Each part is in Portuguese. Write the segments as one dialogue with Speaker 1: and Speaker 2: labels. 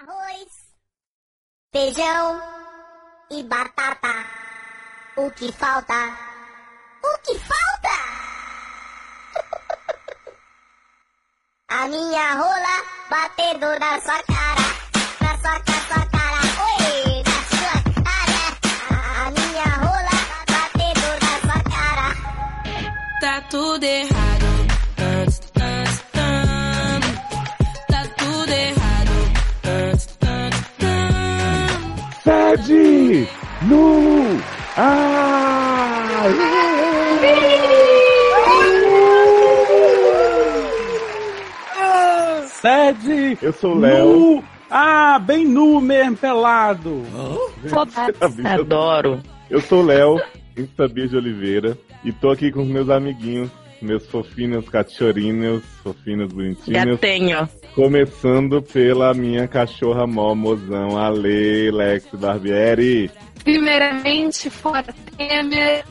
Speaker 1: arroz, feijão e batata. O que falta? O que falta? A minha rola batendo na sua cara, na sua cara, sua cara, oi, na sua cara. A minha rola batendo na sua cara.
Speaker 2: Tá tudo errado. Antes, antes, antes. Tá tudo errado. Antes, antes, antes.
Speaker 3: Sede no ar!
Speaker 4: Sede
Speaker 3: Eu sou o Léo.
Speaker 4: nu! Ah, bem nu mesmo, pelado!
Speaker 5: Adoro.
Speaker 3: Eu sou o Léo, Instabia de Oliveira, e tô aqui com os meus amiguinhos, meus fofinhos cachorinhos, fofinhos bonitinhos,
Speaker 5: Gatenho.
Speaker 3: começando pela minha cachorra mó mozão, Ale Lex Barbieri.
Speaker 6: Primeiramente, fora Temer.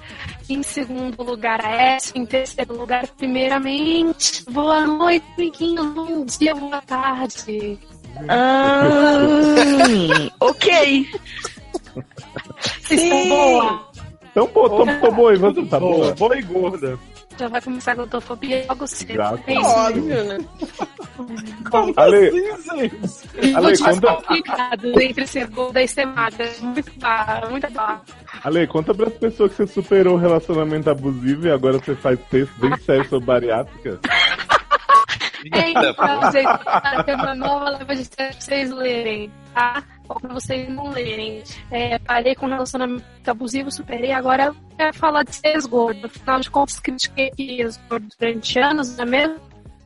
Speaker 6: Em segundo lugar, a S. Em terceiro lugar, primeiramente. Boa noite, amiguinhos. Bom dia, boa tarde.
Speaker 5: Ah, ok.
Speaker 6: Vocês estão boa?
Speaker 3: Tão boa, tão, tão boa, e você tá boa?
Speaker 4: boa e gorda.
Speaker 6: Já vai começar a glutofobia logo cedo.
Speaker 3: Já
Speaker 6: É
Speaker 3: tá.
Speaker 6: isso.
Speaker 7: Óbvio, né?
Speaker 4: Como
Speaker 3: Ale-
Speaker 4: assim, gente?
Speaker 3: Ale,
Speaker 6: Motivos
Speaker 3: conta-
Speaker 6: complicados um entre ser gorda e ser magra. Muito barra, muita barra.
Speaker 3: Ale, conta pras pessoas que você superou o relacionamento abusivo e agora você faz texto bem sério sobre bariátrica.
Speaker 6: É então, gente, tá, tem uma nova leva de texto pra vocês lerem, tá? Ou pra vocês não lerem. É, parei com relacionamento abusivo, superei, agora é falar de ser gordo. Afinal de contas, critiquei ex-gordo durante anos, não é mesmo?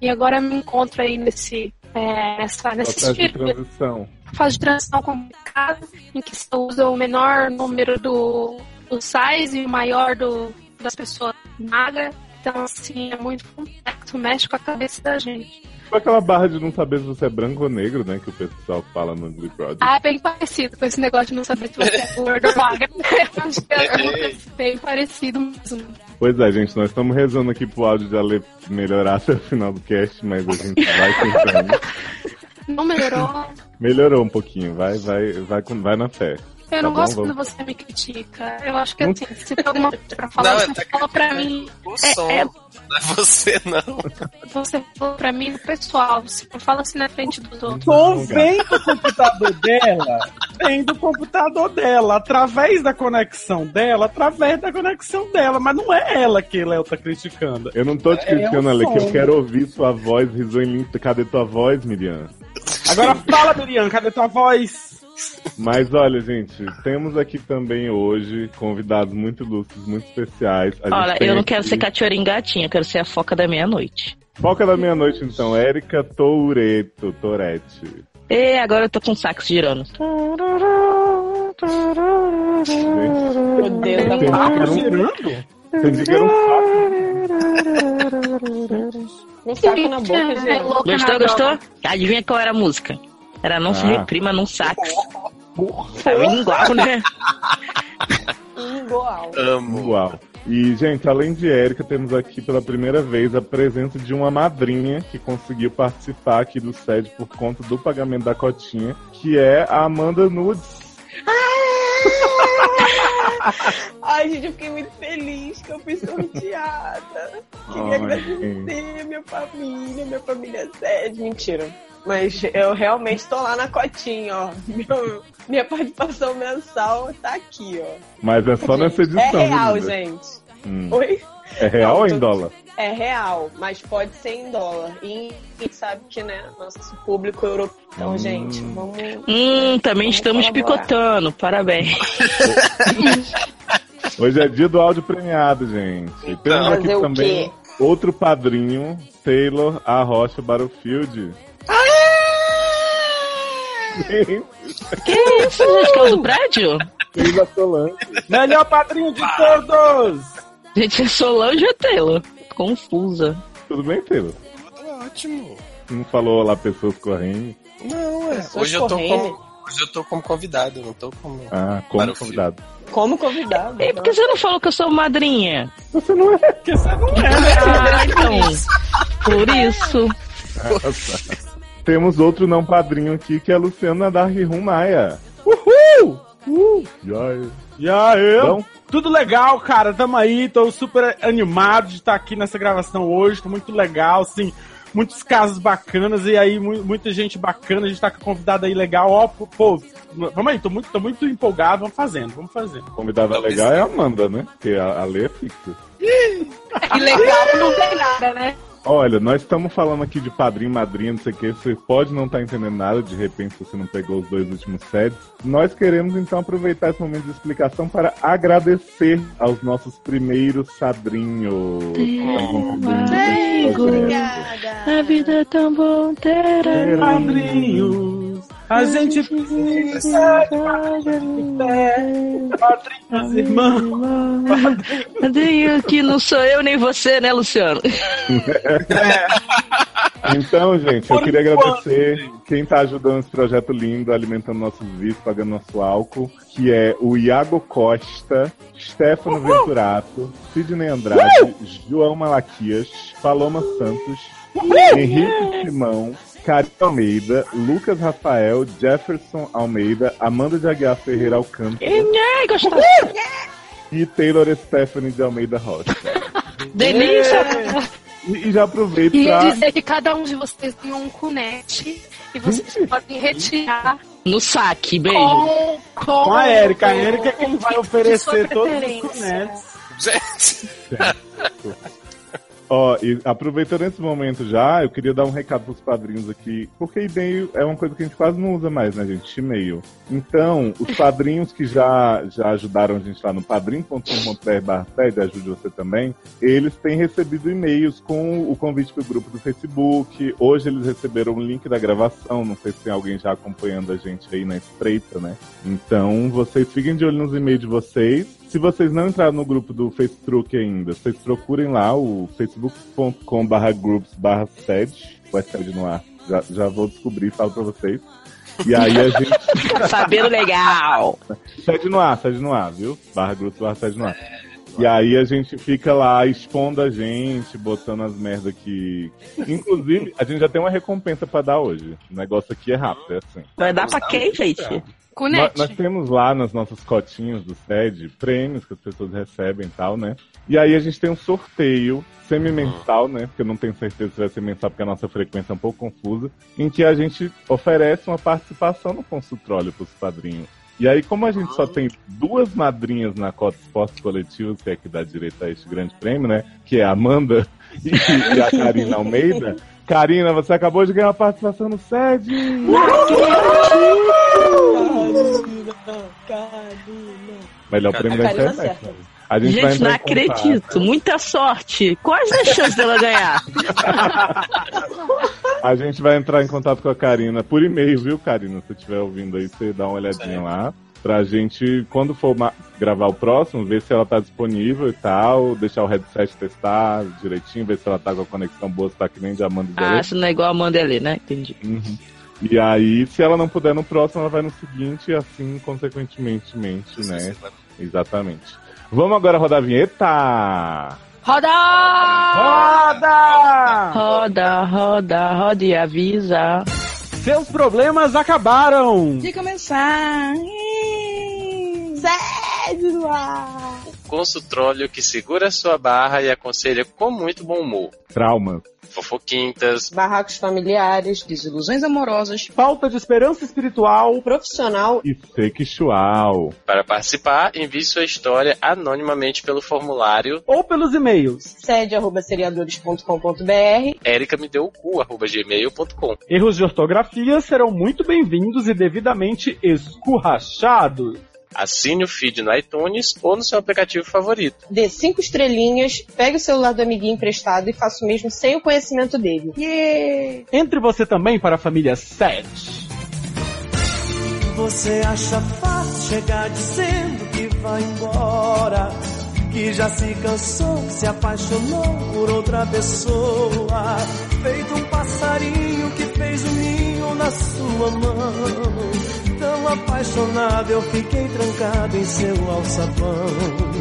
Speaker 6: E agora me encontro aí nesse. É, nessa, nesse
Speaker 3: Processo de
Speaker 6: estilo,
Speaker 3: transição.
Speaker 6: fase de transição complicada, em que você usa o menor número do, do size e o maior do, das pessoas magras. Então, assim, é muito complexo, mexe com a cabeça da gente.
Speaker 3: Tipo aquela barra de não saber se você é branco ou negro, né? Que o pessoal fala no Big Brother.
Speaker 6: Ah, é bem parecido com esse negócio de não saber se você é gordo ou magro. Eu acho que é bem parecido mesmo.
Speaker 3: Pois é, gente, nós estamos rezando aqui pro áudio de Ale melhorar até o final do cast, mas a gente vai tentando.
Speaker 6: Não melhorou.
Speaker 3: Melhorou um pouquinho, vai, vai, vai, com- vai na fé.
Speaker 6: Eu não
Speaker 3: Tá bom,
Speaker 6: gosto
Speaker 3: vamos.
Speaker 6: quando você me critica. Eu acho que
Speaker 3: Não-
Speaker 6: assim, se tem alguma coisa pra falar,
Speaker 3: é
Speaker 7: Não,
Speaker 6: você
Speaker 7: tá
Speaker 6: fala pra mim.
Speaker 7: O som.
Speaker 5: é-
Speaker 7: Não é você, não.
Speaker 6: Você fala pra mim no pessoal. Você não fala assim na frente dos outros.
Speaker 4: Tom vem um do computador dela, vem do computador dela, através da conexão dela, através da conexão dela, mas não é ela que Léo tá criticando.
Speaker 3: Eu não tô te
Speaker 4: É, é um
Speaker 3: criticando, Ale, que eu
Speaker 4: som.
Speaker 3: quero ouvir sua voz, riso em limpo. Cadê tua voz, Miriam?
Speaker 4: Agora fala, Miriam, cadê tua voz?
Speaker 3: Mas olha, gente, temos aqui também hoje convidados muito lustros, muito especiais. A gente
Speaker 5: Olha,
Speaker 3: tem
Speaker 5: eu não
Speaker 3: aqui-
Speaker 5: quero ser cachorrinho gatinha, eu quero ser a foca da meia-noite.
Speaker 3: Foca da meia-noite, então. Érica Toureto, Torete.
Speaker 5: E agora eu tô com o sax girando.
Speaker 3: Gente,
Speaker 5: Meu Deus,
Speaker 7: tá
Speaker 3: Tem
Speaker 5: agora-
Speaker 3: que era um-
Speaker 4: Tá girando?
Speaker 3: tem dia que era um saco.
Speaker 7: Um saco na boca,
Speaker 6: É
Speaker 7: gente.
Speaker 6: louca na
Speaker 5: Gostou,
Speaker 6: droga.
Speaker 5: gostou? Adivinha qual era a música? Era Não Se
Speaker 3: Ah.
Speaker 5: Reprima Num Sax. É um lingual, né?
Speaker 7: Igual. Amo.
Speaker 3: Uau. E, gente, além de Érica, temos aqui pela primeira vez a presença de uma madrinha que conseguiu participar aqui do SED por conta do pagamento da cotinha, que é a Amanda Nudes.
Speaker 7: Ai, gente, eu fiquei muito feliz que eu fui sorteada. Queria agradecer minha família, minha família sede. Mentira. Mas eu realmente tô lá na cotinha, ó. Meu- minha participação mensal tá aqui, ó.
Speaker 3: Mas é só nessa edição.
Speaker 7: É real,
Speaker 3: menina.
Speaker 7: gente.
Speaker 3: Hum.
Speaker 7: Oi?
Speaker 3: É real ou em
Speaker 7: Não,
Speaker 3: dólar?
Speaker 7: É real, mas pode ser em dólar. E, e sabe que, né, nosso público europeu. Então,
Speaker 3: Hum.
Speaker 7: gente, vamos.
Speaker 5: Hum, também
Speaker 7: Vamos
Speaker 5: estamos
Speaker 7: colaborar.
Speaker 5: picotando, parabéns.
Speaker 3: Hoje é dia do áudio premiado, gente. E Temos aqui
Speaker 7: Fazer o
Speaker 3: também
Speaker 7: quê?
Speaker 3: outro padrinho, Taylor A. Rocha Battlefield.
Speaker 7: Ah!
Speaker 3: Gente,
Speaker 5: Que isso, gente? Que é o do prédio?
Speaker 3: Fez a Solange.
Speaker 4: Melhor padrinho de todos!
Speaker 5: Gente, é Solange ou Taylor? Confusa.
Speaker 3: Tudo bem, Taylor?
Speaker 4: Tá
Speaker 8: Ótimo.
Speaker 3: Não falou lá pessoas correndo.
Speaker 8: Não, é.
Speaker 7: Pessoas
Speaker 8: Hoje eu tô
Speaker 7: correndo.
Speaker 8: como. Hoje eu tô como convidado, não tô como.
Speaker 3: Ah, como
Speaker 8: Battlefield.
Speaker 3: convidado.
Speaker 7: Como convidado.
Speaker 2: É
Speaker 5: E por que você não falou que eu sou madrinha?
Speaker 3: Você não é.
Speaker 4: Porque você não é.
Speaker 5: Ah, então. Por isso.
Speaker 3: Nossa. Temos outro não padrinho aqui, que é a Luciana Dark Maia.
Speaker 4: Uhul! Uh!
Speaker 3: Já é.
Speaker 4: E aí?
Speaker 3: Bom?
Speaker 4: Tudo legal, cara. Tamo aí. Tô super animado de estar aqui nessa gravação hoje. Tô muito legal, assim. Muitos casos bacanas e aí mu- muita gente bacana. A gente tá com a convidada aí legal. Ó, pô, pô, vamos aí. Tô muito, tô muito empolgado. Vamos fazendo, vamos fazendo.
Speaker 3: Convidada
Speaker 9: Talvez
Speaker 3: legal é a Amanda, né? Porque a, a Lê é fixa.
Speaker 6: E legal não tem nada, né?
Speaker 3: Olha, nós estamos falando aqui de padrinho, madrinha, não sei o que. Você pode não estar entendendo nada, de repente, se você não pegou os dois últimos sets. Nós queremos, então, aproveitar esse momento de explicação para agradecer aos nossos primeiros padrinhos.
Speaker 7: né? Obrigada.
Speaker 10: A vida é tão bom ter
Speaker 4: Padrinhos, a gente precisa de padrinhos, padrinhos, irmãos.
Speaker 2: Padrinho que não sou eu nem você, né, Luciano?
Speaker 3: Então, gente, eu
Speaker 4: Por
Speaker 3: queria
Speaker 4: enquanto,
Speaker 3: agradecer quem tá ajudando esse projeto lindo, alimentando nossos vícios, pagando nosso álcool, que é o Iago Costa, Stefano Venturato, Sidney Andrade, João Malaquias, Paloma Santos, Henrique Simão, Cari Almeida, Lucas Rafael, Jefferson Almeida, Amanda de Aguiar Ferreira Alcântara
Speaker 2: Ai, gostou.
Speaker 3: e Taylor Stephanie de Almeida Rocha.
Speaker 2: Delícia.
Speaker 3: E, e já aproveito
Speaker 6: E
Speaker 3: pra...
Speaker 6: dizer que cada um de vocês tem um cunete e vocês podem retirar
Speaker 2: No saque, beijo.
Speaker 6: com, com,
Speaker 4: Com a Erika. A Erika é quem vai
Speaker 6: de sua
Speaker 4: oferecer todos os
Speaker 6: preferência.
Speaker 4: cunetes.
Speaker 9: Gente,
Speaker 3: Ó, e aproveitando esse momento já, eu queria dar um recado pros padrinhos aqui, porque e-mail é uma coisa que a gente quase não usa mais, né, gente? E-mail. Então, os padrinhos que já, já ajudaram a gente lá no padrim.com.br, ajude você também, eles têm recebido e-mails com o convite pro grupo do Facebook. Hoje eles receberam o link da gravação, não sei se tem alguém já acompanhando a gente aí na estreita, né? Então, vocês fiquem de olho nos e-mails de vocês. Se vocês não entraram no grupo do Facebook ainda, vocês procurem lá o facebook.com barra groups barra sede, vai sede no ar. Já, já vou descobrir e falo pra vocês. E aí a gente.
Speaker 2: Sabendo legal.
Speaker 3: Sede no ar, sede no ar, viu? Barra grupos, barra sede no ar. E aí a gente fica lá expondo a gente, botando as merdas que. Inclusive, a gente já tem uma recompensa pra dar hoje. O negócio aqui é rápido, é assim.
Speaker 2: Vai dar pra quem, gente?
Speaker 3: Nós,
Speaker 6: Cunete.
Speaker 3: nós temos lá nas nossas cotinhas do SED prêmios que as pessoas recebem e tal, né? E aí a gente tem um sorteio semimensal, né? Porque eu não tenho certeza se vai ser mensal, porque a nossa frequência é um pouco confusa, em que a gente oferece uma participação no consultório pros padrinhos. E aí, como a gente só tem duas madrinhas na cota esportes coletivos, que é que dá direito a este grande prêmio, né? Que é a Amanda e, e a Karina Almeida. Karina, você acabou de ganhar uma participação no SED!
Speaker 9: Cara,
Speaker 3: Melhor
Speaker 9: tá
Speaker 3: prêmio da
Speaker 7: Karina
Speaker 3: internet.
Speaker 7: acerta.
Speaker 3: né? A gente, vai
Speaker 2: Gente,
Speaker 3: entrar
Speaker 2: não
Speaker 3: em contato.
Speaker 2: acredito. Muita sorte. Quais as chances dela ganhar?
Speaker 3: A gente vai entrar em contato com a Karina por e-mail, viu, Karina? Se você estiver ouvindo aí, você dá uma olhadinha
Speaker 9: Certo.
Speaker 3: lá. Pra gente, quando for ma- gravar o próximo, ver se ela tá disponível e tal, deixar o headset testar direitinho, ver se ela tá com a conexão boa, se tá que nem de Amanda e de
Speaker 2: Ah,
Speaker 3: Alê.
Speaker 2: se não é igual a Mandela, né? Entendi.
Speaker 3: Uhum. E aí, se ela não puder no próximo, ela vai no seguinte e assim, consequentemente, mente, né? Exatamente. Vamos agora rodar a vinheta!
Speaker 2: Roda!
Speaker 4: Roda!
Speaker 2: Roda, roda, roda e avisa.
Speaker 4: Seus problemas acabaram.
Speaker 11: De começar.
Speaker 7: Sede no ar.
Speaker 8: O consultróleo que segura sua barra e aconselha com muito bom humor.
Speaker 3: Traumas.
Speaker 8: Fofoquintas,
Speaker 7: Barracos familiares.
Speaker 11: Desilusões amorosas.
Speaker 4: Falta de esperança espiritual.
Speaker 7: Profissional.
Speaker 3: e sexual.
Speaker 8: para participar, envie sua história anonimamente pelo formulário
Speaker 4: Ou pelos e-mails.
Speaker 7: Sede arroba seriadores.com.br.
Speaker 8: ericamedeucu.gmail.com
Speaker 4: Erros de ortografia serão muito bem-vindos e devidamente escurrachados.
Speaker 8: Assine o feed no iTunes ou no seu aplicativo favorito.
Speaker 7: Dê cinco estrelinhas. Pegue o celular do amiguinho emprestado e faça o mesmo sem o conhecimento dele.
Speaker 4: Entre você também para a família 7.
Speaker 12: Você acha fácil chegar dizendo que vai embora? Que já se cansou, se apaixonou por outra pessoa. Feito um passarinho que fez um ninho na sua mão. Tão apaixonado eu fiquei trancado em seu alçapão.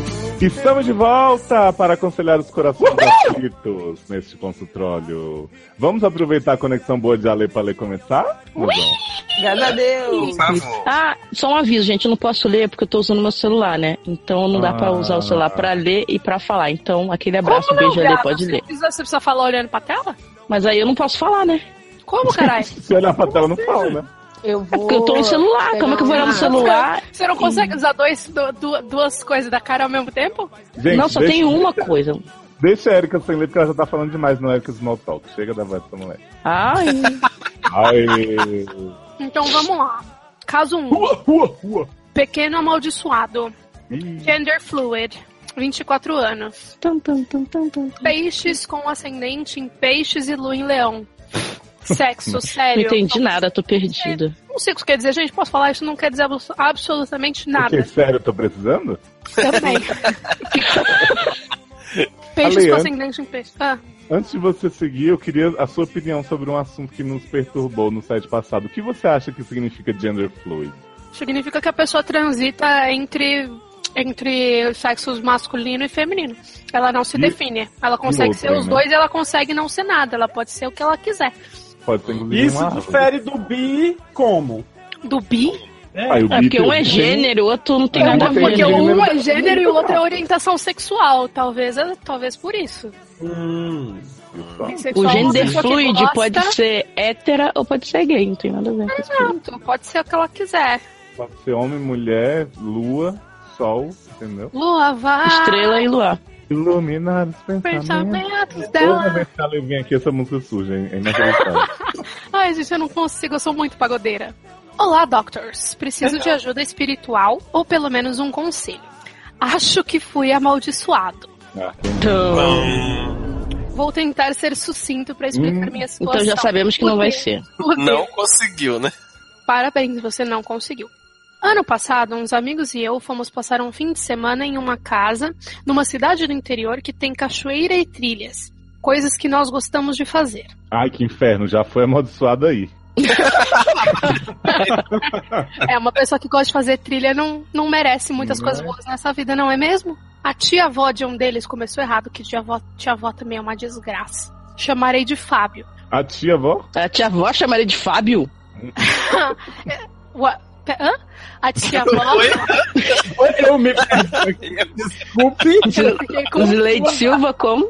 Speaker 3: Estamos de volta para aconselhar os corações aflitos neste consultório. Vamos aproveitar a conexão boa de Ale para ler começar? Mozão?
Speaker 7: Graças a Deus.
Speaker 2: Ah, só um aviso, gente, eu não posso ler porque eu tô usando meu celular, né? Então não dá pra usar o celular pra ler e pra falar. Então, aquele abraço,
Speaker 6: Como não,
Speaker 2: beijo ali,
Speaker 6: gata?
Speaker 2: pode
Speaker 6: Você
Speaker 2: ler.
Speaker 6: precisa, você precisa falar olhando pra tela?
Speaker 2: Mas aí eu não posso falar, né?
Speaker 6: Como, caralho?
Speaker 3: Se olhar pra tela, não fala, né?
Speaker 7: Eu vou.
Speaker 2: É porque eu tô no celular, como é que eu vou olhar no celular?
Speaker 6: Você não consegue usar dois, du- du- duas coisas da cara ao mesmo tempo?
Speaker 3: Gente,
Speaker 2: não, só
Speaker 3: deixa-
Speaker 2: tem uma coisa.
Speaker 3: Deixa a Erika sem ler, porque ela já tá falando demais no Erika Small Talk. Chega da voz dessa mulher.
Speaker 2: Ai.
Speaker 6: É,
Speaker 3: Ai.
Speaker 6: Então vamos lá. Caso 1. Pequeno amaldiçoado. Gender fluid. 24 anos.
Speaker 2: Tum, tum, tum, tum, tum.
Speaker 6: Peixes com ascendente em peixes e lua em leão. Sexo,
Speaker 2: Não
Speaker 6: sério.
Speaker 2: entendi nada, tô perdida.
Speaker 6: Não sei o que quer dizer, gente. Posso falar? Isso não quer dizer abso- absolutamente
Speaker 3: Porque,
Speaker 6: nada.
Speaker 3: sério, eu tô precisando?
Speaker 6: Também. peixes
Speaker 3: Ale,
Speaker 6: com
Speaker 3: an-
Speaker 6: ascendente em peixes. Ah,
Speaker 3: Antes de você seguir, eu queria a sua opinião sobre um assunto que nos perturbou no site passado. O que você acha que significa gender fluid?
Speaker 6: significa que a pessoa transita entre, entre sexos masculino e feminino. Ela não se
Speaker 3: E-
Speaker 6: define. Ela consegue ser
Speaker 3: outra,
Speaker 6: os
Speaker 3: né?
Speaker 6: dois e ela consegue não ser nada. Ela pode ser o que ela quiser.
Speaker 3: Pode ser inclusive
Speaker 4: Isso
Speaker 3: uma
Speaker 4: difere do bi como?
Speaker 6: Do bi?
Speaker 3: Aí o
Speaker 2: É
Speaker 3: bi
Speaker 2: porque um é
Speaker 3: tem-
Speaker 2: gênero, o outro não tem
Speaker 3: É,
Speaker 2: nada a
Speaker 3: não tem
Speaker 2: ver. né?
Speaker 6: Porque
Speaker 3: gênero
Speaker 6: um é
Speaker 3: também.
Speaker 6: gênero e o outro é orientação sexual. Talvez, é, talvez por isso.
Speaker 4: Hum.
Speaker 6: Tem
Speaker 2: O
Speaker 6: sexual, é uma
Speaker 2: gender
Speaker 6: pessoa que
Speaker 2: fluid
Speaker 6: gosta.
Speaker 2: pode ser hétera ou pode ser gay, não tem nada a ver com isso.
Speaker 6: Exato, pode ser o que ela quiser.
Speaker 3: Pode ser homem, mulher, lua, sol, entendeu?
Speaker 6: Lua, vai.
Speaker 2: Estrela e luar.
Speaker 3: Iluminar os pensamentos.
Speaker 6: Pensamentos dela.
Speaker 3: Toda vez que ela vem aqui, essa música surge, hein? É inacreditável.
Speaker 6: Ai, gente, eu não consigo, eu sou muito pagodeira. Olá, Doctors. Preciso de ajuda espiritual ou pelo menos um conselho. Acho que fui amaldiçoado.
Speaker 2: Então,
Speaker 6: Vou tentar ser sucinto pra explicar minha situação.
Speaker 2: Então já sabemos que não vai ser.
Speaker 8: Não conseguiu, né?
Speaker 6: Parabéns, você não conseguiu. Ano passado, uns amigos e eu fomos passar um fim de semana em uma casa numa cidade do interior que tem cachoeira e trilhas, coisas que nós gostamos de fazer.
Speaker 3: Ai, que inferno, já foi amaldiçoado aí.
Speaker 6: É, uma pessoa que gosta de fazer trilha não, não merece muitas
Speaker 3: Não
Speaker 6: coisas
Speaker 3: é?
Speaker 6: boas nessa vida, não é mesmo? A tia-avó de um deles começou errado, que tia-avó tia -avó também é uma desgraça. Chamarei de Fábio.
Speaker 3: A tia vó?
Speaker 2: A tia avó chamaria de Fábio?
Speaker 6: Ua- pe- hã? A tia-avó...
Speaker 4: Eu me desculpe.
Speaker 6: Eu fiquei com-
Speaker 2: Zileide Silva como?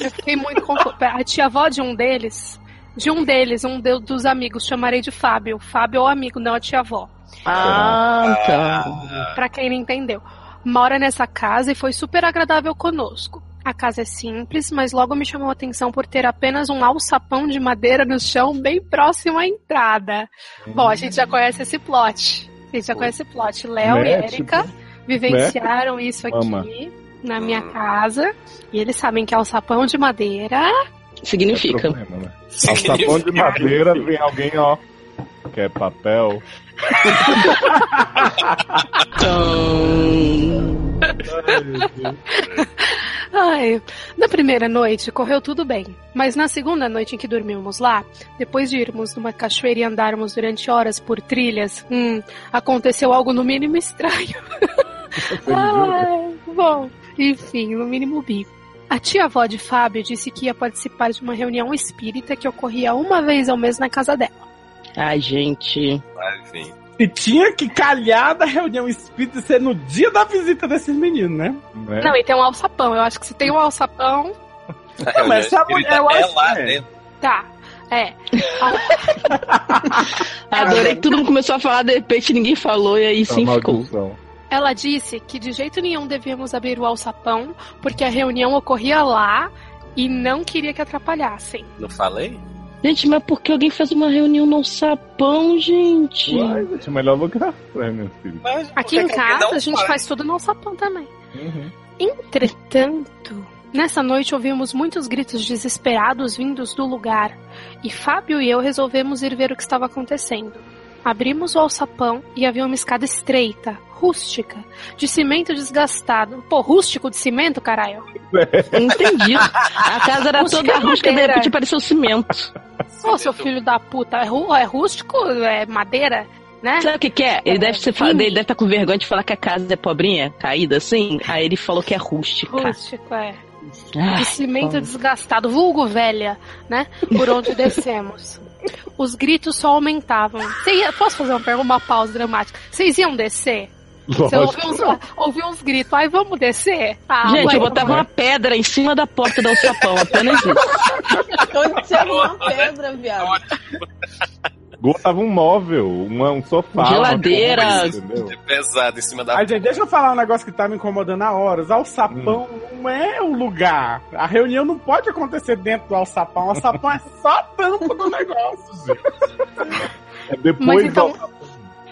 Speaker 6: Eu fiquei muito confusa. A tia-avó de um deles, de um deles, um de- dos amigos, chamarei de Fábio. Fábio é o amigo, não a tia-avó.
Speaker 2: Ah, tá.
Speaker 6: Pra quem não entendeu. Mora nessa casa e foi super agradável conosco. A casa é simples, mas logo me chamou a atenção por ter apenas um alçapão de madeira no chão bem próximo à entrada. Bom, a gente já conhece esse plot. A gente já conhece esse plot. Léo
Speaker 3: Né?
Speaker 6: e Erika vivenciaram isso aqui
Speaker 3: Mama.
Speaker 6: na minha casa. E eles sabem que é alçapão de madeira
Speaker 2: Significa.
Speaker 3: Problema, né? Ao sapão de madeira vem alguém, ó. Quer papel?
Speaker 6: Ai, na primeira noite correu tudo bem, mas na segunda noite em que dormimos lá, depois de irmos numa cachoeira e andarmos durante horas por trilhas, hum, aconteceu algo no mínimo estranho. Ai, bom, enfim, no mínimo bi. A tia-avó de Fábio disse que ia participar de uma reunião espírita que ocorria uma vez ao mês na casa dela.
Speaker 2: Ai, gente.
Speaker 4: E tinha que calhar da reunião espírita ser no dia da visita desses meninos, né?
Speaker 3: Né?
Speaker 6: Não, e tem um alçapão, eu acho que se tem um alçapão,
Speaker 4: Não, mas essa
Speaker 8: Ele
Speaker 4: mulher, eu
Speaker 8: é
Speaker 4: acho
Speaker 8: lá
Speaker 4: que é.
Speaker 8: dentro.
Speaker 6: tá. É, Ah,
Speaker 2: Adorei que todo mundo começou a falar, de repente ninguém falou e aí
Speaker 3: É
Speaker 2: sim
Speaker 3: uma
Speaker 2: ficou.
Speaker 3: maldição.
Speaker 6: Ela disse que de jeito nenhum devíamos abrir o alçapão, porque a reunião ocorria lá e não queria que atrapalhassem.
Speaker 8: Não falei?
Speaker 2: Gente, mas por que alguém fez uma reunião no sapão, gente?
Speaker 3: Uai, gente, é o melhor lugar pra né, meu filho.
Speaker 8: Mas por
Speaker 6: Aqui
Speaker 8: que
Speaker 6: em
Speaker 8: que alguém não Uhum.
Speaker 6: casa a gente
Speaker 8: fala?
Speaker 6: faz tudo no alçapão também. Entretanto, nessa noite ouvimos muitos gritos desesperados vindos do lugar, e Fábio e eu resolvemos ir ver o que estava acontecendo. Abrimos o alçapão e havia uma escada estreita, rústica, de cimento desgastado. Pô, rústico de cimento, caralho.
Speaker 2: Eu Não entendi. A casa era
Speaker 6: Rústica
Speaker 2: toda rústica, de
Speaker 6: madeira.
Speaker 2: repente apareceu cimento.
Speaker 6: Ô, seu filho da puta, é, rú- é rústico? É madeira? né?
Speaker 2: Sabe o que, que é? Ele deve ser, ele deve estar com vergonha de falar que a casa é pobrinha, caída assim. Aí ele falou que é rústica. Ah.
Speaker 6: Rústico, é.
Speaker 2: Ai,
Speaker 6: de cimento
Speaker 2: como-
Speaker 6: desgastado, vulgo velha, né? Por onde descemos. Os gritos só aumentavam. Você ia- posso fazer uma, pergunta, uma pausa dramática? Vocês iam descer? Você ouviu uns, ouviu uns gritos, aí vamos descer? Ah,
Speaker 2: Gente,
Speaker 6: vai,
Speaker 2: eu botava
Speaker 6: vamos.
Speaker 2: uma pedra em cima da porta do alçapão, apenas isso.
Speaker 7: Onde você arruma uma pedra, viado?
Speaker 3: Gostava um móvel, uma- um sofá. uma coisa, entendeu?
Speaker 8: É pesado em cima da.
Speaker 4: Ai, gente, deixa eu falar um negócio que tá me incomodando há horas. Alçapão não é o lugar. A reunião não pode acontecer dentro do alçapão. O alçapão é só a tampa do negócio, gente.
Speaker 3: É depois
Speaker 2: então-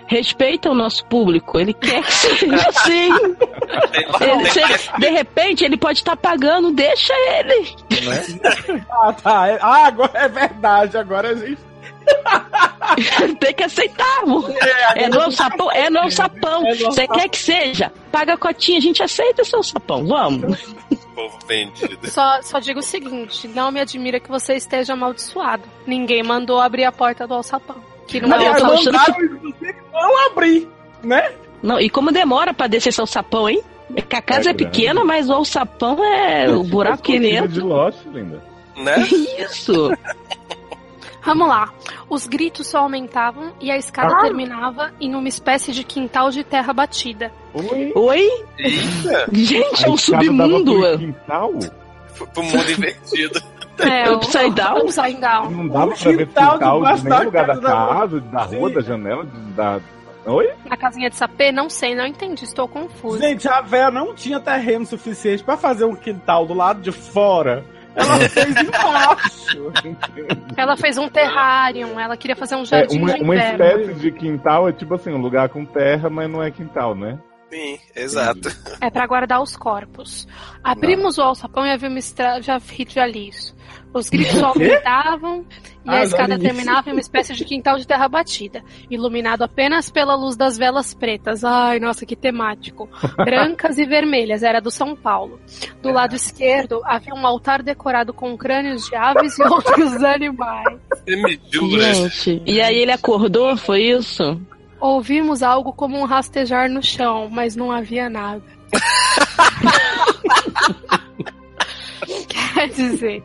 Speaker 2: Respeita o nosso público, ele quer que seja assim. Ele- se ele- de repente ele pode estar pagando, deixa ele.
Speaker 4: Ah, tá. É- Ah, agora é verdade. Agora a gente.
Speaker 2: Tem que aceitar, amor. É, no sapão, é no sapão. Você quer que seja? Paga a cotinha, a gente aceita seu sapão, vamos.
Speaker 8: Povo vendido.
Speaker 6: Só, só digo o seguinte: não me admira que você esteja amaldiçoado. Ninguém mandou abrir a porta do alçapão. Que não é o
Speaker 2: Aliás,
Speaker 6: alçapão.
Speaker 2: mandaram
Speaker 4: tá Não abri, né?
Speaker 2: Não, e como demora pra descer seu sapão, hein? É que a casa é,
Speaker 3: grande.
Speaker 2: pequena, mas o sapão é o buraco que ele
Speaker 3: Escondida
Speaker 2: entra.
Speaker 3: de lote, linda.
Speaker 8: Né?
Speaker 2: Isso.
Speaker 6: Vamos lá. Os gritos só aumentavam e a escada
Speaker 2: Ah.
Speaker 6: terminava em uma espécie de quintal de terra batida.
Speaker 3: Oi?
Speaker 2: Oi? Gente, é um submundo.
Speaker 3: Quintal?
Speaker 8: Foi pro mundo invertido.
Speaker 6: É, o-
Speaker 2: um Upside down?
Speaker 6: Upside down.
Speaker 3: Não dava pra ver
Speaker 4: Ah, quintal
Speaker 3: quintal de
Speaker 4: debaixo
Speaker 3: nenhum
Speaker 4: da
Speaker 3: lugar da
Speaker 4: casa da
Speaker 3: casa, da rua, da janela, de- da... Oi?
Speaker 6: Na casinha de sapê? Não sei, não entendi, estou confusa.
Speaker 4: Gente, a véia não tinha terreno suficiente pra fazer um quintal do lado de fora. Ela fez embaixo.
Speaker 6: Ela fez um terrário, ela queria fazer um
Speaker 3: É,
Speaker 6: jardim
Speaker 3: uma,
Speaker 6: de
Speaker 3: uma
Speaker 6: inverno.
Speaker 3: espécie de quintal é tipo assim, um lugar com terra, mas não é quintal, né?
Speaker 8: Sim, exato.
Speaker 6: É para guardar os corpos. Abrimos o alçapão e havia uma estra... já já li isso. Os gritos só
Speaker 1: quê?
Speaker 6: aumentavam e
Speaker 1: Ah,
Speaker 6: a
Speaker 1: já
Speaker 6: escada
Speaker 1: li isso.
Speaker 6: terminava em uma espécie de quintal de terra batida, iluminado apenas pela luz das velas pretas. Ai, nossa, que temático. Brancas e vermelhas, era do São Paulo. Do
Speaker 1: É.
Speaker 6: lado esquerdo havia um altar decorado com crânios de aves e outros animais.
Speaker 8: Você me jura?
Speaker 2: Gente. E aí ele acordou, foi isso?
Speaker 6: Ouvimos algo como um rastejar no chão, mas não havia nada. Quer dizer,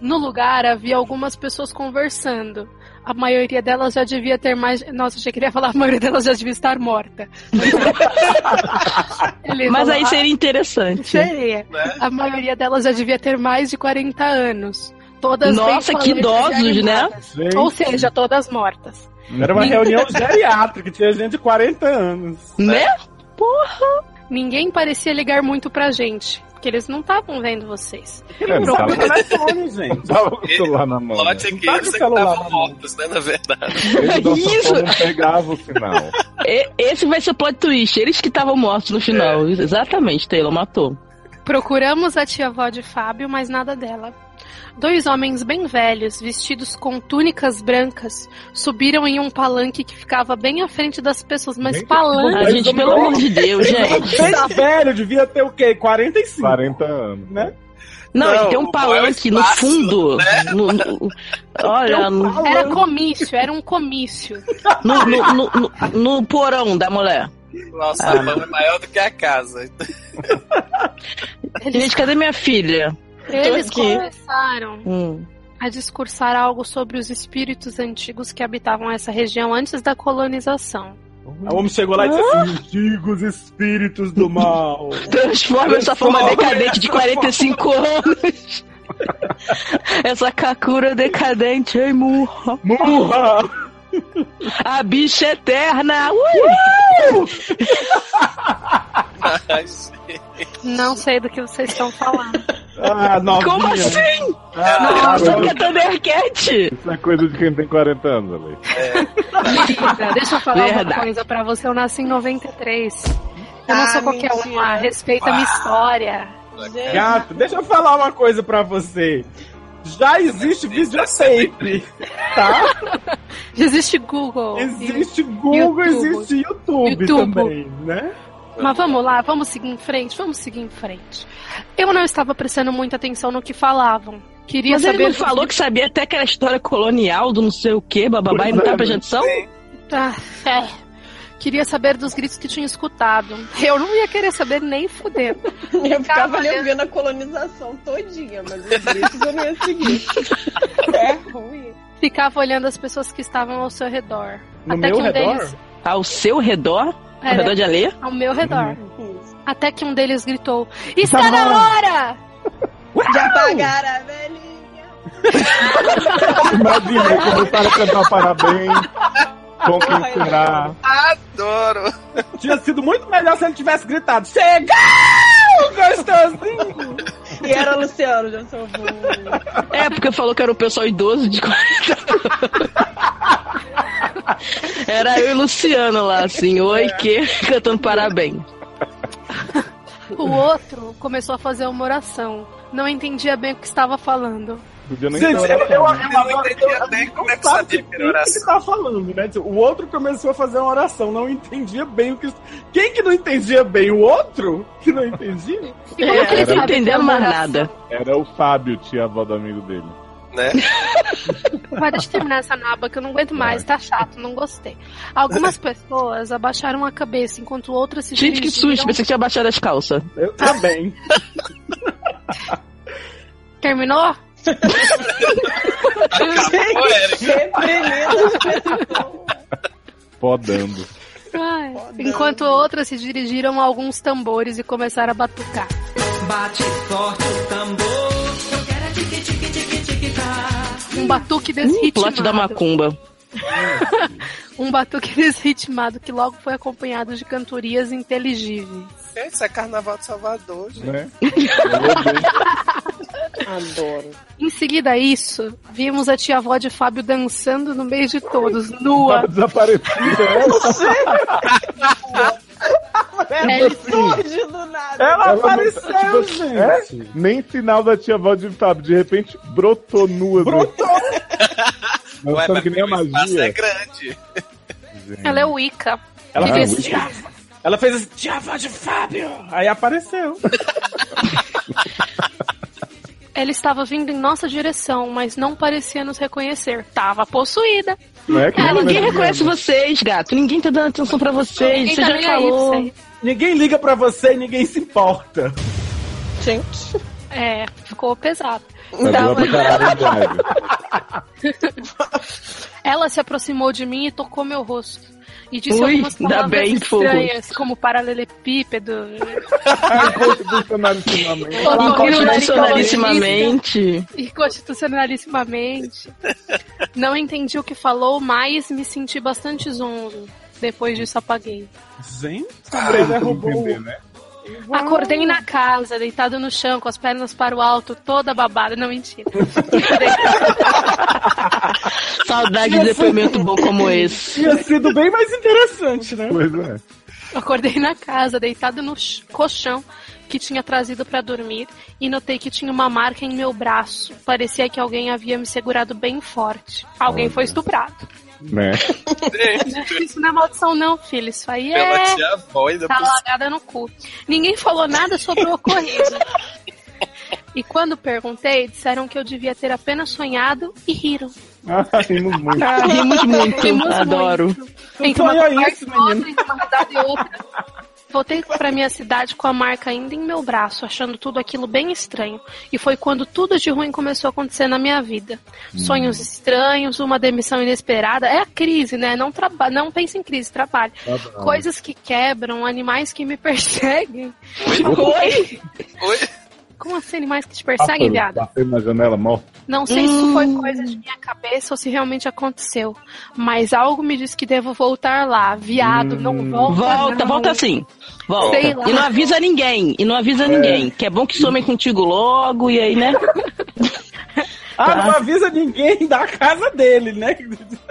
Speaker 6: no lugar havia algumas pessoas conversando. A maioria delas já devia ter mais. Nossa, achei que ele ia falar, a maioria delas já devia estar morta. Ele
Speaker 2: Mas
Speaker 6: falou,
Speaker 2: aí
Speaker 6: "Ah,
Speaker 2: seria interessante.
Speaker 6: Seria. A maioria delas já devia ter mais de 40 anos. Todas bem
Speaker 2: Nossa, que
Speaker 6: falantes e
Speaker 2: idosos, né?
Speaker 6: animadas. Ou seja, todas mortas.
Speaker 4: Era uma reunião geriátrica, tinha gente de 40 anos.
Speaker 2: Né?
Speaker 6: Porra! Ninguém parecia ligar muito pra gente, porque eles não estavam vendo vocês.
Speaker 3: É, não
Speaker 6: Procura-
Speaker 3: tava,
Speaker 4: telefone, gente.
Speaker 3: tava com o celular na mão.
Speaker 8: Lote é que
Speaker 3: Tá com
Speaker 8: eles
Speaker 3: o
Speaker 8: é que
Speaker 3: celular
Speaker 8: estavam mortos, né? Na verdade.
Speaker 3: Isso!
Speaker 2: Isso.
Speaker 3: Não pegava o sinal.
Speaker 2: E- esse vai ser o plot twist. Eles que estavam mortos no
Speaker 4: É.
Speaker 2: final. Exatamente, Taylor matou.
Speaker 6: Procuramos a tia-vó de Fábio, mas nada dela. Dois homens bem velhos, vestidos com túnicas brancas, subiram em um palanque que ficava bem à frente das pessoas, mas palanque.
Speaker 2: Ah, gente, pelo amor de Deus, gente.
Speaker 4: Bem velho, devia ter o quê? 45.
Speaker 3: 40 anos.
Speaker 4: Né?
Speaker 2: Não,
Speaker 4: Não, é
Speaker 2: e tem um palanque no fundo.
Speaker 4: né?
Speaker 2: No- no-
Speaker 4: um
Speaker 2: olha, no,
Speaker 6: Era comício, era um comício.
Speaker 2: no, no, no- no- no porão da mulher.
Speaker 8: O
Speaker 6: Ah.
Speaker 8: salão é maior do que a casa.
Speaker 2: Gente, cadê minha filha?
Speaker 6: Eles
Speaker 2: Tô aqui.
Speaker 6: começaram
Speaker 2: Hum.
Speaker 6: a discursar algo sobre os espíritos antigos que habitavam essa região antes da colonização.
Speaker 4: O homem chegou lá e disse assim: antigos espíritos do mal.
Speaker 2: Transforma essa forma
Speaker 4: Transforma
Speaker 2: decadente de
Speaker 4: essa
Speaker 2: 45 anos. Essa Kakura decadente, hein, murra.
Speaker 4: Murra!
Speaker 2: A bicha é eterna. Ui!
Speaker 6: Não sei do que vocês estão falando.
Speaker 4: Ah, novinha.
Speaker 2: Como assim?
Speaker 4: Ah,
Speaker 2: Nossa,
Speaker 4: agora-
Speaker 2: que é Thundercat.
Speaker 3: Isso é coisa de quem tem 40 anos, Ale.
Speaker 6: Querida, Então, deixa eu falar
Speaker 2: Verdade.
Speaker 6: uma coisa pra você. Eu nasci em 93. Eu não
Speaker 7: Ah,
Speaker 6: sou qualquer
Speaker 7: mentira.
Speaker 6: uma. Respeita a minha história.
Speaker 4: Gato, deixa eu falar uma coisa pra você. Já existe videotape, tá?
Speaker 6: Já existe Google.
Speaker 4: Existe Google, existe YouTube,
Speaker 6: YouTube.
Speaker 4: também, né?
Speaker 6: Mas vamos lá, vamos seguir em frente, vamos seguir em frente. Eu não estava prestando muita atenção no que falavam. Queria
Speaker 2: Mas
Speaker 6: saber.
Speaker 2: ele não falou que sabia até aquela história colonial do não sei o que, bababá, e não tá prestando atenção?
Speaker 6: Tá, fé. é. Queria saber dos gritos que tinha escutado. Eu não ia querer saber nem fudendo.
Speaker 7: Eu ficava lembrando a colonização todinha, mas os gritos eu não ia seguir. É ruim.
Speaker 6: Ficava olhando as pessoas que estavam ao seu redor. um
Speaker 2: No meu redor? Ao seu redor? Ao
Speaker 6: É.
Speaker 2: redor de Alê?
Speaker 6: Ao meu redor.
Speaker 2: Uhum.
Speaker 6: Até que um deles gritou: Está na hora!
Speaker 7: Já
Speaker 4: tá,
Speaker 7: apagaram a velhinha!
Speaker 3: Imagina, começaram a cantar parabéns. Bom quem será.
Speaker 8: Adoro!
Speaker 4: Tinha sido muito melhor se ele tivesse gritado: Chegou! Gostosinho!
Speaker 7: E era Luciano, já sou
Speaker 2: É, porque falou que era o pessoal idoso de 40 anos. Era eu e Luciano lá, assim, oi, que, cantando parabéns.
Speaker 6: O outro começou a fazer uma oração. Não entendia bem o que estava falando.
Speaker 3: Podia
Speaker 4: nem
Speaker 3: ter oração, né?
Speaker 4: como é que sabia que ele tá falando, né? Tipo, O outro começou a fazer uma oração, não entendia bem o que. Quem que não entendia bem? O outro que não entendia?
Speaker 6: E como que ele
Speaker 3: Era-
Speaker 6: sabe que é uma oração?
Speaker 3: Era o Fábio, tia avó do amigo dele.
Speaker 8: Né?
Speaker 6: Vai, deixa eu terminar essa naba que eu não aguento mais, tá chato, não gostei. Algumas pessoas abaixaram a cabeça, enquanto outras se
Speaker 2: Gente, que susto,
Speaker 6: dirigiram-
Speaker 2: pensei que tinha baixado as calças.
Speaker 4: Eu tá também.
Speaker 6: Terminou?
Speaker 8: Ô, Eric,
Speaker 3: Podando.
Speaker 6: Ai. Enquanto outras se dirigiram a alguns tambores e começaram a batucar.
Speaker 13: Bate forte o tambor. Eu quero é tique tique tique tique tá.
Speaker 6: Um batuque desritmado.
Speaker 2: Plot da macumba.
Speaker 6: Um batuque desritmado que logo foi acompanhado de cantorias inteligíveis.
Speaker 8: Gente, isso é carnaval de Salvador, gente.
Speaker 3: né?
Speaker 7: Adoro.
Speaker 6: Em seguida a isso, vimos a tia-avó de Fábio dançando no meio de todos, nua.
Speaker 3: Desaparecida, né?
Speaker 6: Ela
Speaker 7: Surge do nada.
Speaker 4: Ela
Speaker 3: Ela
Speaker 4: apareceu,
Speaker 3: não- tipo,
Speaker 4: gente.
Speaker 3: é? Nem sinal da tia avó de Fábio. De repente, brotou nua. Brotou! Não
Speaker 8: Ué,
Speaker 3: sabe
Speaker 8: mas
Speaker 3: que nem a
Speaker 8: o espaço é
Speaker 3: magia.
Speaker 8: grande.
Speaker 6: Ela é Wicca.
Speaker 4: Ela
Speaker 6: Que
Speaker 4: fez
Speaker 6: desse-
Speaker 4: assim, Ela fez assim, tia avó de Fábio! Aí apareceu.
Speaker 6: Ela estava vindo em nossa direção, mas não parecia nos reconhecer. Tava possuída.
Speaker 3: Não é que
Speaker 2: Ah,
Speaker 3: não
Speaker 2: ninguém
Speaker 3: lembra.
Speaker 2: reconhece vocês, gato. Ninguém tá dando atenção pra vocês.
Speaker 6: Ninguém
Speaker 2: Você
Speaker 6: tá
Speaker 2: já
Speaker 6: nem aí pra
Speaker 2: falou.
Speaker 6: vocês.
Speaker 4: Ninguém liga pra você e ninguém se importa.
Speaker 7: Gente.
Speaker 6: É, ficou pesado.
Speaker 3: Mas
Speaker 6: Tá,
Speaker 3: ela pra
Speaker 6: mas-
Speaker 3: caralho, hein, Jairo?
Speaker 6: Ela se aproximou de mim e tocou meu rosto. E disse
Speaker 2: Ui,
Speaker 6: algumas
Speaker 2: ainda
Speaker 6: palavras
Speaker 2: bem, fogo.
Speaker 6: estranhas, como paralelepípedo.
Speaker 3: Inconstitucionalissimamente.
Speaker 6: tá
Speaker 2: é Inconstitucionalissimamente.
Speaker 6: Inconstitucionalissimamente. Não entendi o que falou, mas me senti bastante zonzo. Depois disso, apaguei.
Speaker 4: Gente,
Speaker 3: Pra
Speaker 4: ele
Speaker 3: ele Ah, não
Speaker 4: derrubou.
Speaker 3: entender, né?
Speaker 6: Acordei na casa, deitado no chão, com as pernas para o alto, toda babada. Não, mentira.
Speaker 2: Saudade de depoimento bom como esse.
Speaker 4: Tinha sido bem mais interessante, né?
Speaker 3: Pois é.
Speaker 6: Acordei na casa, deitado no ch- colchão que tinha trazido para dormir, e notei que tinha uma marca em meu braço. Parecia que alguém havia me segurado bem forte. Alguém foi estuprado.
Speaker 3: Né?
Speaker 8: Gente,
Speaker 6: Isso não é maldição, não, filho. Isso aí
Speaker 8: pela
Speaker 6: é.
Speaker 8: tia avó ainda
Speaker 6: Tá
Speaker 8: por cima.
Speaker 6: largada no cu. Ninguém falou nada sobre o ocorrido. E quando perguntei, disseram que eu devia ter apenas sonhado e riram.
Speaker 3: Ah, rimos muito.
Speaker 2: Rimos muito,
Speaker 6: Rimos
Speaker 2: adoro.
Speaker 6: Muito. Entre uma parte
Speaker 4: Sonhou Então é isso, né?
Speaker 6: e outra, entre uma cidade e outra. Voltei pra minha cidade com a marca ainda em meu braço, achando tudo aquilo bem estranho. E foi quando tudo de ruim começou a acontecer na minha vida. Sonhos estranhos, uma demissão inesperada. É a crise, né? Não, traba... não pense em crise, trabalhe.
Speaker 3: Ah.
Speaker 6: Coisas que quebram, animais que me perseguem. Oi?
Speaker 8: Oi?
Speaker 6: Como assim, animais que te perseguem, viado?
Speaker 3: Bateu na janela, morto.
Speaker 6: Não sei se isso
Speaker 2: Hum.
Speaker 6: foi coisa de minha cabeça ou se realmente aconteceu, mas algo me diz que devo voltar lá. Viado, não volta.
Speaker 2: Volta,
Speaker 6: não.
Speaker 2: volta assim. Volta.
Speaker 6: Sei lá.
Speaker 2: E não avisa ninguém. E não avisa ninguém. Que é bom que somem contigo logo. E aí, né? Tá.
Speaker 4: Ah, não avisa ninguém da casa dele, né?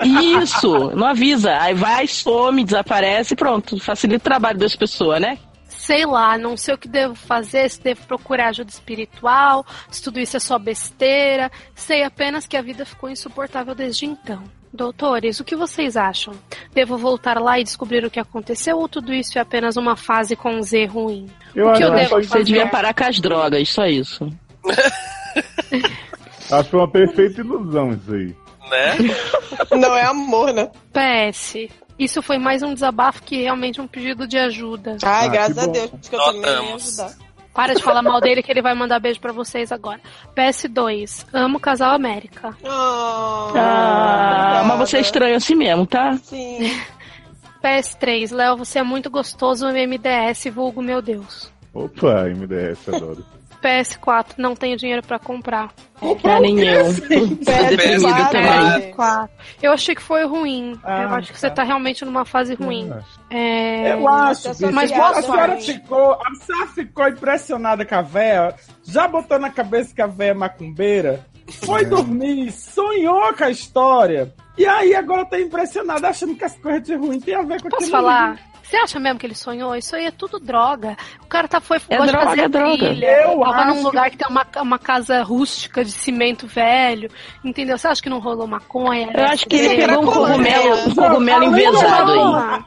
Speaker 2: Isso. Não avisa. Aí vai, some, desaparece. Pronto. Facilita o trabalho das pessoas, né?
Speaker 6: Sei lá, não sei o que devo fazer, se devo procurar ajuda espiritual, se tudo isso é só besteira. Sei apenas que a vida ficou insuportável desde então. Doutores, o que vocês acham? Devo voltar lá e descobrir o que aconteceu ou tudo isso é apenas uma fase com um Z ruim?
Speaker 3: Eu
Speaker 6: O que
Speaker 3: acho
Speaker 6: eu
Speaker 3: que
Speaker 6: devo
Speaker 3: foi-
Speaker 2: Você devia
Speaker 6: fazer?
Speaker 2: parar com as drogas. Só isso.
Speaker 3: acho que foi uma perfeita ilusão isso aí.
Speaker 8: Né?
Speaker 7: Não é amor, né?
Speaker 6: PS. Isso foi mais um desabafo que realmente um pedido de ajuda.
Speaker 7: Ai, Ah, graças que a bom. Deus, porque eu também ia Notamos.
Speaker 6: ajudar. Para de falar mal dele que ele vai mandar beijo pra vocês agora. PS2, amo o casal América.
Speaker 2: Ah, mas você é estranho assim mesmo, tá?
Speaker 7: Sim.
Speaker 6: PS3, Léo, você é muito gostoso, MMDS, vulgo, meu Deus.
Speaker 3: Opa, MDS, adoro.
Speaker 6: PS4, não tenho dinheiro pra comprar.
Speaker 2: Pra nem eu.
Speaker 6: PS4,
Speaker 2: Deprimido também.
Speaker 6: PS4. Eu achei que foi ruim. eu acho que você tá realmente numa fase
Speaker 3: Uhum.
Speaker 6: ruim. É...
Speaker 4: Eu acho, bicho,
Speaker 6: mas
Speaker 4: a
Speaker 6: boa
Speaker 4: senhora
Speaker 6: sorte.
Speaker 4: ficou, a senhora ficou impressionada com a véia, já botou na cabeça que a véia é macumbeira, foi dormir, sonhou com a história, e aí agora tá impressionada achando que as coisas de ruim tem a ver com
Speaker 6: Posso
Speaker 4: aquilo
Speaker 6: falar?
Speaker 4: ali.
Speaker 6: Você acha mesmo que ele sonhou? Isso aí é tudo droga. O cara tá foi
Speaker 4: É
Speaker 6: gosta
Speaker 4: droga,
Speaker 6: de fazer
Speaker 4: é droga.
Speaker 6: trilha.
Speaker 4: Eu
Speaker 6: tava
Speaker 4: acho
Speaker 6: num lugar que tem uma, uma casa rústica de cimento velho. Entendeu? Você acha que não rolou maconha? Ah,
Speaker 2: Eu acho que ele
Speaker 6: LSD?
Speaker 2: pegou um cogumelo, um
Speaker 4: Não,
Speaker 2: cogumelo
Speaker 4: além do
Speaker 2: envezado aí.
Speaker 4: hematoma-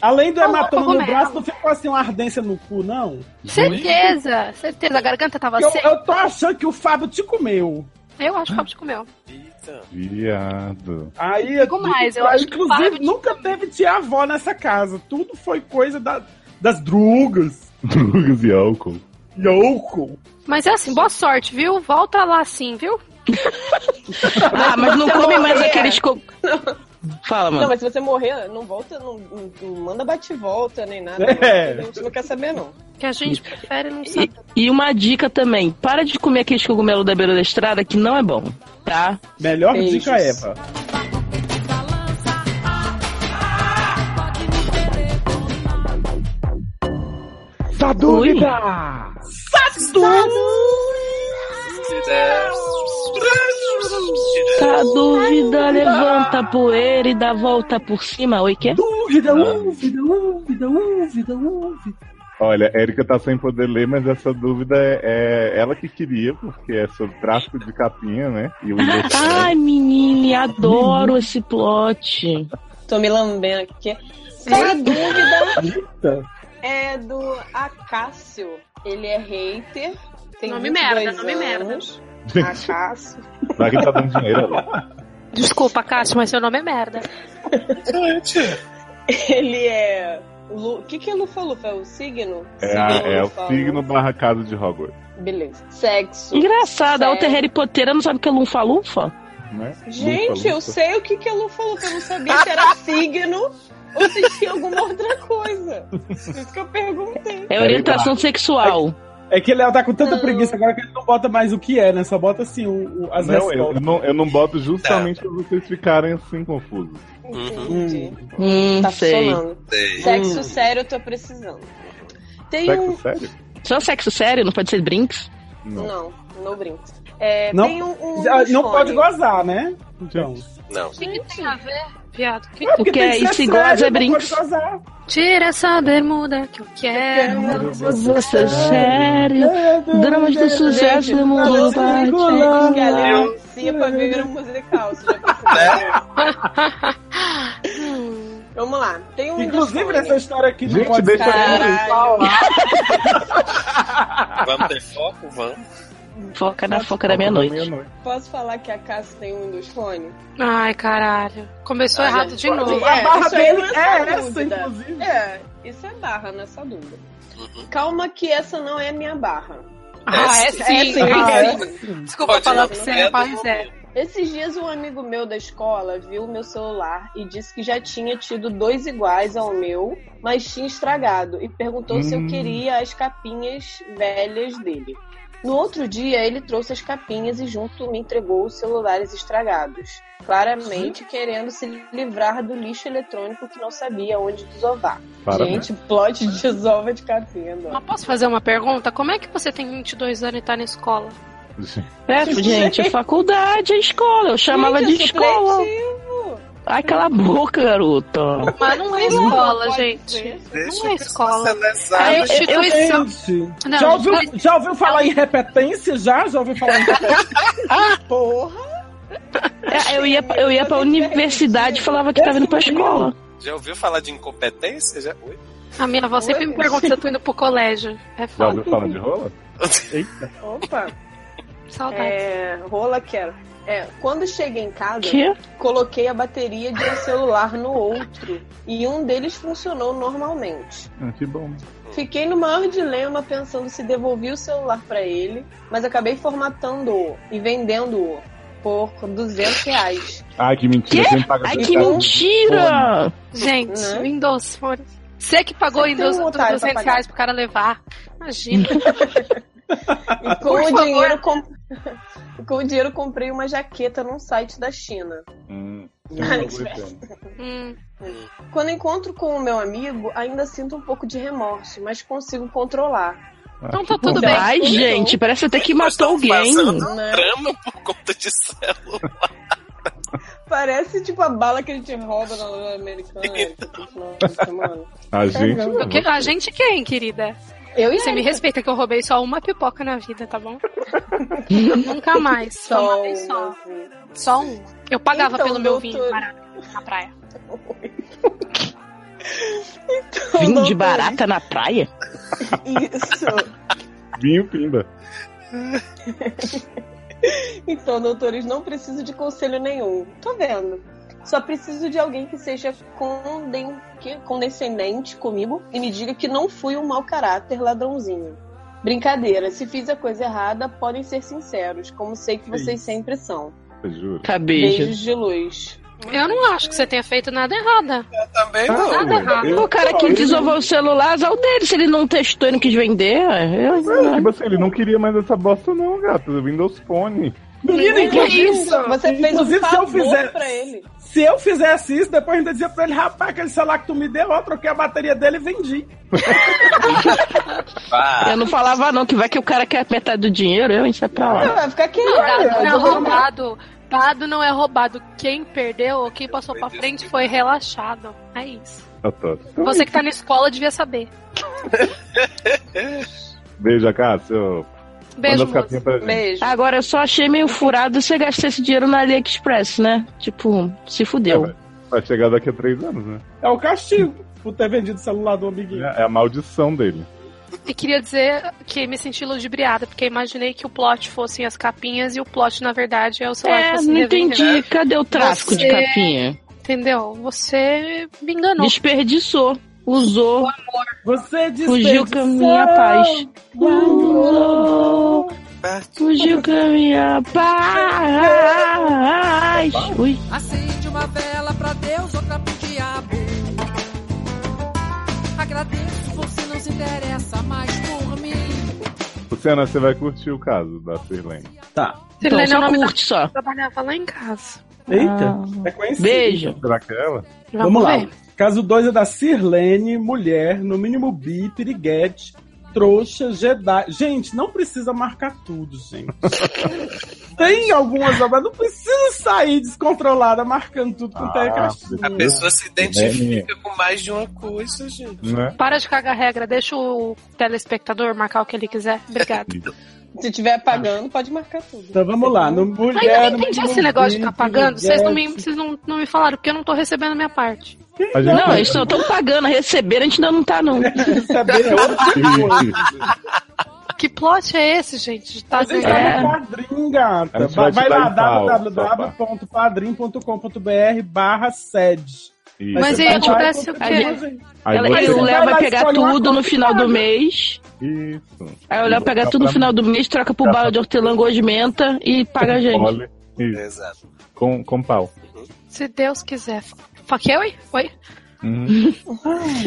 Speaker 4: Além do
Speaker 6: Não,
Speaker 4: hematoma no
Speaker 6: cogumelo.
Speaker 4: braço, não ficou assim uma ardência no cu, não?
Speaker 6: Certeza, certeza. A garganta tava
Speaker 4: Eu,
Speaker 6: seca.
Speaker 4: eu tô achando que o Fábio te comeu.
Speaker 6: Eu acho que o Fábio te comeu.
Speaker 3: Viado.
Speaker 4: Aí eu digo
Speaker 6: mais, eu
Speaker 4: pra-
Speaker 6: acho que
Speaker 4: inclusive
Speaker 6: Fábio-
Speaker 4: nunca teve tia avó nessa casa. Tudo foi coisa da- das drogas
Speaker 3: Drogas e álcool.
Speaker 4: e álcool.
Speaker 6: Mas é assim, boa sorte, viu? Volta lá assim, viu?
Speaker 2: Ah, mas não
Speaker 7: Você
Speaker 2: come mais
Speaker 7: morrer.
Speaker 2: aqueles. Co... Fala,
Speaker 7: Não,
Speaker 2: mano.
Speaker 7: mas se você morrer, não volta, não, não- não manda bate-volta nem nada.
Speaker 2: É.
Speaker 7: não. A gente não quer saber, não.
Speaker 6: Que a gente prefere não saber.
Speaker 2: E uma dica também: para de comer aqueles cogumelos da beira da estrada que não é bom, tá?
Speaker 4: Melhor dica, Eva. Tá dúvida!
Speaker 2: Tá dúvida, levanta a poeira e dá a volta por cima. Oi, que?
Speaker 4: Dúvida, dúvida, dúvida, dúvida, dúvida.
Speaker 3: Olha, Érica tá sem poder ler, mas essa dúvida é, é ela que queria, porque é sobre tráfico de capinha, né? E o
Speaker 2: Ai, menine, adoro esse plot.
Speaker 7: Tô me lambendo aqui. Sem dúvida,
Speaker 4: Tá.
Speaker 7: é do Acácio. Ele é hater. Tem
Speaker 6: Nome
Speaker 7: 22
Speaker 6: merda, nome merda.
Speaker 7: anos.
Speaker 3: Gente.
Speaker 7: Acácio.
Speaker 3: Vai que tá dando dinheiro lá.
Speaker 6: Desculpa, Cássio, mas seu nome é merda.
Speaker 7: Ele é. Lu- O que, que é Lufa Lufa? É o signo?
Speaker 3: É, a- é o
Speaker 7: Lufa
Speaker 3: signo barra casa de Hogwarts,
Speaker 7: Lufa. Beleza. Sexo.
Speaker 2: Engraçado, a outra é
Speaker 7: Sexo.
Speaker 2: Harry Potter, não sabe o que é lunfa-lunfa?
Speaker 3: né?
Speaker 7: Gente,
Speaker 3: Lufa,
Speaker 7: eu
Speaker 3: lufa.
Speaker 7: sei o que, que é Lufa Lufa. Eu não sabia se era signo ou se tinha alguma outra coisa. Isso que eu perguntei.
Speaker 2: É orientação sexual.
Speaker 4: É que ele tá com tanta preguiça agora que ele não bota mais o que é, né? Só bota assim o, o- as
Speaker 3: Não, eu, eu
Speaker 4: respostas.
Speaker 3: não, eu não boto justamente pra vocês ficarem assim confusos.
Speaker 7: Entendi.
Speaker 2: Uhum. Hum,
Speaker 7: tá
Speaker 2: sei. Hum.
Speaker 7: funcionando. Sexo sério eu tô precisando. Tem um.
Speaker 3: Sexo sério?
Speaker 2: Só sexo sério? Não pode ser drinks?
Speaker 7: Não, não brinco. É,
Speaker 4: Não,
Speaker 7: tem um. um
Speaker 4: ah, não
Speaker 7: fone.
Speaker 4: pode gozar, né? Então.
Speaker 14: Não.
Speaker 6: O que, que tem a ver, viado? Que-
Speaker 4: Ué,
Speaker 2: Porque
Speaker 4: tem que
Speaker 2: aí
Speaker 4: ser
Speaker 2: se
Speaker 4: sério,
Speaker 2: goza é
Speaker 4: não pode
Speaker 2: brinks.
Speaker 4: gozar.
Speaker 6: Tira essa bermuda que eu quero.
Speaker 2: Você sério? Dramas do sucesso do mundo
Speaker 7: Todos os antigos que a
Speaker 2: bate.
Speaker 7: Leoncia viram um musical. Você já percebeu? Hum, Vamos lá. Tem um.
Speaker 4: Inclusive,
Speaker 7: fone.
Speaker 4: nessa história aqui não
Speaker 3: Gente,
Speaker 4: pode
Speaker 3: deixa eu
Speaker 4: ficar-
Speaker 7: Caralho.
Speaker 8: Vamos ter foco? Vamos.
Speaker 2: Foca na foca da meia-noite.
Speaker 7: Posso falar que a Cassi tem um dos fones?
Speaker 6: Ai, caralho. Começou errado de novo.
Speaker 7: É,
Speaker 4: A barra
Speaker 7: isso aí
Speaker 4: dele
Speaker 7: não
Speaker 4: é
Speaker 7: só
Speaker 4: essa,
Speaker 7: dúvida.
Speaker 4: inclusive.
Speaker 7: É, isso é barra nessa dúvida. Calma que essa não é minha barra.
Speaker 6: Ah, é sim.
Speaker 7: É sim,
Speaker 6: Ah,
Speaker 7: é sim.
Speaker 6: Desculpa falar pra você, mas é.
Speaker 7: Esses dias um amigo meu da escola viu o meu celular e disse que já tinha tido dois iguais ao meu, mas tinha estragado e perguntou se eu
Speaker 3: Hum.
Speaker 7: queria as capinhas velhas dele. No outro dia ele trouxe as capinhas e junto me entregou os celulares estragados, claramente querendo se livrar do lixo eletrônico que não sabia onde desovar.
Speaker 3: Parabéns.
Speaker 7: Gente, plot de desova de capinha. não.
Speaker 6: Mas posso fazer uma pergunta? Como é que você tem 22 anos e tá na escola?
Speaker 2: É, gente, é faculdade, é escola. Eu chamava
Speaker 7: Gente,
Speaker 2: de
Speaker 7: é
Speaker 2: escola.
Speaker 7: supletivo.
Speaker 2: Ai, cala a boca, garoto.
Speaker 6: Mas não é
Speaker 7: Sei lá,
Speaker 6: escola,
Speaker 7: pode
Speaker 6: gente.
Speaker 7: ser.
Speaker 6: Não é escola.
Speaker 8: Seleção.
Speaker 6: É
Speaker 4: Eu- eu- eu-
Speaker 6: instituição.
Speaker 4: Gente,
Speaker 6: Não,
Speaker 4: já, ouviu,
Speaker 6: mas-
Speaker 4: já ouviu falar em repetência? Já? Já ouviu falar em repetência?
Speaker 7: Porra!
Speaker 2: É, eu ia, eu ia pra universidade e falava que tava indo pra escola.
Speaker 8: Já ouviu falar de incompetência? Já... Oi?
Speaker 6: A minha avó sempre me pergunta se eu tô indo pro colégio. É
Speaker 3: Já
Speaker 6: foda.
Speaker 3: ouviu falar de rola? Eita.
Speaker 7: Opa!
Speaker 6: Saudades.
Speaker 7: É, rola quero. É, quando cheguei em casa,
Speaker 2: Quê?
Speaker 7: coloquei a bateria de um celular no outro e um deles funcionou normalmente.
Speaker 3: Ah, que bom.
Speaker 7: Fiquei no maior dilema pensando se devolvi o celular pra ele, mas acabei formatando-o e vendendo-o por 200 reais.
Speaker 3: Ai, que mentira. Quem paga
Speaker 7: Ai,
Speaker 3: esse
Speaker 7: que
Speaker 3: carro?
Speaker 2: Então, mentira!
Speaker 6: Gente, Windows, fora. Você que pagou o
Speaker 7: Né? Você tem
Speaker 6: Windows
Speaker 7: um
Speaker 6: por
Speaker 7: otário pra
Speaker 6: 200
Speaker 7: pagar.
Speaker 6: reais pro cara levar. Imagina.
Speaker 7: E com, o dinheiro, com... com o dinheiro comprei uma jaqueta num site da China.
Speaker 6: Hum.
Speaker 7: Quando encontro com o meu amigo, ainda sinto um pouco de remorso, mas consigo controlar.
Speaker 6: Então tá
Speaker 7: tudo bem.
Speaker 2: Ai, gente, parece até que matou alguém.
Speaker 7: fazendo um
Speaker 8: Trama por conta de celular.
Speaker 7: Parece tipo a bala que a gente rouba na loja americana. Nossa, mano.
Speaker 3: A gente.
Speaker 6: Eu que- a gente quem, querida?
Speaker 7: Eu e
Speaker 6: Você
Speaker 7: ele.
Speaker 6: me respeita que eu roubei só uma pipoca na vida, tá bom? Nunca mais. Só,
Speaker 7: Só
Speaker 6: uma vez só.
Speaker 7: uma
Speaker 6: Só um. Eu pagava
Speaker 7: Então,
Speaker 6: pelo meu
Speaker 7: doutor-
Speaker 6: vinho barato na praia.
Speaker 2: Vinho de barata na praia?
Speaker 7: Isso.
Speaker 3: Vinho pimba.
Speaker 7: Então, doutores, não preciso de conselho nenhum. Tô vendo. Só preciso de alguém que seja conden... que- condescendente comigo e me diga que não fui um mau caráter ladrãozinho. Brincadeira, se fiz a coisa errada, podem ser sinceros, como sei que vocês sempre são.
Speaker 3: Eu juro.
Speaker 7: Beijos de luz.
Speaker 6: Eu não acho que você tenha feito nada errado. Eu
Speaker 8: também
Speaker 2: não.
Speaker 7: Ah,
Speaker 6: Nada
Speaker 7: tá.
Speaker 6: errado.
Speaker 2: O cara que desovou o celular, azar o dele, se ele não testou e não quis vender. Eu,
Speaker 3: É, tipo assim, ele não queria mais essa bosta, não, gato. Windows Phone.
Speaker 4: Menina,
Speaker 7: Que
Speaker 4: inclusive,
Speaker 7: isso? Você fez um
Speaker 4: inclusive, se eu
Speaker 7: favor
Speaker 4: fizer-
Speaker 7: pra ele.
Speaker 4: Se eu fizesse isso, depois ainda dizia pra ele, rapaz, aquele celular que tu me deu, eu troquei a bateria dele e vendi.
Speaker 8: É,
Speaker 2: eu não falava, não, que vai que o cara quer metade do dinheiro, eu, isso é pra lá.
Speaker 3: Ah,
Speaker 7: vai ficar querendo.
Speaker 6: Não, dado não é roubado. Dado não é roubado. Quem perdeu ou quem passou pra frente foi relaxado. É isso.
Speaker 3: assim. Hum.
Speaker 6: Você que tá na escola devia saber.
Speaker 3: Beijo, Cássio.
Speaker 6: Beijo,
Speaker 3: Manda as cartinhas pra gente.
Speaker 7: Ah,
Speaker 2: Agora, eu só achei meio furado você gastar esse dinheiro na AliExpress, né? Tipo, se fudeu.
Speaker 3: Vai chegar daqui a três anos, né?
Speaker 4: É o castigo por ter vendido o celular do amiguinho.
Speaker 3: É a maldição dele.
Speaker 6: E queria dizer que me senti ludibriada, porque imaginei que o plot fossem as capinhas e o plot, na verdade, é o celular que
Speaker 2: É,
Speaker 6: você
Speaker 2: não
Speaker 6: revendeu.
Speaker 2: entendi. Cadê o tráfico de
Speaker 6: Você-
Speaker 2: capinha?
Speaker 6: Entendeu? Você me enganou.
Speaker 2: Desperdiçou. Usou.
Speaker 4: Você
Speaker 2: Fugiu com a minha paz. Usou. Fugiu com a minha paz. Ui.
Speaker 13: Acende uma vela pra Deus, outra pro diabo. Agradeço por se não se interessa mais por mim.
Speaker 3: Luciana, você vai curtir o caso da Sirlene.
Speaker 4: Tá.
Speaker 2: Então, só curte só.
Speaker 6: Trabalhava lá em casa.
Speaker 4: Eita, é conhecido.
Speaker 2: Beijo.
Speaker 3: Será que é ela?
Speaker 4: Vamos,
Speaker 6: Vamos
Speaker 4: lá.
Speaker 6: ver.
Speaker 4: Caso 2 é da Sirlene, mulher, no mínimo bi, piriguete, trouxa, Jedi. Gente, não precisa marcar tudo, gente. Tem algumas obras, não precisa sair descontrolada marcando tudo com ah,
Speaker 8: A pessoa se identifica
Speaker 4: Né?
Speaker 8: com mais de uma coisa, gente.
Speaker 3: Né?
Speaker 6: Para de cagar regra, deixa o telespectador marcar o que ele quiser. Obrigada.
Speaker 7: Se tiver pagando, pode marcar tudo.
Speaker 4: Então vamos lá. No
Speaker 6: Mas eu não
Speaker 4: mulher, no
Speaker 6: entendi
Speaker 4: mínimo
Speaker 6: esse negócio de
Speaker 4: bi,
Speaker 6: ficar pagando. Vocês não me,
Speaker 4: piriguete.
Speaker 6: vocês não, não me falaram, porque eu não tô recebendo a minha parte.
Speaker 3: A gente
Speaker 2: Não, eles estão pagando, receberam, a gente ainda não tá, não.
Speaker 4: Saber é outro
Speaker 6: Que plot é esse, gente? Tá
Speaker 4: A gente tá no padrinho,
Speaker 3: A
Speaker 4: gata.
Speaker 3: gente vai
Speaker 4: Vai,
Speaker 3: te
Speaker 4: vai
Speaker 3: dar
Speaker 4: lá,
Speaker 3: em pau,
Speaker 4: www.padrim.com.br barra sede.
Speaker 3: Isso.
Speaker 6: Mas
Speaker 4: Você
Speaker 6: aí
Speaker 4: vai lá
Speaker 6: acontece
Speaker 4: e
Speaker 6: o
Speaker 4: continua
Speaker 6: quê?
Speaker 4: fazendo.
Speaker 3: Aí
Speaker 2: Ela,
Speaker 3: você-
Speaker 2: ele
Speaker 4: Vai
Speaker 2: leva
Speaker 4: lá,
Speaker 2: pegar
Speaker 4: escolhe uma
Speaker 2: tudo no
Speaker 4: conta
Speaker 2: final do
Speaker 4: paga.
Speaker 2: mês.
Speaker 3: Isso.
Speaker 2: Aí o Léo pega
Speaker 3: Dá
Speaker 2: tudo no
Speaker 3: pra-
Speaker 2: final do mês, troca pro
Speaker 3: Dá
Speaker 2: bala
Speaker 3: pra-
Speaker 2: de hortelã gosmenta e paga a gente.
Speaker 3: Olha. Isso.
Speaker 8: Exato.
Speaker 3: Com, com pau.
Speaker 6: Se Deus quiser. Faquei, oi? Oi?
Speaker 3: Uhum.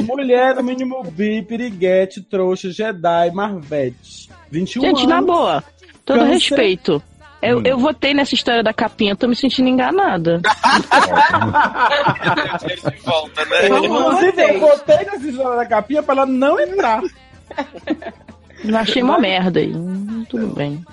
Speaker 4: Mulher, no mínimo bi, piriguete, trouxa, Jedi, Marvete. 21
Speaker 2: Gente,
Speaker 4: anos.
Speaker 2: na boa, todo
Speaker 4: Câncer.
Speaker 2: respeito. Eu, eu votei nessa história da capinha, tô me sentindo enganada.
Speaker 8: De volta, né?
Speaker 4: Eu, inclusive, eu botei nessa história da capinha pra ela não entrar.
Speaker 2: Eu achei uma merda aí. Hum, Tudo bem.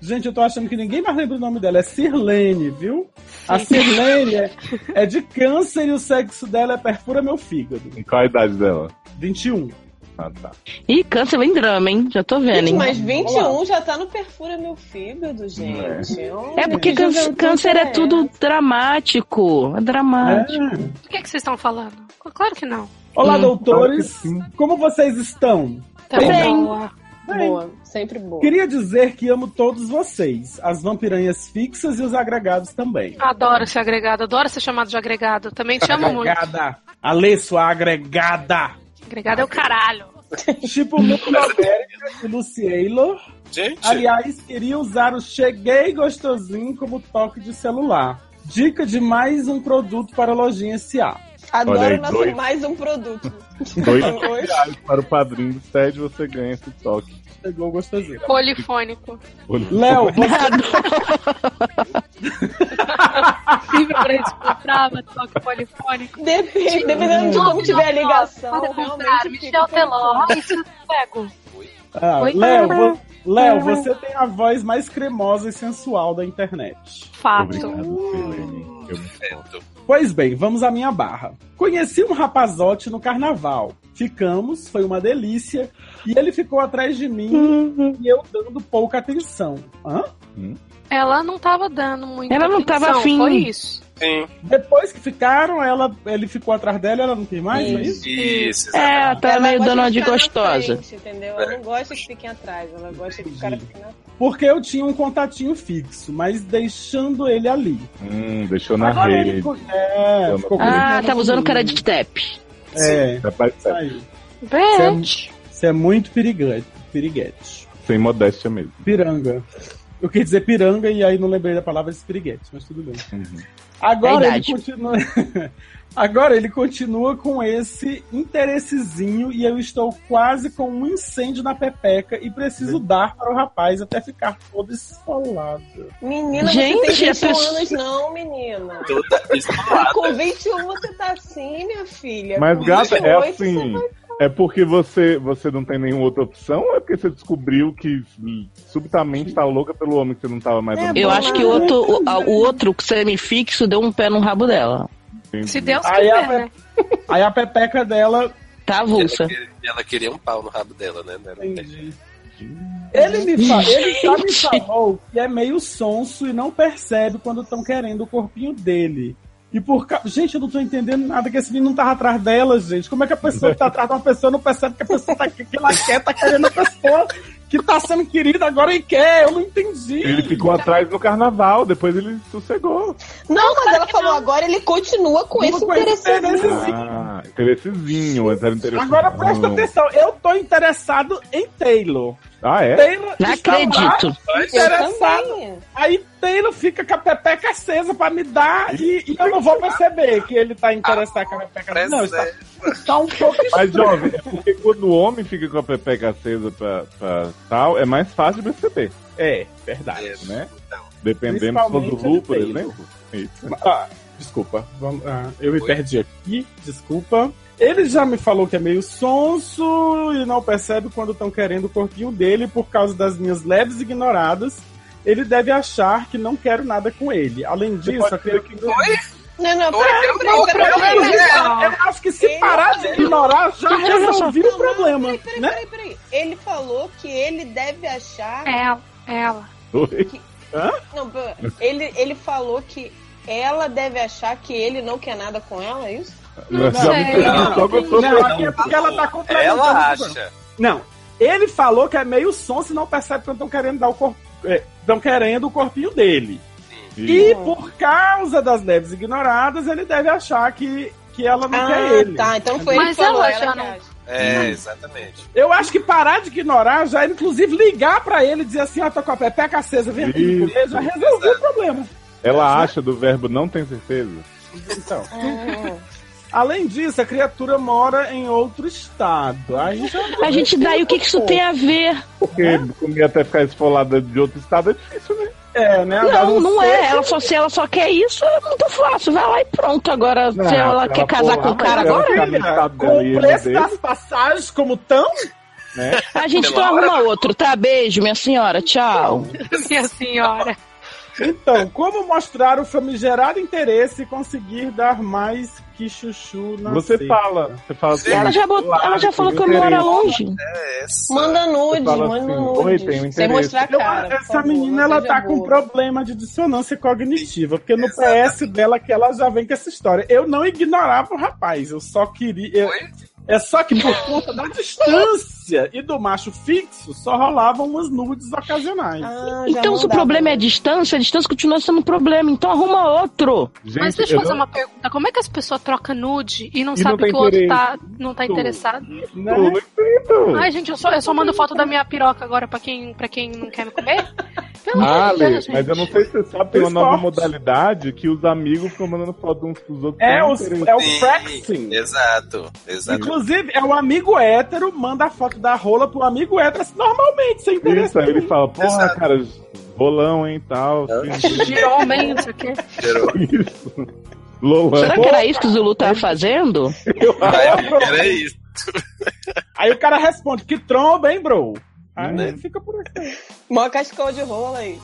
Speaker 4: Gente, eu tô achando que ninguém mais lembra o nome dela. É Sirlene, viu? A Sirlene é, é de câncer e o sexo dela é perfura meu fígado.
Speaker 3: E qual a idade dela?
Speaker 4: 21.
Speaker 3: Ah, tá.
Speaker 2: Ih, câncer vem drama, hein? Já tô vendo,
Speaker 7: Gente,
Speaker 2: hein?
Speaker 7: mas 21 já tá no perfura meu fígado, gente. Olha,
Speaker 2: É porque
Speaker 7: que
Speaker 2: cân-
Speaker 7: juventude
Speaker 2: câncer é
Speaker 7: essa?
Speaker 2: tudo dramático. É dramático.
Speaker 6: Do que, que vocês estão falando? Claro que não.
Speaker 2: Hum,
Speaker 4: Olá, doutores. Como vocês estão?
Speaker 6: Tá bom.
Speaker 4: Bem.
Speaker 6: Boa.
Speaker 7: Boa. Sempre boa.
Speaker 4: Queria dizer que amo todos vocês, as vampiranhas fixas e os agregados também.
Speaker 6: Adoro ser agregado, adoro ser chamado de agregado. Também chamo muito.
Speaker 4: Agregada. Alê, sua agregada.
Speaker 6: Agregado é o caralho.
Speaker 4: Tipo, muito América e Lucieilo.
Speaker 8: Gente.
Speaker 4: Aliás, queria usar o Cheguei Gostosinho como toque de celular. Dica de mais um produto para a lojinha SA.
Speaker 7: Adoro
Speaker 3: Olha aí,
Speaker 7: nosso
Speaker 3: dois.
Speaker 7: mais um produto. Então,
Speaker 3: Dois
Speaker 7: Hoje.
Speaker 3: reais para o padrinho do SED, você ganha esse toque.
Speaker 4: Chegou gostosinho.
Speaker 6: Polifônico.
Speaker 4: Léo,
Speaker 6: Possível pra gente comprar, mas toque polifônico.
Speaker 7: Depende- dependendo de como tiver a ligação, realmente
Speaker 6: Michel
Speaker 7: fica-
Speaker 6: Teló. Ai, isso eu pego.
Speaker 4: Ah,
Speaker 6: Oi,
Speaker 4: Léo,
Speaker 6: Ana.
Speaker 4: vo- Léo,
Speaker 6: Ana.
Speaker 4: você tem a voz mais cremosa e sensual da internet.
Speaker 6: Fato.
Speaker 8: é, então,
Speaker 4: Pois bem, vamos à minha barra. Conheci um rapazote no carnaval. Ficamos, foi uma delícia. E ele ficou atrás de mim e eu dando pouca atenção. Hã?
Speaker 6: Ela não tava dando muito.
Speaker 2: Ela não tava
Speaker 6: atenção,
Speaker 2: afim.
Speaker 6: Foi isso.
Speaker 8: Sim.
Speaker 4: Depois que ficaram, ela, ele ficou atrás dela, ela não quis mais, não é isso?
Speaker 8: Isso,
Speaker 2: É, ela tá meio
Speaker 7: gosta
Speaker 2: dona de
Speaker 7: ficar na
Speaker 2: gostosa.
Speaker 7: frente, entendeu? Ela não gosta que fiquem atrás, ela gosta que o cara fique na
Speaker 4: Porque eu tinha um contatinho fixo, mas deixando ele ali.
Speaker 3: Hum, deixou na
Speaker 4: Agora ele
Speaker 3: rede.
Speaker 4: co- É,
Speaker 3: Toma.
Speaker 4: ficou
Speaker 2: Ah,
Speaker 4: comigo.
Speaker 2: tava usando cara de step.
Speaker 4: É,
Speaker 3: Tá pa- tá-
Speaker 4: saiu.
Speaker 6: Bete.
Speaker 4: Você é muito perigante. Piriguete.
Speaker 3: Sem modéstia mesmo.
Speaker 4: Piranga. Eu queria dizer piranga e aí não lembrei da palavra espiriguete, mas tudo bem.
Speaker 2: É
Speaker 4: Agora
Speaker 2: a
Speaker 4: ele
Speaker 2: idade.
Speaker 4: continua. Agora ele continua com esse interessezinho e eu estou quase com um incêndio na pepeca e preciso dar para o rapaz até ficar todo esfolado.
Speaker 7: Menina,
Speaker 2: Gente,
Speaker 7: você tem
Speaker 2: a
Speaker 7: 21
Speaker 2: pessoa-
Speaker 7: anos não, menina.
Speaker 8: Toda
Speaker 7: Tá
Speaker 8: esfolada.
Speaker 7: com 21 você tá assim, minha filha.
Speaker 3: Mas,
Speaker 7: Com um,
Speaker 3: gata, é
Speaker 7: 28
Speaker 3: assim.
Speaker 4: né?
Speaker 3: É porque você, você não tem nenhuma outra opção ou é porque você descobriu que hum, subitamente tá louca pelo homem que você não tava mais
Speaker 7: É,
Speaker 3: amando?
Speaker 2: Eu
Speaker 7: Bom,
Speaker 2: acho que o outro, o, a- o outro semifixo deu um pé no rabo dela.
Speaker 6: Se Deus
Speaker 4: Aí a,
Speaker 6: quiser, né?
Speaker 4: pe- aí a pepeca dela.
Speaker 2: Tá
Speaker 8: Ela
Speaker 2: avulsa.
Speaker 8: queria, ela queria um pau no rabo dela, né? Não era-
Speaker 4: Ele, me fa- ele já me
Speaker 2: Gente.
Speaker 4: falou que é meio sonso e não percebe quando estão querendo o corpinho dele. E por ca... Gente, eu não tô entendendo nada que esse menino não tava atrás dela, gente. Como é que a pessoa que tá atrás de uma pessoa não percebe que a pessoa tá que ela quer, tá querendo a pessoa que tá sendo querida agora e quer? Eu não entendi.
Speaker 3: Ele ficou atrás no carnaval, depois ele sossegou.
Speaker 7: Não, mas ela falou agora, ele continua com
Speaker 4: Continua
Speaker 2: é
Speaker 7: esse
Speaker 4: com esse
Speaker 7: interessezinho.
Speaker 4: interessezinho.
Speaker 3: Ah, interessezinho, mas era interessante.
Speaker 4: Agora presta atenção, eu tô interessado em Taylor.
Speaker 3: Ah, é?
Speaker 4: Taylor
Speaker 2: Não
Speaker 4: está lá,
Speaker 2: acredito.
Speaker 7: Eu
Speaker 4: Interessado.
Speaker 7: também.
Speaker 4: Aí Taylor fica com a pepeca acesa pra me dar e, e eu não vou perceber que ele tá interessado com a pepeca acesa. Não, está, está um pouco
Speaker 3: Mas, jovem, é porque quando o homem fica com a pepeca acesa pra, pra tal, é mais fácil de perceber,
Speaker 4: É, verdade. Então,
Speaker 3: né? Dependendo se for
Speaker 4: Principalmente
Speaker 3: do Lu, por
Speaker 4: ele tem.
Speaker 3: exemplo. Eita.
Speaker 4: Ah, desculpa, vamos- ah, eu me
Speaker 8: Oi?
Speaker 4: perdi aqui, desculpa. Ele já me falou que é meio sonso e não percebe quando estão querendo o corpinho dele por causa das minhas leves ignoradas. Ele deve achar que não quero nada com ele. Além disso,
Speaker 3: pode
Speaker 4: aquele que.
Speaker 7: Não, não,
Speaker 8: Oi,
Speaker 7: peraí,
Speaker 8: eu
Speaker 7: peraí,
Speaker 8: não,
Speaker 7: peraí,
Speaker 8: eu
Speaker 7: peraí,
Speaker 8: não,
Speaker 7: peraí,
Speaker 4: Eu acho que se
Speaker 7: Ele-
Speaker 4: parar de ignorar, já
Speaker 2: Ele já
Speaker 4: resolvi
Speaker 7: resolveu.
Speaker 4: é o problema, né?
Speaker 7: peraí, peraí. Ele falou que ele deve achar.
Speaker 6: Ela, ela.
Speaker 3: Oi.
Speaker 7: Não, pera- ele, ele falou que ela deve achar que ele não quer nada com ela, é isso?
Speaker 3: Mas já me
Speaker 6: sei.
Speaker 3: pegou, só gostou
Speaker 4: Não, aqui é porque ela tá complementando.
Speaker 8: Ela acha.
Speaker 4: Não. Ele falou que é meio sonso e não percebe quando estão querendo dar o corpo. Estão querendo o corpinho dele. E por causa das leves ignoradas, ele deve achar que, que ela não quer é ele.
Speaker 7: tá. Então não foi ele
Speaker 6: Mas
Speaker 7: que falou,
Speaker 6: ela
Speaker 7: ela
Speaker 6: já
Speaker 7: que
Speaker 6: não-
Speaker 7: acha.
Speaker 8: É, exatamente.
Speaker 4: Eu acho que parar de ignorar já, era, inclusive, ligar pra ele e dizer assim: ó, tô com a pepeca acesa, vem aqui
Speaker 3: Isso.
Speaker 4: comer, já resolveu o problema.
Speaker 3: Ela acha do verbo não tem certeza?
Speaker 4: Então.
Speaker 7: Hum.
Speaker 4: Além disso, a criatura mora em outro estado. Aí já
Speaker 2: A gente daí, o que, que isso tem a ver?
Speaker 3: Porque comer até ficar esfolada de outro estado é difícil, né?
Speaker 4: é, né? Agora
Speaker 2: Não, não
Speaker 4: sei.
Speaker 2: é. Ela só, se ela só quer isso, é muito fácil. Vai lá e pronto.
Speaker 4: Ah,
Speaker 2: Agora, se ela quer casar com o cara agora,
Speaker 4: Filha, Com o preço das passagens como tão,
Speaker 2: a gente então
Speaker 8: Pela hora.
Speaker 2: arruma outro, tá? Beijo, minha senhora. Tchau.
Speaker 6: Minha senhora.
Speaker 4: Então, como mostrar o famigerado interesse e conseguir dar mais que chuchu na
Speaker 3: Você
Speaker 4: seca?
Speaker 3: fala, você fala assim,
Speaker 2: Ela já, bot-
Speaker 3: claro,
Speaker 2: ela já falou que eu
Speaker 3: interesse.
Speaker 2: moro longe.
Speaker 8: É essa.
Speaker 7: Manda nude,
Speaker 3: fala
Speaker 7: manda
Speaker 3: assim,
Speaker 7: nude.
Speaker 3: oi, tem um
Speaker 7: Sem
Speaker 3: interesse.
Speaker 7: mostrar a
Speaker 4: Eu-
Speaker 7: cara. por
Speaker 4: essa
Speaker 7: favor,
Speaker 4: menina
Speaker 7: não
Speaker 4: ela
Speaker 7: seja
Speaker 4: tá com
Speaker 7: boa.
Speaker 4: problema de dissonância cognitiva, porque no PS dela que ela já vem com essa história. Eu não ignorava o rapaz, eu só queria. eu-
Speaker 8: Oi?
Speaker 4: É só que por conta da distância e do macho fixo, só rolavam umas nudes ocasionais.
Speaker 7: Ah.
Speaker 2: Então, se o problema é a distância, a distância continua sendo um problema. Então, arruma outro.
Speaker 6: Mas deixa eu fazer uma pergunta. Como é que as pessoas trocam nude e não sabem que o outro tá, não tá interessado?
Speaker 4: né?
Speaker 6: Ai, gente, eu só, eu só mando foto da minha piroca agora pra quem, pra quem não quer me comer? Pelo amor de
Speaker 3: Ah, Ale,
Speaker 6: Deus,
Speaker 3: mas
Speaker 6: gente.
Speaker 3: eu não sei se você sabe, tem uma
Speaker 4: Esporte.
Speaker 3: nova modalidade que os amigos ficam mandando foto uns pros outros.
Speaker 4: É
Speaker 3: Não
Speaker 4: o-
Speaker 3: interessa.
Speaker 4: é o
Speaker 8: Sim,
Speaker 4: Fraxing.
Speaker 8: Exato, exato.
Speaker 4: Inclusive, é o amigo hétero, manda a foto da rola pro amigo hétero assim, normalmente, sem interesse.
Speaker 3: Isso, aí ele fala, porra, cara, bolão, hein, tal. assim,
Speaker 6: Girou bem, não sei o quê.
Speaker 3: Lolão.
Speaker 2: Será que era isso que o Zulu
Speaker 4: é
Speaker 2: tava fazendo?
Speaker 8: Era isso.
Speaker 4: Aí o cara responde, que tromba, hein, bro? Aí
Speaker 8: Né?
Speaker 4: fica por aqui.
Speaker 7: Mó cascão de rola aí.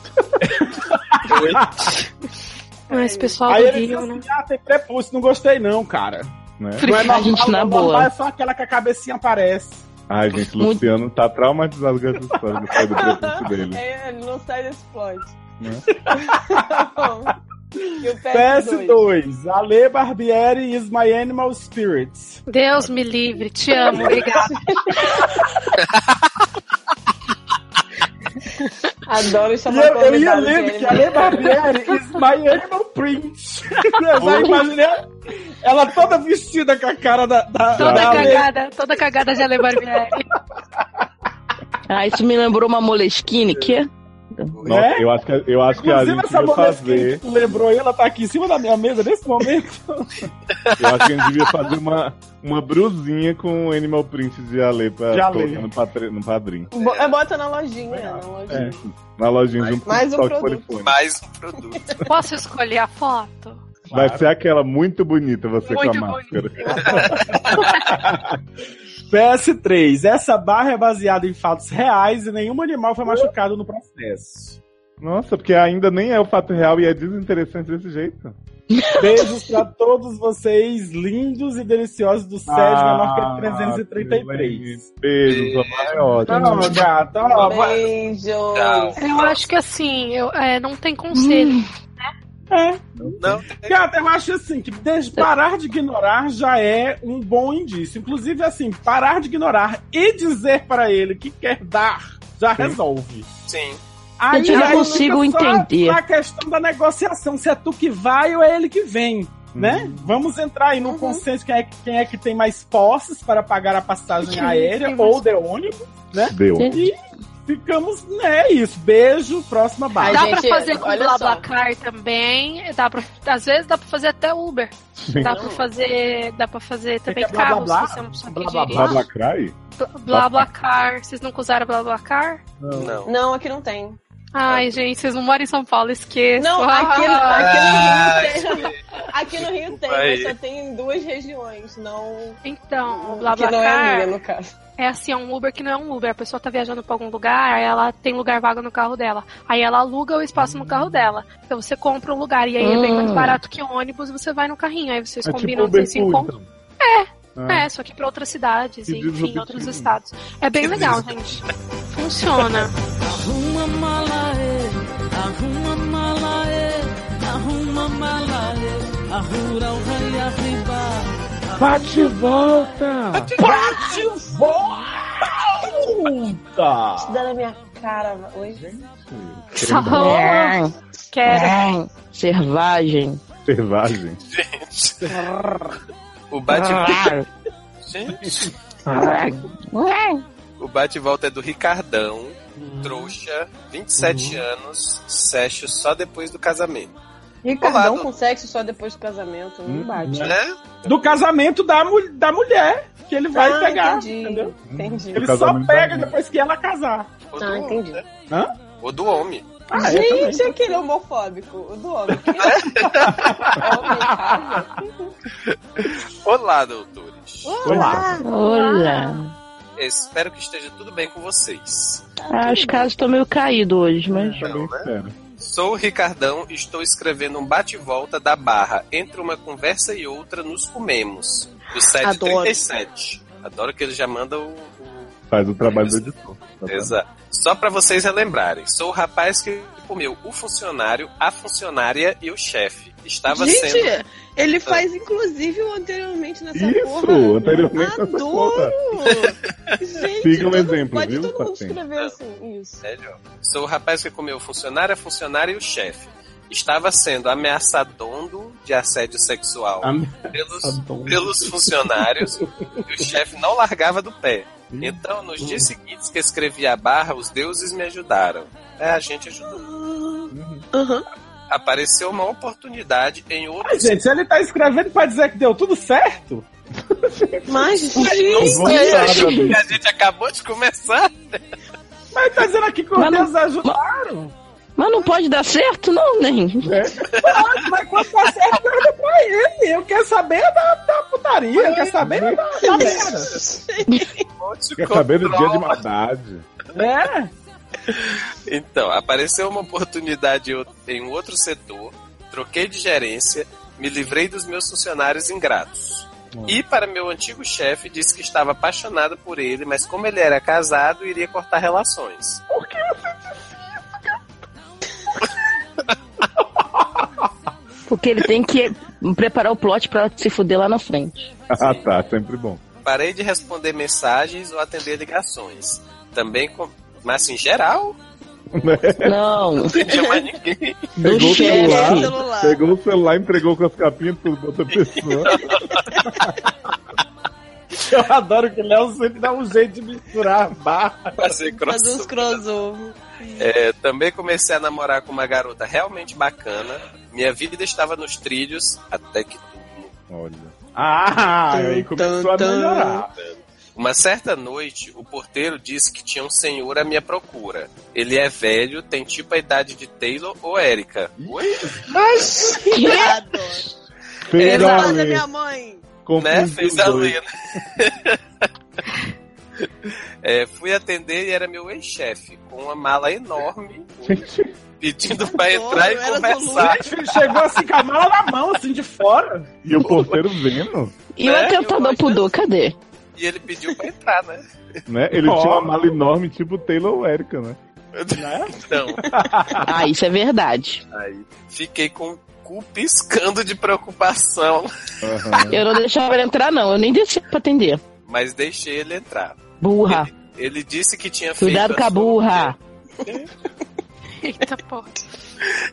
Speaker 6: Mas esse pessoal
Speaker 4: Aí
Speaker 6: do
Speaker 4: ele diz
Speaker 6: Rio,
Speaker 4: assim,
Speaker 6: né?
Speaker 4: ah, tem prepúcio, não gostei não, cara.
Speaker 3: Né?
Speaker 4: Não é
Speaker 2: Fritar a gente
Speaker 4: normal,
Speaker 2: na
Speaker 4: não, normal
Speaker 2: boa.
Speaker 4: É só aquela que a cabecinha aparece.
Speaker 3: Ai, gente,
Speaker 2: Muito-
Speaker 3: Luciano tá traumatizado com essa história do pai do prefeito
Speaker 4: né?
Speaker 3: dele.
Speaker 7: É, ele não sai desse plot. Tá
Speaker 3: Né?
Speaker 7: E
Speaker 3: É,
Speaker 7: o PS2.
Speaker 4: PS2, Ale Barbieri is my animal spirit.
Speaker 6: Deus me livre, te amo, obrigada.
Speaker 7: Adoro
Speaker 4: E eu,
Speaker 7: chamar
Speaker 4: eu ia
Speaker 7: convidado de
Speaker 4: lendo que
Speaker 7: animal.
Speaker 4: Ale Barbieri is my animal print. Eu já imaginei ela toda vestida com a cara da, da,
Speaker 6: Toda
Speaker 4: da Ale.
Speaker 6: cagada, toda cagada de Ale Barbieri.
Speaker 2: Ah, isso me lembrou uma moleskine, que? é?
Speaker 3: Nossa,
Speaker 4: É?
Speaker 3: eu acho que, eu acho que a
Speaker 4: Inclusive,
Speaker 3: gente
Speaker 4: essa
Speaker 3: devia
Speaker 4: molesquinha
Speaker 3: fazer.
Speaker 4: que tu lembrou aí, ela tá aqui em cima da minha mesa nesse momento.
Speaker 3: Eu acho que a gente devia fazer uma, uma brusinha com o Animal Print de Ale pra
Speaker 4: De Ale.
Speaker 3: colocar no, patre- no padrinho.
Speaker 7: Bo- é, Bota na lojinha,
Speaker 4: É.
Speaker 7: na lojinha.
Speaker 3: Na lojinha junto
Speaker 7: Mais um
Speaker 3: com o estoque
Speaker 7: produto.
Speaker 3: Polifone.
Speaker 8: Mais um produto.
Speaker 6: Posso escolher a foto?
Speaker 3: Vai ser aquela muito bonita você
Speaker 6: Muito
Speaker 3: com a máscara.
Speaker 4: PS3, essa barra é baseada em fatos reais e nenhum animal foi machucado no processo.
Speaker 3: Nossa, porque ainda nem é o fato real e é desinteressante desse jeito.
Speaker 4: Beijos pra todos vocês, lindos e deliciosos do SED
Speaker 3: Ah,
Speaker 4: menor que é 333.
Speaker 3: Beijos, sua mãe é
Speaker 4: Não,
Speaker 3: ótima.
Speaker 4: gata, ó, Ah, vai-
Speaker 7: Beijos.
Speaker 6: Eu acho que assim, eu, é, não tem conselho.
Speaker 4: É.
Speaker 8: Não,
Speaker 4: Gata, eu acho assim, que des- parar de ignorar já é um bom indício. Inclusive, assim, parar de ignorar e dizer pra ele que quer dar já resolve.
Speaker 8: sim.
Speaker 4: Aí,
Speaker 2: Gente, eu não
Speaker 4: aí
Speaker 2: consigo
Speaker 4: fica só
Speaker 2: entender.
Speaker 4: A questão da negociação, se é tu que vai ou é ele que vem.
Speaker 3: Hum,
Speaker 4: Né?
Speaker 3: Uhum.
Speaker 4: Vamos entrar aí no
Speaker 7: Uhum.
Speaker 4: consenso quem é, que- quem é que tem mais posses para pagar a passagem aérea ou de ônibus.
Speaker 3: Deu.
Speaker 4: E ficamos, né? Isso. Beijo, próxima
Speaker 7: Ai,
Speaker 4: barra.
Speaker 6: dá
Speaker 7: gente,
Speaker 6: pra fazer com
Speaker 7: olha só.
Speaker 6: BlaBlaCar também. Dá pra, às vezes dá pra fazer até Uber. Dá pra fazer, dá pra fazer também
Speaker 4: que é blá, blá,
Speaker 6: carro,
Speaker 4: blá?
Speaker 6: se você é uma pessoa que
Speaker 4: Blá, blá,
Speaker 6: dirige.
Speaker 3: Blá, blá, crai?
Speaker 6: Blá, blá, car. Vocês nunca usaram blá, blá, car?
Speaker 8: Não.
Speaker 7: Não, aqui não tem.
Speaker 6: Ai, gente, vocês não moram em São Paulo, esqueçam.
Speaker 7: Não, ah,
Speaker 6: Ai, que-
Speaker 7: aqui, aqui no Rio tem. Aqui no Rio tem,
Speaker 8: Vai.
Speaker 7: mas só tem em duas regiões, não.
Speaker 6: Então, o
Speaker 7: que não é a minha,
Speaker 6: BlaBlaCar
Speaker 7: no caso.
Speaker 6: é assim, é um Uber que não é um Uber. A pessoa tá viajando pra algum lugar, aí ela tem lugar vago no carro dela. Aí ela aluga o espaço no carro dela. Então você compra um lugar e aí é bem
Speaker 2: Hum.
Speaker 4: Ah.
Speaker 6: mais barato que ônibus e você vai no carrinho. Aí vocês
Speaker 3: É tipo
Speaker 6: combinam,
Speaker 3: o Berfu,
Speaker 6: vocês se encontram.
Speaker 3: então.
Speaker 6: É, só que pra outras cidades,
Speaker 3: Que
Speaker 6: e, enfim,
Speaker 3: desopilante.
Speaker 6: outros estados. É bem legal, gente. Funciona.
Speaker 13: Arruma mala, é, arruma mala, é, arruma mala, é, arrura o rei arriba.
Speaker 4: Bate e volta! Bate e volta!
Speaker 7: Isso dá na minha cara hoje.
Speaker 2: É.
Speaker 6: Quero.
Speaker 2: Servagem.
Speaker 3: Servagem.
Speaker 8: O bate-volta. Gente, o bate-volta é do Ricardão, trouxa, 27 anos, sexo só depois do casamento.
Speaker 7: Ricardão
Speaker 8: Olá,
Speaker 7: com sexo só depois do casamento,
Speaker 4: Hum.
Speaker 7: Hum.
Speaker 3: Hum,
Speaker 7: não bate.
Speaker 8: Né?
Speaker 4: Do casamento da, mu- da mulher que ele vai
Speaker 7: Ah,
Speaker 4: pegar,
Speaker 7: entendi,
Speaker 4: entendeu?
Speaker 7: Entendi.
Speaker 4: Ele
Speaker 3: Do
Speaker 4: só
Speaker 3: casamento da
Speaker 4: pega
Speaker 3: mulher.
Speaker 4: depois que ela casar.
Speaker 8: Ou
Speaker 7: Ah,
Speaker 8: do
Speaker 7: entendi.
Speaker 8: homem. né?
Speaker 4: Hã?
Speaker 8: Ou do homem.
Speaker 4: Ah, eu também.
Speaker 7: Gente, é aquele homofóbico, o do homem. É
Speaker 8: Olá, doutores.
Speaker 4: Olá.
Speaker 2: Olha.
Speaker 8: Espero que esteja tudo bem com vocês.
Speaker 2: Ah, os casos estão meio caídos hoje, mas.
Speaker 8: Não, né?
Speaker 3: Sério.
Speaker 8: Sou o Ricardão e estou escrevendo um bate-volta da barra. Entre uma conversa e outra, nos comemos. Do 737. Adoro, que ele já manda o. o-
Speaker 3: Faz o trabalho do editor. tá
Speaker 8: Exato. Só para vocês relembrarem, sou o rapaz que comeu o funcionário, a funcionária e o chefe. Estava
Speaker 7: Gente,
Speaker 8: sendo.
Speaker 7: ele faz inclusive o anteriormente nessa
Speaker 3: Isso,
Speaker 7: porra. é
Speaker 3: anteriormente nessa
Speaker 7: Adoro! Gente,
Speaker 3: Siga um
Speaker 7: todo-
Speaker 3: exemplo,
Speaker 7: pode
Speaker 3: viu,
Speaker 7: todo mundo
Speaker 3: Patrícia?
Speaker 7: escrever assim, isso.
Speaker 8: Sério? Sou o rapaz que comeu funcionária, funcionária e o chefe. Estava sendo ameaçadondo de assédio sexual
Speaker 4: Ah,
Speaker 3: Ah,
Speaker 4: tá
Speaker 8: pelos, pelos funcionários e o chefe não largava do pé. Então, nos dias seguintes que escrevi a barra, os deuses me ajudaram. É, a gente ajudou. Apareceu uma oportunidade em outro
Speaker 4: Mas, gente, se ele tá escrevendo pra dizer que deu tudo certo.
Speaker 7: Mas,
Speaker 8: Não sei, a gente acabou de começar.
Speaker 4: Mas tá dizendo aqui que os
Speaker 2: Mas não-
Speaker 4: deuses ajudaram.
Speaker 2: Mas não pode dar certo, não, nem.
Speaker 4: Né? Mas, mas quando tá certo, manda pra ele. Eu quero saber da, da putaria, eu quero saber da, da merda.
Speaker 3: Quer saber do dia de maldade?
Speaker 4: É?
Speaker 8: Então, apareceu uma oportunidade em outro- em outro setor, troquei de gerência, me livrei dos meus funcionários ingratos.
Speaker 3: Hum.
Speaker 8: E para meu antigo chefe, disse que estava apaixonado por ele, mas como ele era casado, iria cortar relações.
Speaker 4: Por que você
Speaker 2: Porque ele tem que preparar o plot pra ela se fuder lá na frente.
Speaker 3: Ah, tá, sempre bom.
Speaker 8: Parei de responder mensagens ou atender ligações. Também com... Mas assim, em geral,
Speaker 2: Não.
Speaker 8: não tinha mais ninguém.
Speaker 3: Pegou o
Speaker 2: chefe.
Speaker 3: celular,
Speaker 7: é Celular.
Speaker 3: pegou o celular, entregou com as capinhas pra outra pessoa.
Speaker 4: Eu adoro que o Léo sempre dá um jeito de misturar barra.
Speaker 8: Fazer
Speaker 7: Fazer
Speaker 8: crossover.
Speaker 7: uns crossover.
Speaker 8: É, também comecei a namorar com uma garota realmente bacana. Minha vida estava nos trilhos, até que
Speaker 3: Olha.
Speaker 4: Ah, aí começou a melhorar.
Speaker 8: Uma certa noite, o porteiro disse que tinha um senhor à minha procura. Ele é velho, tem tipo a idade de Taylor ou Erika. Oi?
Speaker 7: Mas, viado.
Speaker 3: Fez
Speaker 7: Essa
Speaker 3: a
Speaker 7: voz é
Speaker 3: lei.
Speaker 7: minha mãe.
Speaker 8: Né?
Speaker 3: Confundiu
Speaker 8: Fez
Speaker 3: os
Speaker 8: a
Speaker 3: dois.
Speaker 8: lenda. É, fui atender e era meu ex-chefe, com uma mala enorme, pedindo pra entrar e
Speaker 7: Era
Speaker 8: conversar.
Speaker 4: Ele chegou assim com a mala na mão, assim, de fora.
Speaker 3: E o porteiro vendo,
Speaker 2: E o
Speaker 8: É,
Speaker 2: atentador pudor, cadê?
Speaker 8: E ele pediu pra entrar, né?
Speaker 3: né? Ele
Speaker 4: Ó.
Speaker 3: tinha uma mala enorme, tipo Taylor ou Erika, né?
Speaker 8: Então,
Speaker 2: Ah, isso é verdade.
Speaker 8: aí fiquei com o cu piscando de preocupação,
Speaker 3: Aham.
Speaker 2: Eu não deixava ele entrar, não. Eu nem desci pra atender.
Speaker 8: mas deixei ele entrar.
Speaker 2: Burra.
Speaker 8: Ele disse que tinha feito.
Speaker 2: Cuidado com a
Speaker 8: sua-
Speaker 2: burra.
Speaker 6: Eita porra.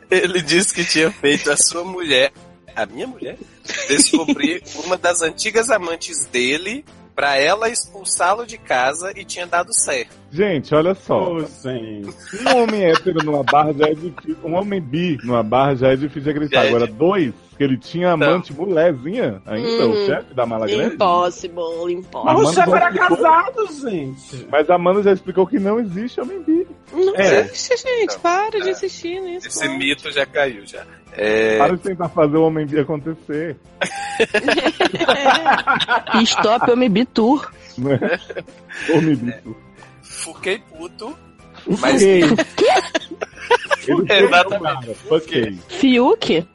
Speaker 8: Ele disse que tinha feito a sua mulher, a minha mulher, descobrir uma das antigas amantes dele pra ela expulsá-lo de casa e tinha dado certo.
Speaker 3: Gente, olha só.
Speaker 4: Ô, gente.
Speaker 3: Um homem hétero numa barra já é difícil. Um homem bi numa barra já é difícil de acreditar.
Speaker 8: Já é
Speaker 3: Agora, dois, que ele tinha amante mulherzinha ainda,
Speaker 7: Hum.
Speaker 3: o chefe da mala grande.
Speaker 7: Impossible, impossible.
Speaker 4: Mas o
Speaker 3: Amanda
Speaker 4: chefe era
Speaker 3: explicou-
Speaker 4: casado, gente.
Speaker 3: Mas a Amanda já explicou que não existe homem bi.
Speaker 7: Não
Speaker 4: É.
Speaker 7: existe, gente. Para de assistir nisso.
Speaker 8: Esse mito já caiu já. É,
Speaker 3: Para de tentar fazer o homem bi acontecer.
Speaker 2: E Stop, eu me bitur.
Speaker 3: Né? homem bi.
Speaker 8: fiquei puto, É, mas
Speaker 3: Fuquei. Ele foi
Speaker 8: Exatamente.
Speaker 3: tomado. Fuquei.
Speaker 2: Fiuk?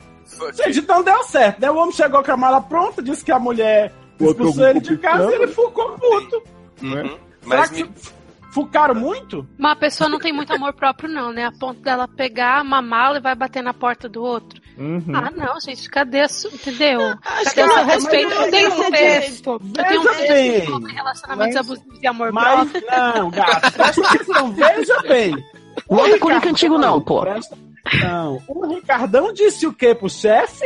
Speaker 4: Gente, então deu certo, né? O homem chegou com a mala pronta, disse que a mulher
Speaker 3: Botou
Speaker 4: expulsou ele de
Speaker 3: um
Speaker 4: casa e ele ficou puto.
Speaker 8: Uhum. mas
Speaker 4: Será
Speaker 8: me,
Speaker 4: que fucaram muito?
Speaker 6: Mas a pessoa não tem muito amor próprio, não, né? A ponto dela pegar uma mala e vai bater na porta do outro.
Speaker 3: Uhum.
Speaker 6: Ah, não, gente, cadê a su... Entendeu?
Speaker 7: que
Speaker 6: cadê o seu
Speaker 7: ela- é mas
Speaker 6: respeito?
Speaker 7: eu
Speaker 6: Eu tenho
Speaker 7: entendi.
Speaker 4: um
Speaker 6: texto. Eu tenho um
Speaker 4: Veja bem.
Speaker 6: texto sobre relacionamentos abusivos de amor
Speaker 4: assim, Mas
Speaker 6: próprio.
Speaker 4: não, gato, presta atenção, veja bem.
Speaker 2: Não anda com ninguém antigo, não, pô.
Speaker 4: Presta atenção. O Ricardão disse o que pro chefe?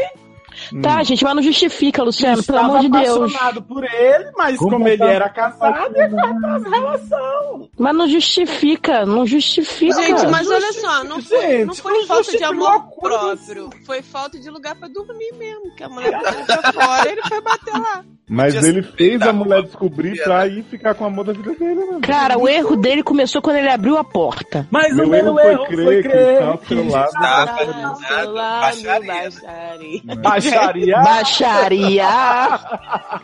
Speaker 3: Hum.
Speaker 2: Tá, gente, mas não justifica, Luciano, É, pelo amor de Deus.
Speaker 4: apaixonado por ele, mas
Speaker 3: Como
Speaker 4: como, ele
Speaker 3: tá-
Speaker 4: era casado, ele cortou as relações.
Speaker 2: Mas não justifica, não justifica.
Speaker 7: Gente, mas
Speaker 4: Justi-
Speaker 7: olha só, não foi, não
Speaker 4: gente,
Speaker 7: foi
Speaker 4: não
Speaker 7: falta de
Speaker 4: justifica
Speaker 7: amor
Speaker 4: loucura
Speaker 7: próprio. Foi falta de lugar pra dormir mesmo. Que a mulher botou pra fora e ele foi bater lá.
Speaker 3: Mas
Speaker 8: Podia
Speaker 3: ele
Speaker 8: ser
Speaker 3: fez a
Speaker 8: da
Speaker 3: mulher
Speaker 8: rua.
Speaker 3: descobrir pra
Speaker 4: né?
Speaker 3: ir ficar com o amor da vida dele, mano.
Speaker 2: Cara, o erro dele começou quando ele abriu a porta.
Speaker 4: Mas o
Speaker 3: Meu
Speaker 4: meu
Speaker 3: erro
Speaker 4: erro
Speaker 3: foi crer
Speaker 4: foi
Speaker 3: que ele tá tava
Speaker 4: crer que
Speaker 3: pelo lado
Speaker 8: Ah,
Speaker 3: da
Speaker 8: tá.
Speaker 7: Sei lá, meu
Speaker 8: baixaria.
Speaker 4: baixaria.
Speaker 7: baixaria.
Speaker 2: Baixaria!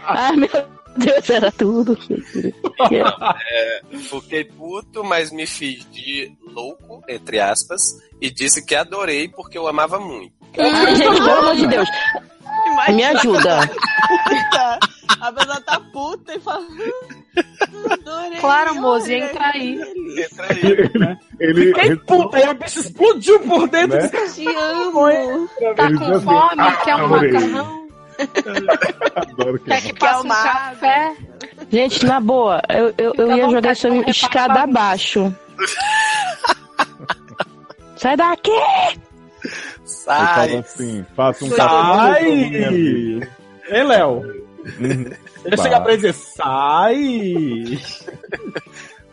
Speaker 2: Ai, meu Deus, era tudo. que eu queria.
Speaker 8: fiquei puto, mas me fiz de louco, entre aspas, e disse que adorei porque eu amava muito.
Speaker 2: Ai, gente, pelo amor de Deus, me
Speaker 7: Imagina,
Speaker 2: ajuda.
Speaker 7: a pessoa tá puta e fala. "Hum, "Ah, Adorei.
Speaker 6: claro, moço, entra aí.
Speaker 3: Ele, ele
Speaker 4: Fiquei puta, e a bicha explodiu por dentro.
Speaker 3: Né?
Speaker 4: disse,
Speaker 6: Te amo. Tá
Speaker 3: Ele
Speaker 6: com
Speaker 3: diz
Speaker 6: fome?
Speaker 3: assim,
Speaker 6: Quer um
Speaker 3: "Adorei."
Speaker 6: macarrão?
Speaker 3: Adoro que
Speaker 6: Quer que passe um café?
Speaker 2: Gente, na boa, eu, eu, eu ia jogar isso aí escada abaixo. Sai daqui!
Speaker 3: Eu
Speaker 8: Sai.
Speaker 3: falo assim, faça um
Speaker 4: Sai.
Speaker 3: café pra mim, minha vida.
Speaker 4: Ei, Léo. Ele
Speaker 3: Bah.
Speaker 4: chega pra ele e dizer, sai.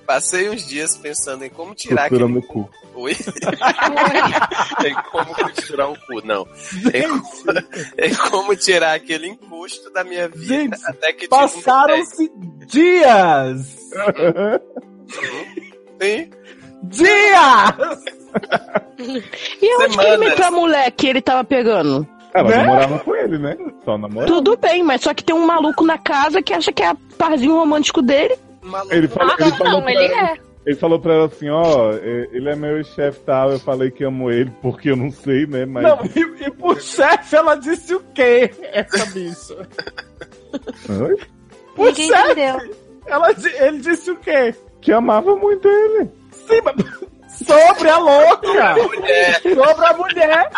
Speaker 8: Passei uns dias pensando em como tirar
Speaker 3: Costura
Speaker 8: aquele.
Speaker 3: no
Speaker 4: Né?
Speaker 3: cu.
Speaker 8: Oi? em como costurar um cu, não. Em como, em como tirar aquele encosto da minha vida
Speaker 4: Gente,
Speaker 8: até que tive um
Speaker 4: passaram-se dias.
Speaker 8: Sim.
Speaker 4: Dias!
Speaker 2: E onde que ele
Speaker 3: Semanas.
Speaker 2: meteu a mulher que ele tava pegando?
Speaker 3: Ela
Speaker 2: Né?
Speaker 3: namorava com ele, né? Só namorava.
Speaker 2: Tudo bem, mas só que tem um maluco na casa que acha que é parzinho romântico dele.
Speaker 3: Ele falou, ele
Speaker 2: Não,
Speaker 3: falou
Speaker 2: não,
Speaker 3: pra
Speaker 2: ele
Speaker 3: ela,
Speaker 2: é.
Speaker 3: ele falou pra ela assim, ó, é, ele é meu chefe tal, eu falei que amo ele porque eu não sei, né? Mas
Speaker 4: Não, e, e pro chefe ela disse o quê, essa bicha?
Speaker 3: Oi?
Speaker 4: Pro
Speaker 6: Ninguém
Speaker 4: chefe,
Speaker 6: entendeu.
Speaker 4: Ela, di- ele disse o quê?
Speaker 3: que amava muito ele.
Speaker 4: Sim, mas sobre a louca! é
Speaker 8: mulher.
Speaker 4: sobre a mulher!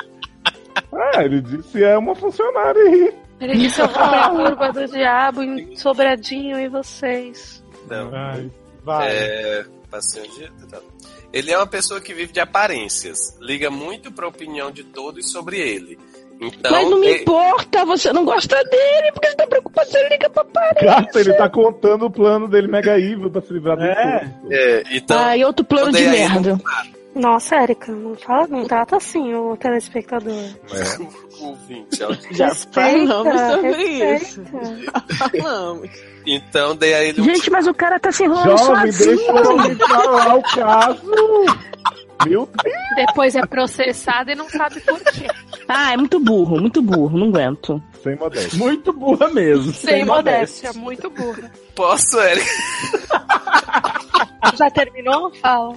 Speaker 3: Ah, ele disse é uma funcionária aí.
Speaker 6: Ele disse eu vou pra curva do diabo em sobradinho e vocês.
Speaker 8: Então,
Speaker 4: vai.
Speaker 8: É, passei um dia. tá. Ele é uma pessoa que vive de aparências, liga muito pra opinião de todos sobre ele. Então,
Speaker 2: mas não me
Speaker 8: e-
Speaker 2: importa, você não gosta dele, porque você tá preocupado, você liga pra parede.
Speaker 3: Gata, ele tá contando o plano dele mega evil pra se livrar do
Speaker 4: É.
Speaker 3: cu.
Speaker 8: é, então
Speaker 2: Ah, e outro plano de
Speaker 8: Odeia ele.
Speaker 2: merda.
Speaker 6: Nossa, Érica, não fala, não trata assim o telespectador.
Speaker 8: o um ouvinte, ó.
Speaker 12: Já falamos sobre isso.
Speaker 6: isso.
Speaker 12: Falamos.
Speaker 8: então dei a ele um
Speaker 2: Gente, mas o cara tá se enrolando
Speaker 3: Jovem, deixa eu
Speaker 2: sozinho.
Speaker 3: me
Speaker 4: é
Speaker 3: falar o caso. Meu Deus.
Speaker 6: Depois é processado e não sabe por quê.
Speaker 2: Ah, é muito burro, muito burro, não aguento.
Speaker 3: Sem modéstia.
Speaker 4: Muito burra mesmo.
Speaker 6: Sem modéstia, muito burra.
Speaker 8: posso, Eric.
Speaker 6: Já terminou? Fala.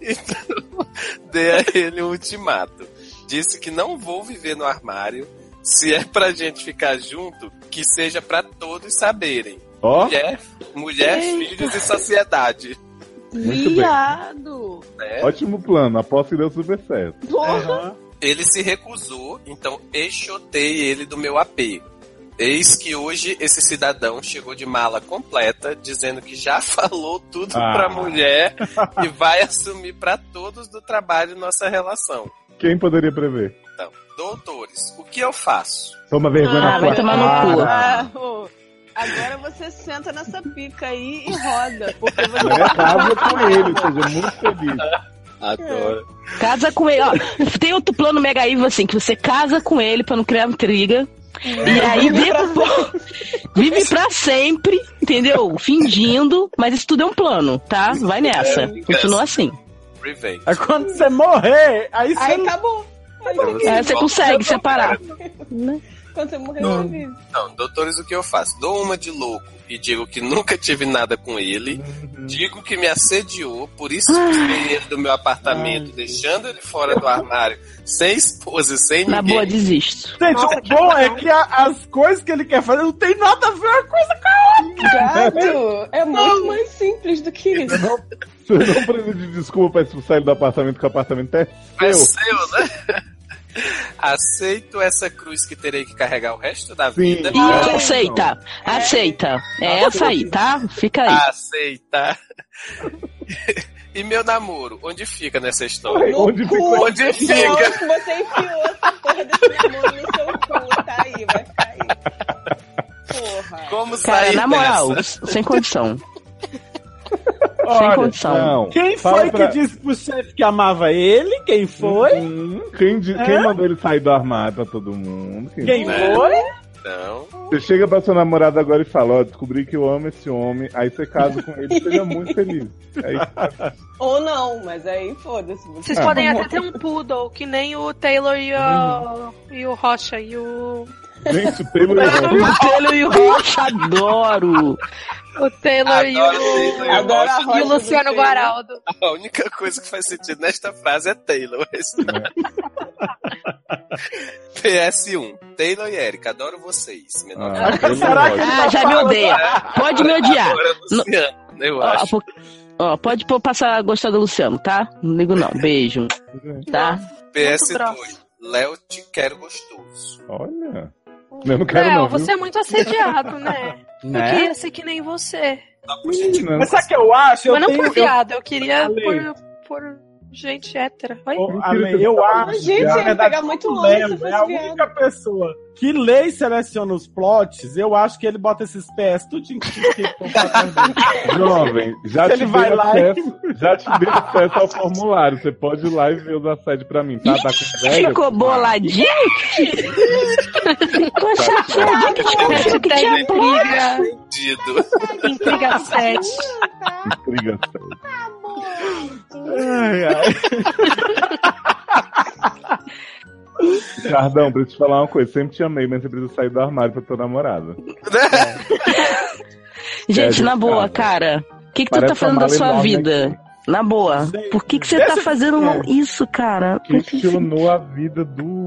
Speaker 8: Então, dei a ele um ultimato. Disse que não vou viver no armário. Se é pra gente ficar junto, que seja pra todos saberem.
Speaker 3: Ó,
Speaker 8: Mulher, mulher filhos e sociedade.
Speaker 3: Muito bem.
Speaker 12: Viado.
Speaker 8: né?
Speaker 3: ótimo plano. Aposto que deu super certo.
Speaker 12: Porra.
Speaker 8: Ele se recusou, então exotei ele do meu AP. Eis que hoje esse cidadão chegou de mala completa, dizendo que já falou tudo
Speaker 3: Ah.
Speaker 8: pra mulher e vai assumir pra todos do trabalho nossa relação.
Speaker 3: Quem poderia prever?
Speaker 8: Então, doutores, o que eu faço?
Speaker 3: Toma vergonha
Speaker 2: Ah,
Speaker 3: na
Speaker 2: vai
Speaker 3: sua
Speaker 2: tomar no cu.
Speaker 3: cara.
Speaker 12: Bravo. Agora você senta nessa pica aí e roda. Porque você
Speaker 7: tá-
Speaker 3: Né? Casa com ele, seja muito feliz.
Speaker 8: Adoro.
Speaker 2: Casa com ele, ó. Tem outro plano mega evil assim, que você casa com ele pra não criar intriga. E aí depois vive pra sempre, entendeu? Fingindo, mas isso tudo é um plano, tá? Vai nessa. Continua assim.
Speaker 8: Revenge.
Speaker 4: Aí É quando você morrer, aí você
Speaker 12: Aí
Speaker 6: tá
Speaker 4: não
Speaker 12: acabou. Aí
Speaker 8: Então,
Speaker 12: você-
Speaker 2: É, você consegue separar.
Speaker 12: Quando você morrer, você vive.
Speaker 8: Então, doutores, o que eu faço? Dou uma de louco e digo que nunca tive nada com ele. Digo que me assediou, por isso
Speaker 2: Ah.
Speaker 8: tirei ele do meu apartamento, deixando ele fora do armário, sem esposa, e sem
Speaker 2: Na boa,
Speaker 8: ninguém.
Speaker 2: desisto.
Speaker 4: Gente,
Speaker 6: Nossa,
Speaker 4: o
Speaker 6: que
Speaker 4: bom é
Speaker 6: legal.
Speaker 4: que a- as coisas que ele quer fazer não tem nada a ver uma coisa com a outra.
Speaker 7: Gato, é muito mais simples do que isso.
Speaker 3: Você não precisa de desculpa pra expulsar ele do apartamento, que o apartamento é
Speaker 8: É
Speaker 3: seu.
Speaker 8: seu, né? Aceito essa cruz que terei que carregar o resto da
Speaker 3: Sim.
Speaker 8: vida.
Speaker 2: Isso, aceita. Aceita. É essa aí, tá? Fica
Speaker 8: Ah,
Speaker 2: aí.
Speaker 8: Aceita. E meu namoro, onde fica nessa história?
Speaker 3: Ai, Onde fica
Speaker 8: Onde fica?
Speaker 12: Nossa, você enfiou essa porra desse amor no seu cu. Tá aí, vai ficar aí. Porra.
Speaker 8: Como
Speaker 2: Cara,
Speaker 8: sair
Speaker 2: na moral,
Speaker 8: dessa?
Speaker 2: sem condição.
Speaker 4: Olha,
Speaker 2: Sem condição.
Speaker 3: Não,
Speaker 4: Quem
Speaker 3: fala
Speaker 4: foi
Speaker 3: pra-
Speaker 4: que disse pro chefe que amava ele? Quem foi?
Speaker 3: Hum, quem, di- quem mandou ele sair do armário pra todo mundo? Quem
Speaker 4: Quem
Speaker 8: Né?
Speaker 4: foi?
Speaker 8: Então,
Speaker 3: Você chega pra seu namorado agora e fala, ó, descobri que eu amo esse homem, aí você casa com ele e seja muito feliz. Aí,
Speaker 12: Ou não, mas aí foda-se. Você
Speaker 6: Vocês
Speaker 3: Ah.
Speaker 6: podem até ter um poodle, que nem o Taylor e o, e o Rocha e o.
Speaker 3: gente, pelo erro,
Speaker 2: O Taylor e o Rocha, adoro.
Speaker 6: O Taylor e
Speaker 8: adoro
Speaker 6: o.
Speaker 8: Taylor. Eu
Speaker 12: Adoro a
Speaker 8: gosto
Speaker 12: roda.
Speaker 6: E o Luciano
Speaker 12: do
Speaker 6: Guaraldo.
Speaker 8: A única coisa que faz sentido nesta frase é Taylor. PS1. Taylor e Erika, adoro vocês. Menor
Speaker 3: Ah, pelo
Speaker 4: Será
Speaker 3: erro.
Speaker 4: que-
Speaker 2: Ah, já me odeia. Pode me odiar.
Speaker 8: Agora é Luciano, Eu
Speaker 6: Ah,
Speaker 8: acho.
Speaker 2: Ó, ó, pode pô- passar a gostar do Luciano, tá? Não ligo não. Beijo. Tá?
Speaker 8: PS2. Léo te quero gostoso.
Speaker 3: Olha. Eu não quero,
Speaker 6: Léo,
Speaker 3: não. viu?
Speaker 6: você é muito assediado, né?
Speaker 2: É?
Speaker 3: Né?
Speaker 6: Eu queria ser que nem você.
Speaker 4: é
Speaker 3: Menina,
Speaker 4: Mas sabe o que eu acho?
Speaker 6: Mas
Speaker 4: eu
Speaker 6: não
Speaker 4: tenho,
Speaker 6: por viado, eu queria
Speaker 4: Ale.
Speaker 6: por, por gente hétera. Oi?
Speaker 4: Eu, Ale, eu acho.
Speaker 6: Gente,
Speaker 4: que, na
Speaker 6: ele
Speaker 4: verdade,
Speaker 6: pega muito
Speaker 4: o
Speaker 6: longe se
Speaker 4: Léo
Speaker 6: fosse
Speaker 4: É a
Speaker 6: viado.
Speaker 4: única pessoa que lê e seleciona os plots. Eu acho que ele bota esses PS tudinho que que ficam passando.
Speaker 3: Jovem, já
Speaker 4: Se
Speaker 3: te,
Speaker 4: ele
Speaker 3: dei
Speaker 4: vai lá e-
Speaker 3: acesso, já te dei acesso ao formulário. Você pode ir lá e ver os assédios pra mim, tá? Tá com velho?
Speaker 2: Ficou boladinho? Ficou
Speaker 8: tá,
Speaker 2: chateadinho que tinha
Speaker 6: É.
Speaker 2: pessoa que tinha
Speaker 6: Tem briga.
Speaker 2: plot?
Speaker 8: Fudido.
Speaker 6: Intriga 7.
Speaker 3: Intriga Ai, ai. Cardão, preciso te falar uma coisa. Sempre te amei, mas você precisa sair do armário pra um tua namorada.
Speaker 8: Né?
Speaker 2: Gente,
Speaker 3: Sério,
Speaker 2: na boa, cara. O que, que tu
Speaker 3: Parece
Speaker 2: tá fazendo
Speaker 3: uma
Speaker 2: da sua
Speaker 3: malemolência
Speaker 2: vida? Na boa. Por que, que você tá fazendo isso, cara?
Speaker 3: Questionou a vida do.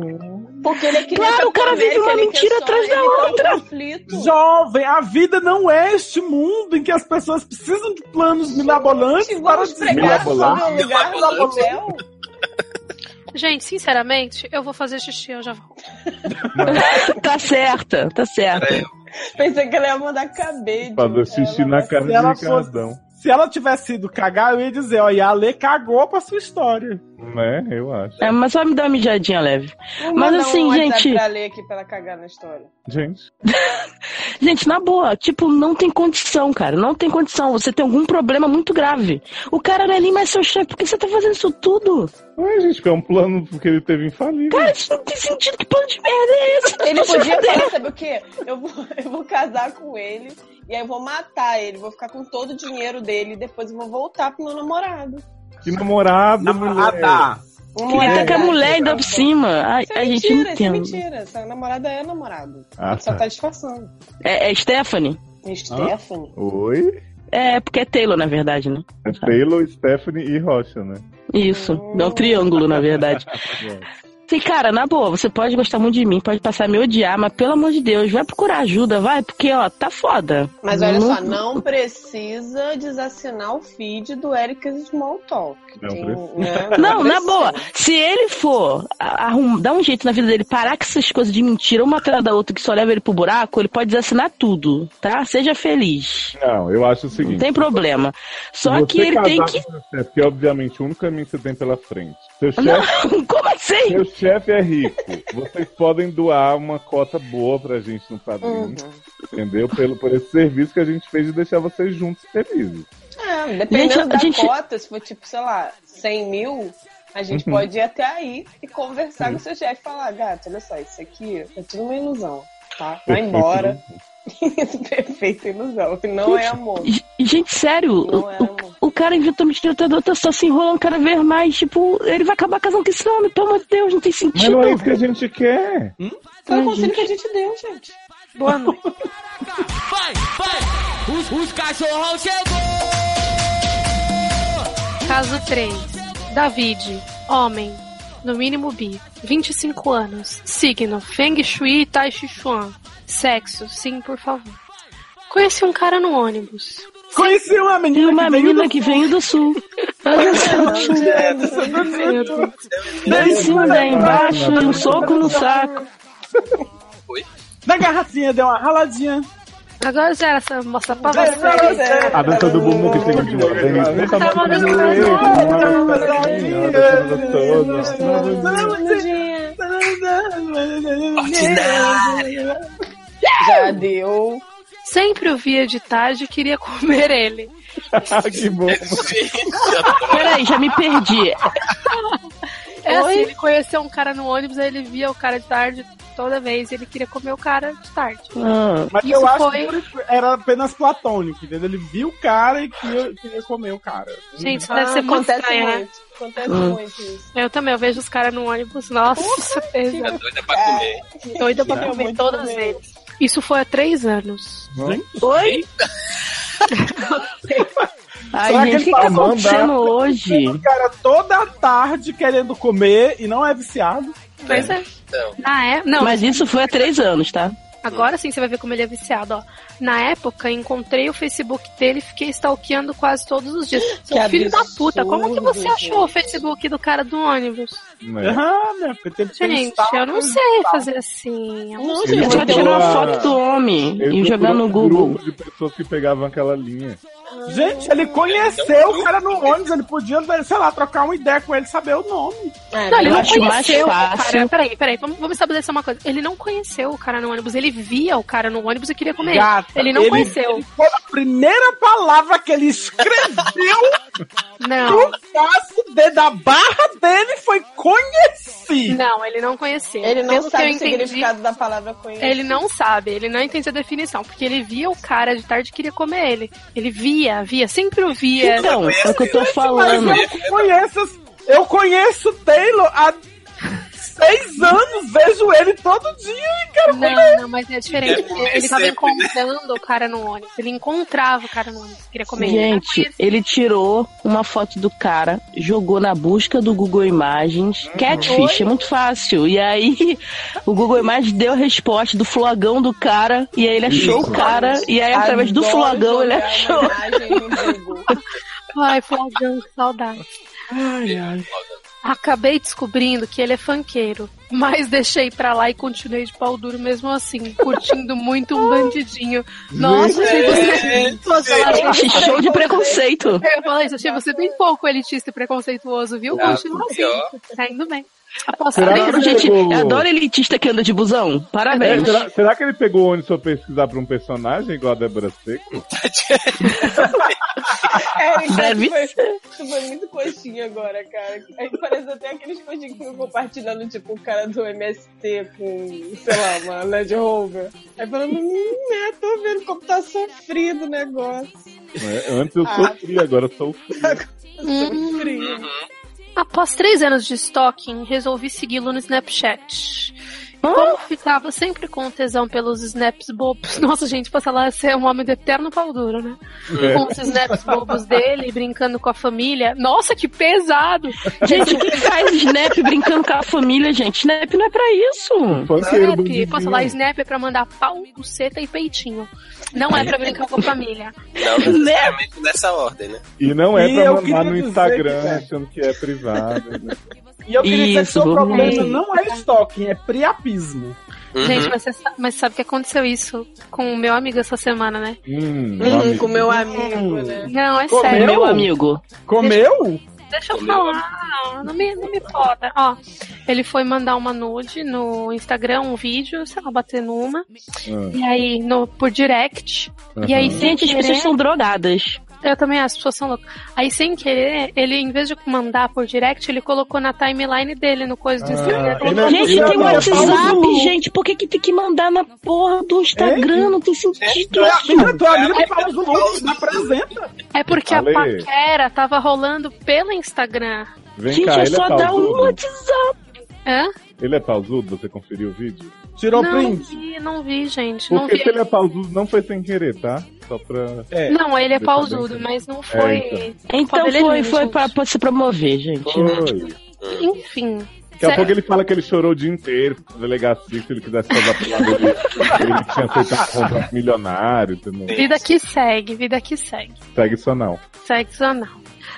Speaker 7: Porque ele é que nem
Speaker 2: Claro, o cara
Speaker 7: japonês,
Speaker 2: vive uma
Speaker 7: ele
Speaker 2: mentira
Speaker 7: questiona,
Speaker 2: atrás da
Speaker 7: ele tem um
Speaker 2: outra.
Speaker 7: conflito.
Speaker 4: Jovem, a vida não é este mundo em que as pessoas precisam de planos mirabolantes para
Speaker 7: Vamos pregar
Speaker 4: desbravar.
Speaker 7: sobre o lugar do Léo?
Speaker 6: Gente, sinceramente, eu vou fazer xixi, eu já volto.
Speaker 2: tá certa, tá
Speaker 6: É.
Speaker 8: É,
Speaker 2: certa.
Speaker 7: Pensei que ele ia mandar cabelo.
Speaker 3: Fazer xixi na cara
Speaker 4: Se ela
Speaker 3: de
Speaker 4: fosse-
Speaker 3: Cardão.
Speaker 4: Se ela tivesse ido cagar, eu ia dizer, ó, e a Ale cagou pra sua história.
Speaker 3: Né? Eu acho.
Speaker 2: É, mas só me dá uma mijadinha leve.
Speaker 7: Vamos
Speaker 2: Mas
Speaker 7: mandar
Speaker 2: assim,
Speaker 7: um WhatsApp
Speaker 2: gente.
Speaker 7: Pra ler aqui pra ela cagar na história.
Speaker 3: Gente.
Speaker 2: Gente, na boa, tipo, não tem condição, cara. Não tem condição. Você tem algum problema muito grave. O cara não é nem mais seu chefe. Por que você tá fazendo isso tudo?
Speaker 3: Ué, gente, que é um plano que ele teve infalível.
Speaker 2: Cara, isso não tem sentido. Que plano de merda é esse?
Speaker 7: Ele
Speaker 2: Tô se
Speaker 7: podia
Speaker 2: fudendo.
Speaker 7: falar, sabe o quê? Eu vou, eu vou casar com ele e aí eu vou matar ele, vou ficar com todo o dinheiro dele e depois eu vou voltar pro meu namorado.
Speaker 3: Que namorado, mulher.
Speaker 4: Namorada.
Speaker 7: Vamos
Speaker 2: Queria
Speaker 7: lá,
Speaker 2: tá com a
Speaker 7: cara.
Speaker 2: mulher ainda por cima. Ai,
Speaker 7: Isso é
Speaker 2: a gente
Speaker 7: mentira,
Speaker 2: não
Speaker 7: isso é
Speaker 2: entende.
Speaker 7: mentira. Essa namorada é namorado.
Speaker 3: Ah,
Speaker 7: Só
Speaker 3: tá.
Speaker 7: tá disfarçando.
Speaker 2: É, é Stephanie?
Speaker 7: E Stephanie.
Speaker 3: Oi?
Speaker 2: É, porque é Taylor, na verdade, né?
Speaker 3: É Taylor, Stephanie e Rocha, né?
Speaker 2: Isso. É um triângulo, na verdade. Sim, cara, na boa, você pode gostar muito de mim, pode passar a me odiar, mas pelo amor de Deus, vai procurar ajuda, vai, porque, ó, tá foda.
Speaker 7: Mas olha só, não precisa desassinar o feed do Eric Smalltalk.
Speaker 3: Não
Speaker 7: Tem,
Speaker 3: precisa.
Speaker 7: né?
Speaker 2: Não, na
Speaker 7: precisa.
Speaker 2: boa. Se ele for a- arrum, dar um jeito na vida dele, parar com essas coisas de mentira, uma atrás da outra que só leva ele pro buraco, ele pode desassinar tudo, tá? Seja feliz.
Speaker 3: Não, eu acho o
Speaker 2: Não
Speaker 3: seguinte.
Speaker 2: tem problema. Só
Speaker 3: você
Speaker 2: que ele tem
Speaker 3: casar
Speaker 2: que.
Speaker 3: com seu chefe, Porque, obviamente, o único caminho que você tem pela frente. Seu chefe,
Speaker 2: Não, como assim?
Speaker 3: seu chefe é rico. Vocês podem doar uma cota boa pra gente no padrinho.
Speaker 7: Uhum.
Speaker 3: Entendeu? Pelo, por esse serviço que a gente fez de deixar vocês juntos felizes.
Speaker 7: É, dependendo
Speaker 2: Gente, a
Speaker 7: da
Speaker 2: gente-
Speaker 7: cota, se for tipo, sei lá, 100 mil, a
Speaker 2: Uhum.
Speaker 7: gente pode ir até aí e conversar com o seu chefe e falar, gato, olha só, isso aqui é tudo uma ilusão, tá? Vai embora. Isso, perfeita ilusão. Não é amor.
Speaker 2: G- né? Gente, sério,
Speaker 7: Não
Speaker 2: o,
Speaker 7: é amor.
Speaker 2: o cara inventou mentira atrás da outra, só se enrolando cada vez mais. Tipo, ele vai acabar casando com esse homem, pelo amor de Deus, não tem
Speaker 3: Mas
Speaker 2: sentido.
Speaker 3: não é isso que a gente quer.
Speaker 7: Foi o conselho que a gente deu, gente.
Speaker 6: Boa noite.
Speaker 15: Vai, vai! Os, os cachorrão chegou!
Speaker 6: Caso 3. David, homem, no mínimo bi, 25 anos, signo Feng Shui e Tai Chi Chuan. Sexo, sim, por favor. Conheci um cara no ônibus.
Speaker 4: é. Conheci uma
Speaker 2: E
Speaker 4: menina
Speaker 2: uma
Speaker 4: que veio
Speaker 2: menina
Speaker 4: do-
Speaker 2: que veio do sul.
Speaker 3: é
Speaker 7: é
Speaker 6: Meu Deus.
Speaker 2: Dá em cima, dá embaixo, um soco no saco.
Speaker 4: da garrafinha, deu uma raladinha.
Speaker 6: Agora já era essa moça pra você.
Speaker 7: Você
Speaker 3: A dança do bumbum que tem de uma vez. Nunca mais
Speaker 6: Tava
Speaker 3: eu
Speaker 6: dando
Speaker 3: vi.
Speaker 7: já deu.
Speaker 6: Sempre o via de tarde e queria comer ele.
Speaker 4: Ah,
Speaker 3: Que bom.
Speaker 2: Peraí, já me perdi.
Speaker 6: É
Speaker 7: Oi?
Speaker 6: assim, ele conheceu um cara no ônibus, aí ele via o cara de tarde toda vez, ele queria comer o cara de tarde.
Speaker 2: Ah,
Speaker 4: Mas
Speaker 6: Isso
Speaker 4: eu acho
Speaker 6: foi-
Speaker 4: que por- era apenas platônico, entendeu? Ele viu o cara e queria, queria comer o cara.
Speaker 6: Gente, isso
Speaker 7: Ah,
Speaker 6: deve ser muito
Speaker 7: acontece
Speaker 6: estranho, né?
Speaker 7: muito.
Speaker 2: Ah.
Speaker 7: Acontece muito isso.
Speaker 6: Eu também, eu vejo os caras no ônibus, nossa, é
Speaker 8: Tá
Speaker 6: pesado.
Speaker 8: doida pra comer.
Speaker 6: doida pra
Speaker 7: Não,
Speaker 6: comer
Speaker 7: muito
Speaker 6: todos
Speaker 7: bem.
Speaker 6: eles. Isso foi há três anos.
Speaker 4: Hum,
Speaker 2: Oi? Ai,
Speaker 4: Será que
Speaker 2: gente, o
Speaker 4: ele
Speaker 2: que,
Speaker 4: tá
Speaker 2: tá acontecendo
Speaker 4: mandando?
Speaker 2: hoje?
Speaker 4: O cara toda tarde querendo comer e não é viciado.
Speaker 6: Pois é.
Speaker 8: Então,
Speaker 6: Ah, é? Não,
Speaker 2: Mas isso foi há três anos, tá?
Speaker 6: Agora sim você vai ver como ele é viciado, ó. Na época, encontrei o Facebook dele e fiquei stalkeando quase todos os dias. Seu
Speaker 7: Que
Speaker 6: filho da puta,
Speaker 7: absurdo,
Speaker 6: como que você achou o
Speaker 7: gente.
Speaker 6: Facebook do cara do ônibus?
Speaker 3: Né?
Speaker 4: Ah, né? Porque tem que ter
Speaker 6: Gente,
Speaker 4: um
Speaker 6: eu não sei fazer assim. Eu não
Speaker 2: Não,
Speaker 6: sei.
Speaker 2: gente, vai tirar uma foto do homem
Speaker 3: Ele
Speaker 2: e jogar
Speaker 3: procurou
Speaker 2: no
Speaker 3: um
Speaker 2: Google.
Speaker 3: grupo de pessoas que pegavam aquela linha.
Speaker 4: Gente, ele conheceu o cara no ônibus, ele podia, sei lá, trocar uma ideia com ele, saber o nome.
Speaker 6: Não, ele não
Speaker 2: acho mais
Speaker 6: conheceu o cara.
Speaker 2: fácil.
Speaker 6: Peraí, peraí, vamos, vamos estabelecer uma coisa. Ele não conheceu o cara no ônibus, ele via o cara no ônibus e queria comer. ele.
Speaker 4: Gata,
Speaker 6: ele não conheceu.
Speaker 4: ele foi a primeira palavra que ele escreveu
Speaker 6: Não.
Speaker 4: no passo de, da barra dele foi conheci.
Speaker 6: Não, ele não conheceu.
Speaker 7: Ele não
Speaker 6: Pelo que eu
Speaker 7: sabe o
Speaker 6: entendi,
Speaker 7: significado da palavra conhecer.
Speaker 2: É,
Speaker 6: Ele não sabe, ele não entende a definição, porque ele via o cara de tarde e queria comer ele. Ele via, via, sempre o via.
Speaker 2: Então, é o que eu tô
Speaker 4: Mas
Speaker 2: falando.
Speaker 4: eu conheço, eu conheço Taylor há seis anos, vejo ele todo dia e quero
Speaker 6: Não, não, mas é diferente.
Speaker 4: Deve
Speaker 6: porque
Speaker 4: comer
Speaker 6: Ele tava
Speaker 4: sempre, né?
Speaker 6: encontrando o cara no ônibus. Ele encontrava o cara no ônibus, queria comer
Speaker 2: Gente, ele tirou uma foto do cara, jogou na busca do Google
Speaker 3: Uhum.
Speaker 2: Imagens. Catfish, é muito fácil. E aí, o Google Imagens deu a resposta do flogão do cara. E aí, ele achou o cara. E aí, através do
Speaker 7: Adoro
Speaker 2: flogão, ele
Speaker 7: jogar
Speaker 2: achou.
Speaker 7: uma imagem no Google.
Speaker 6: ele. Ai, Flávio, que saudade.
Speaker 2: Ai, ai.
Speaker 6: Acabei descobrindo que ele é funkeiro, mas deixei pra lá e continuei de pau duro mesmo assim, curtindo muito um bandidinho. Nossa, achei você.
Speaker 2: Gente.
Speaker 6: Nossa, eu achei-
Speaker 2: Gente, show de preconceito.
Speaker 6: Eu falei isso, achei você bem pouco elitista e preconceituoso, viu?
Speaker 2: Ah,
Speaker 6: Continua assim,
Speaker 2: pior.
Speaker 6: tá indo bem. Aposto
Speaker 3: Será
Speaker 6: que
Speaker 3: que
Speaker 2: Gente,
Speaker 3: pegou-
Speaker 2: eu adoro elitista que anda de busão.
Speaker 3: É,
Speaker 2: Parabéns.
Speaker 3: será, será que ele pegou o ônibus pra pesquisar pra um personagem igual a Débora Seco?
Speaker 7: Eric,
Speaker 2: Deve
Speaker 7: tu foi, É, então, tipo, tu foi muito coxinha agora, cara. Aí parece até aqueles coxinhos que ficam compartilhando, tipo, o cara do MST com, sei lá, uma Land Rover. Aí falando, hum, é, tô vendo como tá sofrido o negócio.
Speaker 3: Né? Antes eu
Speaker 7: Ah.
Speaker 3: sofri, agora eu sou
Speaker 7: Tá Sofrido.
Speaker 6: Após três anos de stalking, resolvi segui-lo no Snapchat. E Como ficava sempre com tesão pelos snaps bobos. Nossa, gente, passa lá ser um homem do eterno pau duro, né?
Speaker 2: É.
Speaker 6: Com os snaps bobos dele, brincando com a família. Nossa, que pesado!
Speaker 2: Gente, quem faz Snap brincando com a família, gente? Snap não é pra isso.
Speaker 6: Snap, posso falar, snap é pra mandar pau, buceta e peitinho. Não é pra brincar com a família.
Speaker 8: Não necessariamente nessa ordem, né?
Speaker 3: E não é
Speaker 4: E
Speaker 3: pra
Speaker 4: eu
Speaker 3: mandar
Speaker 4: queria
Speaker 3: no
Speaker 4: dizer
Speaker 3: Instagram
Speaker 4: que-
Speaker 3: achando que é privado. né?
Speaker 4: E eu queria dizer que
Speaker 2: Isso,
Speaker 4: seu
Speaker 2: vamos
Speaker 4: problema
Speaker 2: aí.
Speaker 4: não é stalking, é priapismo.
Speaker 8: Uhum.
Speaker 4: Uhum.
Speaker 6: Gente, mas, você sa- mas sabe que aconteceu isso com o meu amigo essa semana, né?
Speaker 3: Hum,
Speaker 7: Hum,
Speaker 3: amigo.
Speaker 7: com meu amigo, né?
Speaker 6: Não, é
Speaker 4: Uhum. Comeu?
Speaker 6: sério.
Speaker 2: Meu amigo.
Speaker 4: Comeu?
Speaker 6: Deixa eu falar, não me, não me poda. Ó, ele foi mandar uma nude no Instagram, um vídeo, sei lá, bater numa. E aí, no, por direct. E aí,
Speaker 4: Uhum.
Speaker 6: sem
Speaker 2: Gente, as
Speaker 6: querer,
Speaker 2: pessoas são drogadas.
Speaker 6: eu também acho, as pessoas são loucas. Aí, sem querer, ele, em vez de mandar por direct, ele colocou na timeline dele, no coisa
Speaker 4: Ah,
Speaker 6: do Instagram.
Speaker 4: né?
Speaker 3: ele é
Speaker 2: Gente, tem
Speaker 3: Não,
Speaker 2: WhatsApp,
Speaker 4: Paulo.
Speaker 2: gente. Por que, que tem que mandar na porra do Instagram? Não tem sentido
Speaker 4: Tu é
Speaker 2: isso.
Speaker 4: amiga, tu é amiga do Paulo Zulu, me apresenta.
Speaker 6: É porque
Speaker 3: Ale.
Speaker 6: a paquera tava rolando pelo Instagram.
Speaker 3: Vem
Speaker 2: Gente,
Speaker 3: cá, ele
Speaker 2: é
Speaker 3: é
Speaker 2: só dar um
Speaker 3: pausudo?
Speaker 2: WhatsApp.
Speaker 6: Hã?
Speaker 3: Ele é pausudo? Você conferiu o vídeo?
Speaker 4: Tirou
Speaker 6: não
Speaker 4: print.
Speaker 6: vi, não vi, gente. Não
Speaker 3: Porque
Speaker 6: vi.
Speaker 3: se ele é pausudo, não foi sem querer, tá? Só pra...
Speaker 4: É.
Speaker 6: Não, ele é
Speaker 3: Deixa eu
Speaker 6: pausudo,
Speaker 3: ver.
Speaker 6: mas não foi.
Speaker 3: então.
Speaker 2: Então
Speaker 6: Cabelo é
Speaker 2: foi,
Speaker 6: lindo,
Speaker 2: foi
Speaker 6: gente.
Speaker 2: pra, pra se promover, gente.
Speaker 3: Oi.
Speaker 6: Enfim.
Speaker 3: então. Daqui a
Speaker 6: Sério.
Speaker 3: pouco ele fala que ele chorou o dia inteiro pra delegacia, se ele quisesse casar pelo lado dele. Ele tinha aceito um contrato milionário também.
Speaker 6: Vida que segue, vida que segue.
Speaker 3: Segue isso não.
Speaker 6: Sexo anal.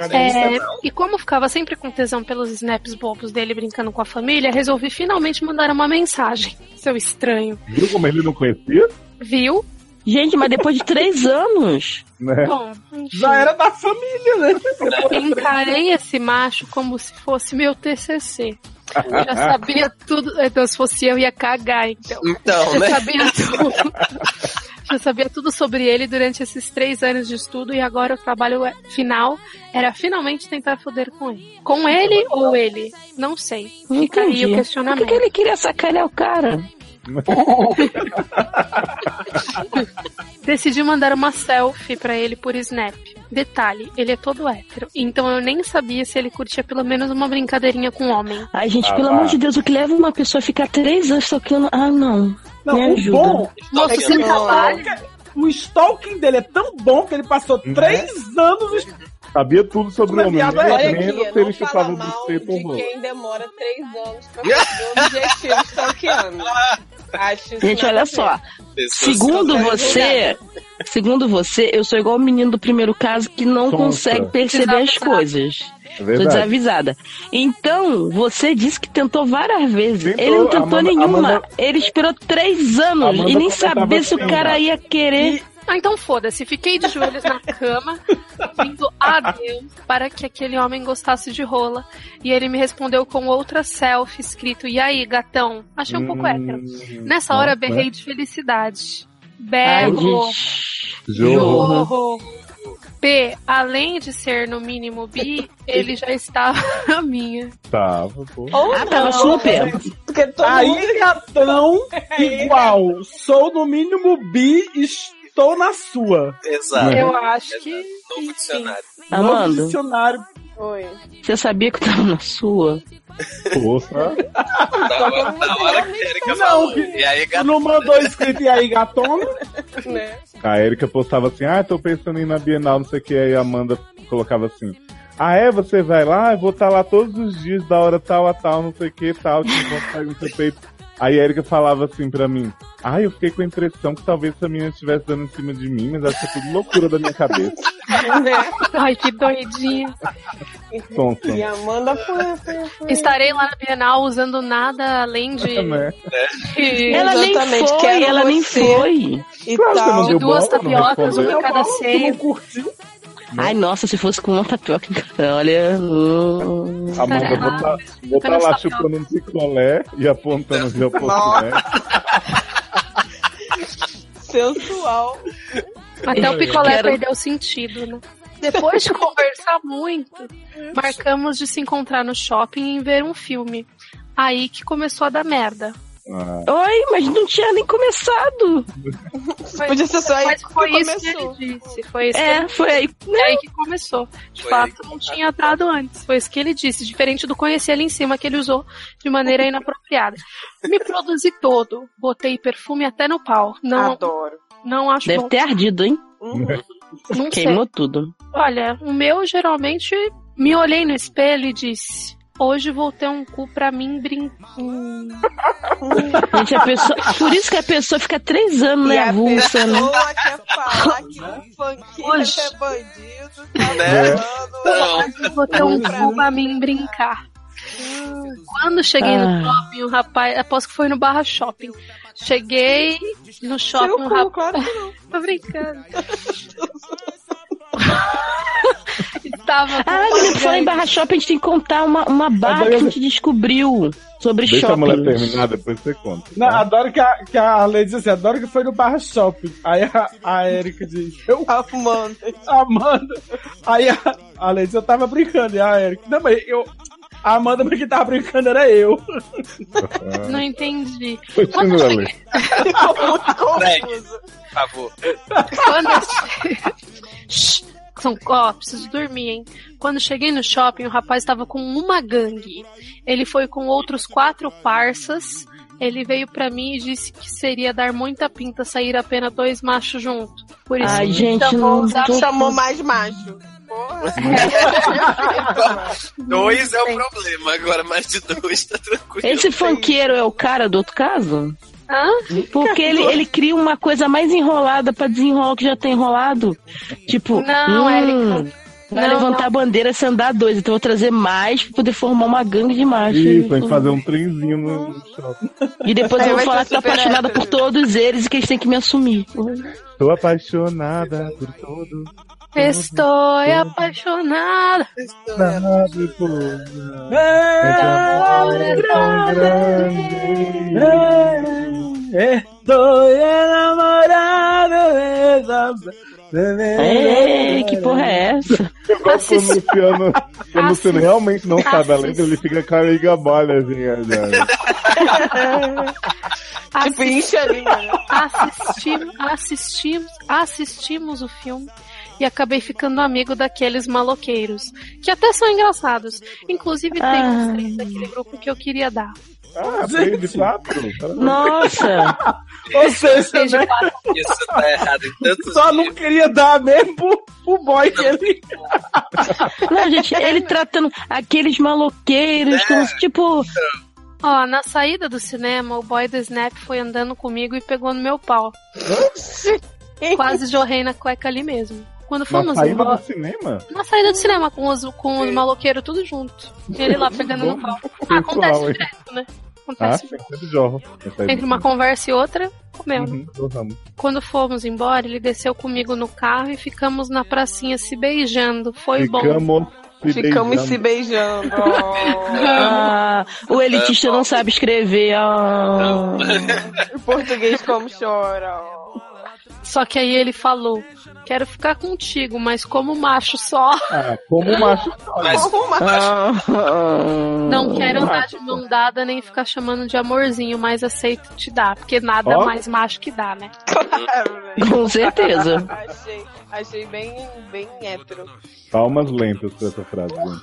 Speaker 6: É, e como ficava sempre com tesão pelos snaps bobos dele brincando com a família, resolvi finalmente mandar uma mensagem. Seu estranho.
Speaker 3: Viu como ele não conhecia?
Speaker 6: Viu?
Speaker 2: Gente, mas depois de três anos.
Speaker 3: Né?
Speaker 6: Bom, enfim,
Speaker 4: Já era da família, né?
Speaker 6: encarei esse macho como se fosse meu TCC. Eu já sabia tudo. Então, se fosse eu, ia cagar, então.
Speaker 8: Então,
Speaker 6: já
Speaker 8: né?
Speaker 6: sabia tudo. já sabia tudo sobre ele durante esses três anos de estudo e agora o trabalho é- final era finalmente tentar foder com ele. Com ele ou ele? Não sei.
Speaker 2: Não
Speaker 6: Fica aí
Speaker 2: entendi.
Speaker 6: o
Speaker 2: Por que,
Speaker 6: questionamento.
Speaker 2: que ele queria sacanear o cara?
Speaker 6: Decidi mandar uma selfie pra ele por Snap. Detalhe, ele é todo hétero, então eu nem sabia se ele curtia pelo menos uma brincadeirinha com homem.
Speaker 2: Ai, gente,
Speaker 3: Ah,
Speaker 2: pelo
Speaker 3: vá.
Speaker 2: amor de Deus, o que leva uma pessoa a ficar três anos tocando. Ah, não. Me
Speaker 4: Não, o
Speaker 2: ajuda.
Speaker 4: bom é
Speaker 6: Você
Speaker 4: que o
Speaker 6: trabalha?
Speaker 4: Né? stalker- o stalking dele é tão bom que ele passou três anos
Speaker 3: Sabia tudo sobre o homem.
Speaker 7: Olha
Speaker 3: Menos
Speaker 7: aqui,
Speaker 3: se ele
Speaker 7: não
Speaker 3: chupava
Speaker 7: fala
Speaker 3: o
Speaker 7: mal
Speaker 3: buceta
Speaker 7: de
Speaker 3: ou
Speaker 7: quem demora três anos pra fazer o objetivo stalkeando. Acho isso
Speaker 2: Gente,
Speaker 7: nada a
Speaker 2: olha
Speaker 3: É,
Speaker 2: só.
Speaker 7: ver.
Speaker 2: Segundo
Speaker 8: Então,
Speaker 7: Stalkeando
Speaker 2: você,
Speaker 7: verdade.
Speaker 2: segundo você, eu sou igual o menino do primeiro caso que não
Speaker 3: Sonsa.
Speaker 2: consegue perceber as coisas.
Speaker 3: É
Speaker 2: Tô
Speaker 3: verdade.
Speaker 2: desavisada. Então, você disse que tentou várias vezes.
Speaker 3: Tentou,
Speaker 2: ele não tentou
Speaker 3: Amanda-
Speaker 2: nenhuma.
Speaker 3: Amanda-
Speaker 2: ele esperou três anos
Speaker 3: Amanda
Speaker 2: e nem
Speaker 3: comentava
Speaker 2: sabia se o
Speaker 3: assim,
Speaker 2: cara
Speaker 3: ó.
Speaker 2: ia querer.
Speaker 6: Ah, então foda-se. Fiquei de joelhos na cama, pedindo a Deus para que aquele homem gostasse de rola. E ele me respondeu com outra selfie escrito: E aí, gatão? Achei um pouco hétero. Nessa hora,
Speaker 3: Hum, nossa.
Speaker 6: berrei de felicidade. Berro.
Speaker 3: Jorro.
Speaker 6: Jorro. P, além de ser no mínimo bi, ele já estava na minha.
Speaker 3: Tava, pô.
Speaker 6: Ah, tava super.
Speaker 7: Porque todo
Speaker 4: Aí,
Speaker 7: mundo-
Speaker 4: gatão, igual. Sou no mínimo bi, estou na sua.
Speaker 8: né? Exato.
Speaker 6: Eu acho que.
Speaker 8: Novo dicionário.
Speaker 4: Novo
Speaker 2: Amanda.
Speaker 4: um dicionário.
Speaker 7: Oi.
Speaker 2: Você sabia que eu tava na sua?
Speaker 3: Porra.
Speaker 8: Da hora, da hora que a Erika falou. E aí,
Speaker 4: Tu não mandou escrito e aí, gatona?
Speaker 7: né?
Speaker 3: A Erika postava assim, ah, tô pensando em ir na Bienal, não sei o que, aí a Amanda colocava assim, ah é, você vai lá, eu vou estar lá todos os dias, da hora tal a tal, não sei o que, tal, te encontrar no seu peito. Aí a Erika falava assim pra mim, ah, eu fiquei com a impressão que talvez essa menina estivesse dando em cima de mim, mas acho que é tudo loucura da minha cabeça.
Speaker 6: Ai, que doidinha.
Speaker 3: Tom, Tom.
Speaker 7: E a Amanda foi, foi, foi.
Speaker 6: Estarei lá na Bienal usando nada além de.
Speaker 3: Né?
Speaker 6: de-
Speaker 2: Ela nem
Speaker 7: Exatamente,
Speaker 2: foi,
Speaker 7: quero
Speaker 2: ela nem
Speaker 7: você.
Speaker 2: foi.
Speaker 7: E
Speaker 3: Claro que não
Speaker 7: tal.
Speaker 3: deu
Speaker 6: Duas
Speaker 3: bola, não
Speaker 6: tapiocas,
Speaker 3: respondeu.
Speaker 6: uma em cada seio.
Speaker 2: Ai,
Speaker 6: Né?
Speaker 2: nossa, se fosse com uma tapioca, olha. hum.
Speaker 3: Amanda, vou tá, vou tá lá chupando um picolé e apontando o meu picolé.
Speaker 7: Sensual.
Speaker 6: Até o
Speaker 8: É.
Speaker 6: picolé
Speaker 2: Quero-
Speaker 6: perdeu o sentido, né? Depois de conversar muito, marcamos de se encontrar no shopping e ver um filme. Aí que começou a dar merda.
Speaker 3: Ah,
Speaker 2: Oi, mas não tinha nem começado.
Speaker 6: Foi-
Speaker 7: Podia ser só aí
Speaker 6: Mas
Speaker 7: que
Speaker 6: foi isso que
Speaker 7: começou.
Speaker 6: ele disse. Foi isso tipo
Speaker 2: É,
Speaker 6: que
Speaker 2: foi aí.
Speaker 6: ele... aí que começou. De
Speaker 8: Foi aí tá.
Speaker 6: fato, não tinha dado antes. Foi isso que ele disse. Diferente do conhecer ali em cima, que ele usou de maneira inapropriada. Me produzi todo. Botei perfume até no pau. Não,
Speaker 7: Adoro.
Speaker 6: não acho
Speaker 2: Deve
Speaker 6: bom.
Speaker 2: ter ardido, hein?
Speaker 7: Um
Speaker 6: Não sei.
Speaker 2: Queimou tudo.
Speaker 6: Olha, o meu geralmente me olhei no espelho e disse: Hoje vou ter um cu pra mim brincar.
Speaker 2: Gente, a pessoa... Por isso que a pessoa fica três anos,
Speaker 7: E
Speaker 2: né,
Speaker 7: a
Speaker 2: avulsa, né?
Speaker 7: pessoa quer falar que o funkeiro é bandido, tá
Speaker 8: Né?
Speaker 7: falando,
Speaker 6: Vou ter um cu pra mim brincar. Quando cheguei
Speaker 2: Ah.
Speaker 6: no shopping, o rapaz. Aposto que foi no Barra Shopping. Cheguei no shopping,
Speaker 7: Seu
Speaker 6: o rapaz.
Speaker 7: cu, claro que não.
Speaker 6: Tô brincando. Estava.
Speaker 2: Ah, menino, por falar em barra shopping, a gente tem que contar uma, uma barra que a gente descobriu sobre
Speaker 3: deixa a mulher
Speaker 2: shopping.
Speaker 3: terminar, depois você conta.
Speaker 4: Não,
Speaker 3: tá?
Speaker 4: adoro que a, que a Arlene diz assim, adoro que foi no Barra Shopping. Aí a, a Erika diz, eu,
Speaker 7: Amanda.
Speaker 4: Amanda. Aí a, a Arlene diz, eu tava brincando. E a Erika, não, mas eu... A Amanda, mas quem tava brincando era eu.
Speaker 6: Não entendi. Quando
Speaker 3: Continua,
Speaker 6: eu
Speaker 3: Lê.
Speaker 7: Confuso.
Speaker 8: Por favor.
Speaker 6: Quando eu che- Shh, São, ó, preciso dormir, hein? Quando cheguei no shopping, o rapaz estava com uma gangue. Ele foi com outros quatro parças. Ele veio pra mim e disse que seria dar muita pinta sair apenas dois machos junto. Por isso, Então,
Speaker 2: Ai,
Speaker 6: que
Speaker 2: gente,
Speaker 6: chamou
Speaker 2: não
Speaker 6: os
Speaker 2: tô-
Speaker 7: Tá Chamou mais macho. Porra.
Speaker 8: Dois é o problema, agora mais de dois tá tranquilo.
Speaker 2: Esse funkeiro é o cara do outro caso?
Speaker 6: Hã?
Speaker 2: Porque ele, ele cria uma coisa mais enrolada pra desenrolar o que já tá enrolado. Tipo,
Speaker 6: Não, é,
Speaker 2: hum,
Speaker 6: Érica.
Speaker 2: vai
Speaker 6: Não,
Speaker 2: levantar a bandeira se andar dois. Então eu vou trazer mais pra poder formar uma gangue de machos.
Speaker 3: Ih, tem que fazer um trenzinho no shopping.
Speaker 2: E depois eu vou
Speaker 7: Aí vai
Speaker 2: falar
Speaker 7: ser
Speaker 2: que tá
Speaker 7: super
Speaker 2: apaixonada por todos eles e que eles têm que me assumir.
Speaker 3: Tô apaixonada por todo.
Speaker 6: Estou apaixonada.
Speaker 3: Nada por
Speaker 4: É.
Speaker 3: é
Speaker 4: Estou enamorado.
Speaker 2: Ei, que porra é essa?
Speaker 3: Eu gosto quando o Luciano, quando o Luciano realmente não sabe a letra, ele fica com a liga bolha, assim, olha.
Speaker 7: Tipo, enche a linha, né?
Speaker 6: Assistimos, assistimos, assistimos o filme e acabei ficando amigo daqueles maloqueiros, que até são engraçados. Inclusive, tem
Speaker 7: Ah.
Speaker 6: uns três daquele grupo que eu queria dar.
Speaker 3: Ah, veio de quatro? Caramba.
Speaker 2: Nossa!
Speaker 4: Ou seja, né?
Speaker 8: Isso tá errado em tantos
Speaker 4: Só não queria dar mesmo pro, pro boy que ele.
Speaker 2: Não, gente, ele tratando aqueles maloqueiros, com os tipo.
Speaker 6: Ó, na saída do cinema, o boy do Snap foi andando comigo e pegou no meu pau. Quase jorrei na cueca ali mesmo. Quando
Speaker 3: Na
Speaker 6: fomos
Speaker 3: saída
Speaker 6: embora-
Speaker 3: do cinema?
Speaker 6: na saída do cinema com os, com os maloqueiros tudo junto. Ele lá pegando no pau. Ah, acontece
Speaker 3: Pessoal, hein?
Speaker 6: direto, né?
Speaker 3: Ah,
Speaker 6: Acontece.
Speaker 3: sempre de jorro.
Speaker 6: Entre uma conversa e outra, comeu.
Speaker 3: Uhum, do ramo.
Speaker 6: Quando fomos embora, ele desceu comigo no carro e ficamos na pracinha se beijando. Foi bom.
Speaker 3: Ficamos se
Speaker 7: Ficamos se
Speaker 3: beijando.
Speaker 7: beijando.
Speaker 2: Ah, o elitista não sabe escrever. ah.
Speaker 7: Em português como chora.
Speaker 6: Só que aí ele falou: Quero ficar contigo, mas como macho só.
Speaker 3: Ah, como macho.
Speaker 8: Mas-
Speaker 7: Como macho?
Speaker 3: Ah.
Speaker 6: Não quero andar de mão dada nem ficar chamando de amorzinho, mas aceito te dar. Porque nada
Speaker 2: Ó.
Speaker 6: mais macho que dá, né?
Speaker 2: Com certeza.
Speaker 7: É, achei, achei bem, bem hétero.
Speaker 3: Palmas lentas pra essa frase. gente.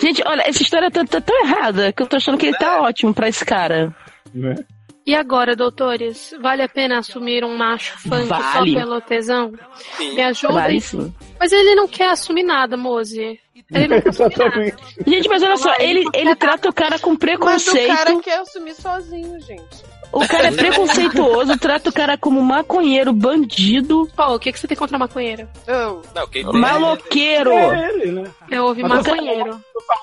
Speaker 2: Gente, olha, essa história tá, tá tão errada que eu tô achando que ele tá ótimo pra esse cara.
Speaker 3: Né?
Speaker 6: E agora, doutores, vale a pena assumir um macho funk
Speaker 2: Vale.
Speaker 6: só pelo tesão? Me ajudem.
Speaker 2: Vale sim.
Speaker 6: Mas ele não quer assumir nada, Mozi. Ele não quer assumir nada.
Speaker 2: Gente, mas olha só, ele, ele trata o cara com
Speaker 7: Mas o
Speaker 2: preconceito.
Speaker 7: cara quer assumir sozinho, gente.
Speaker 2: O cara é preconceituoso, trata o cara como maconheiro, bandido,
Speaker 6: Pô, o que, que você tem contra maconheiro?
Speaker 7: Eu,
Speaker 8: Não, quem tem-
Speaker 2: maloqueiro.
Speaker 4: É ele, né?
Speaker 6: Eu ouvi
Speaker 4: Mas você-
Speaker 6: maconheiro.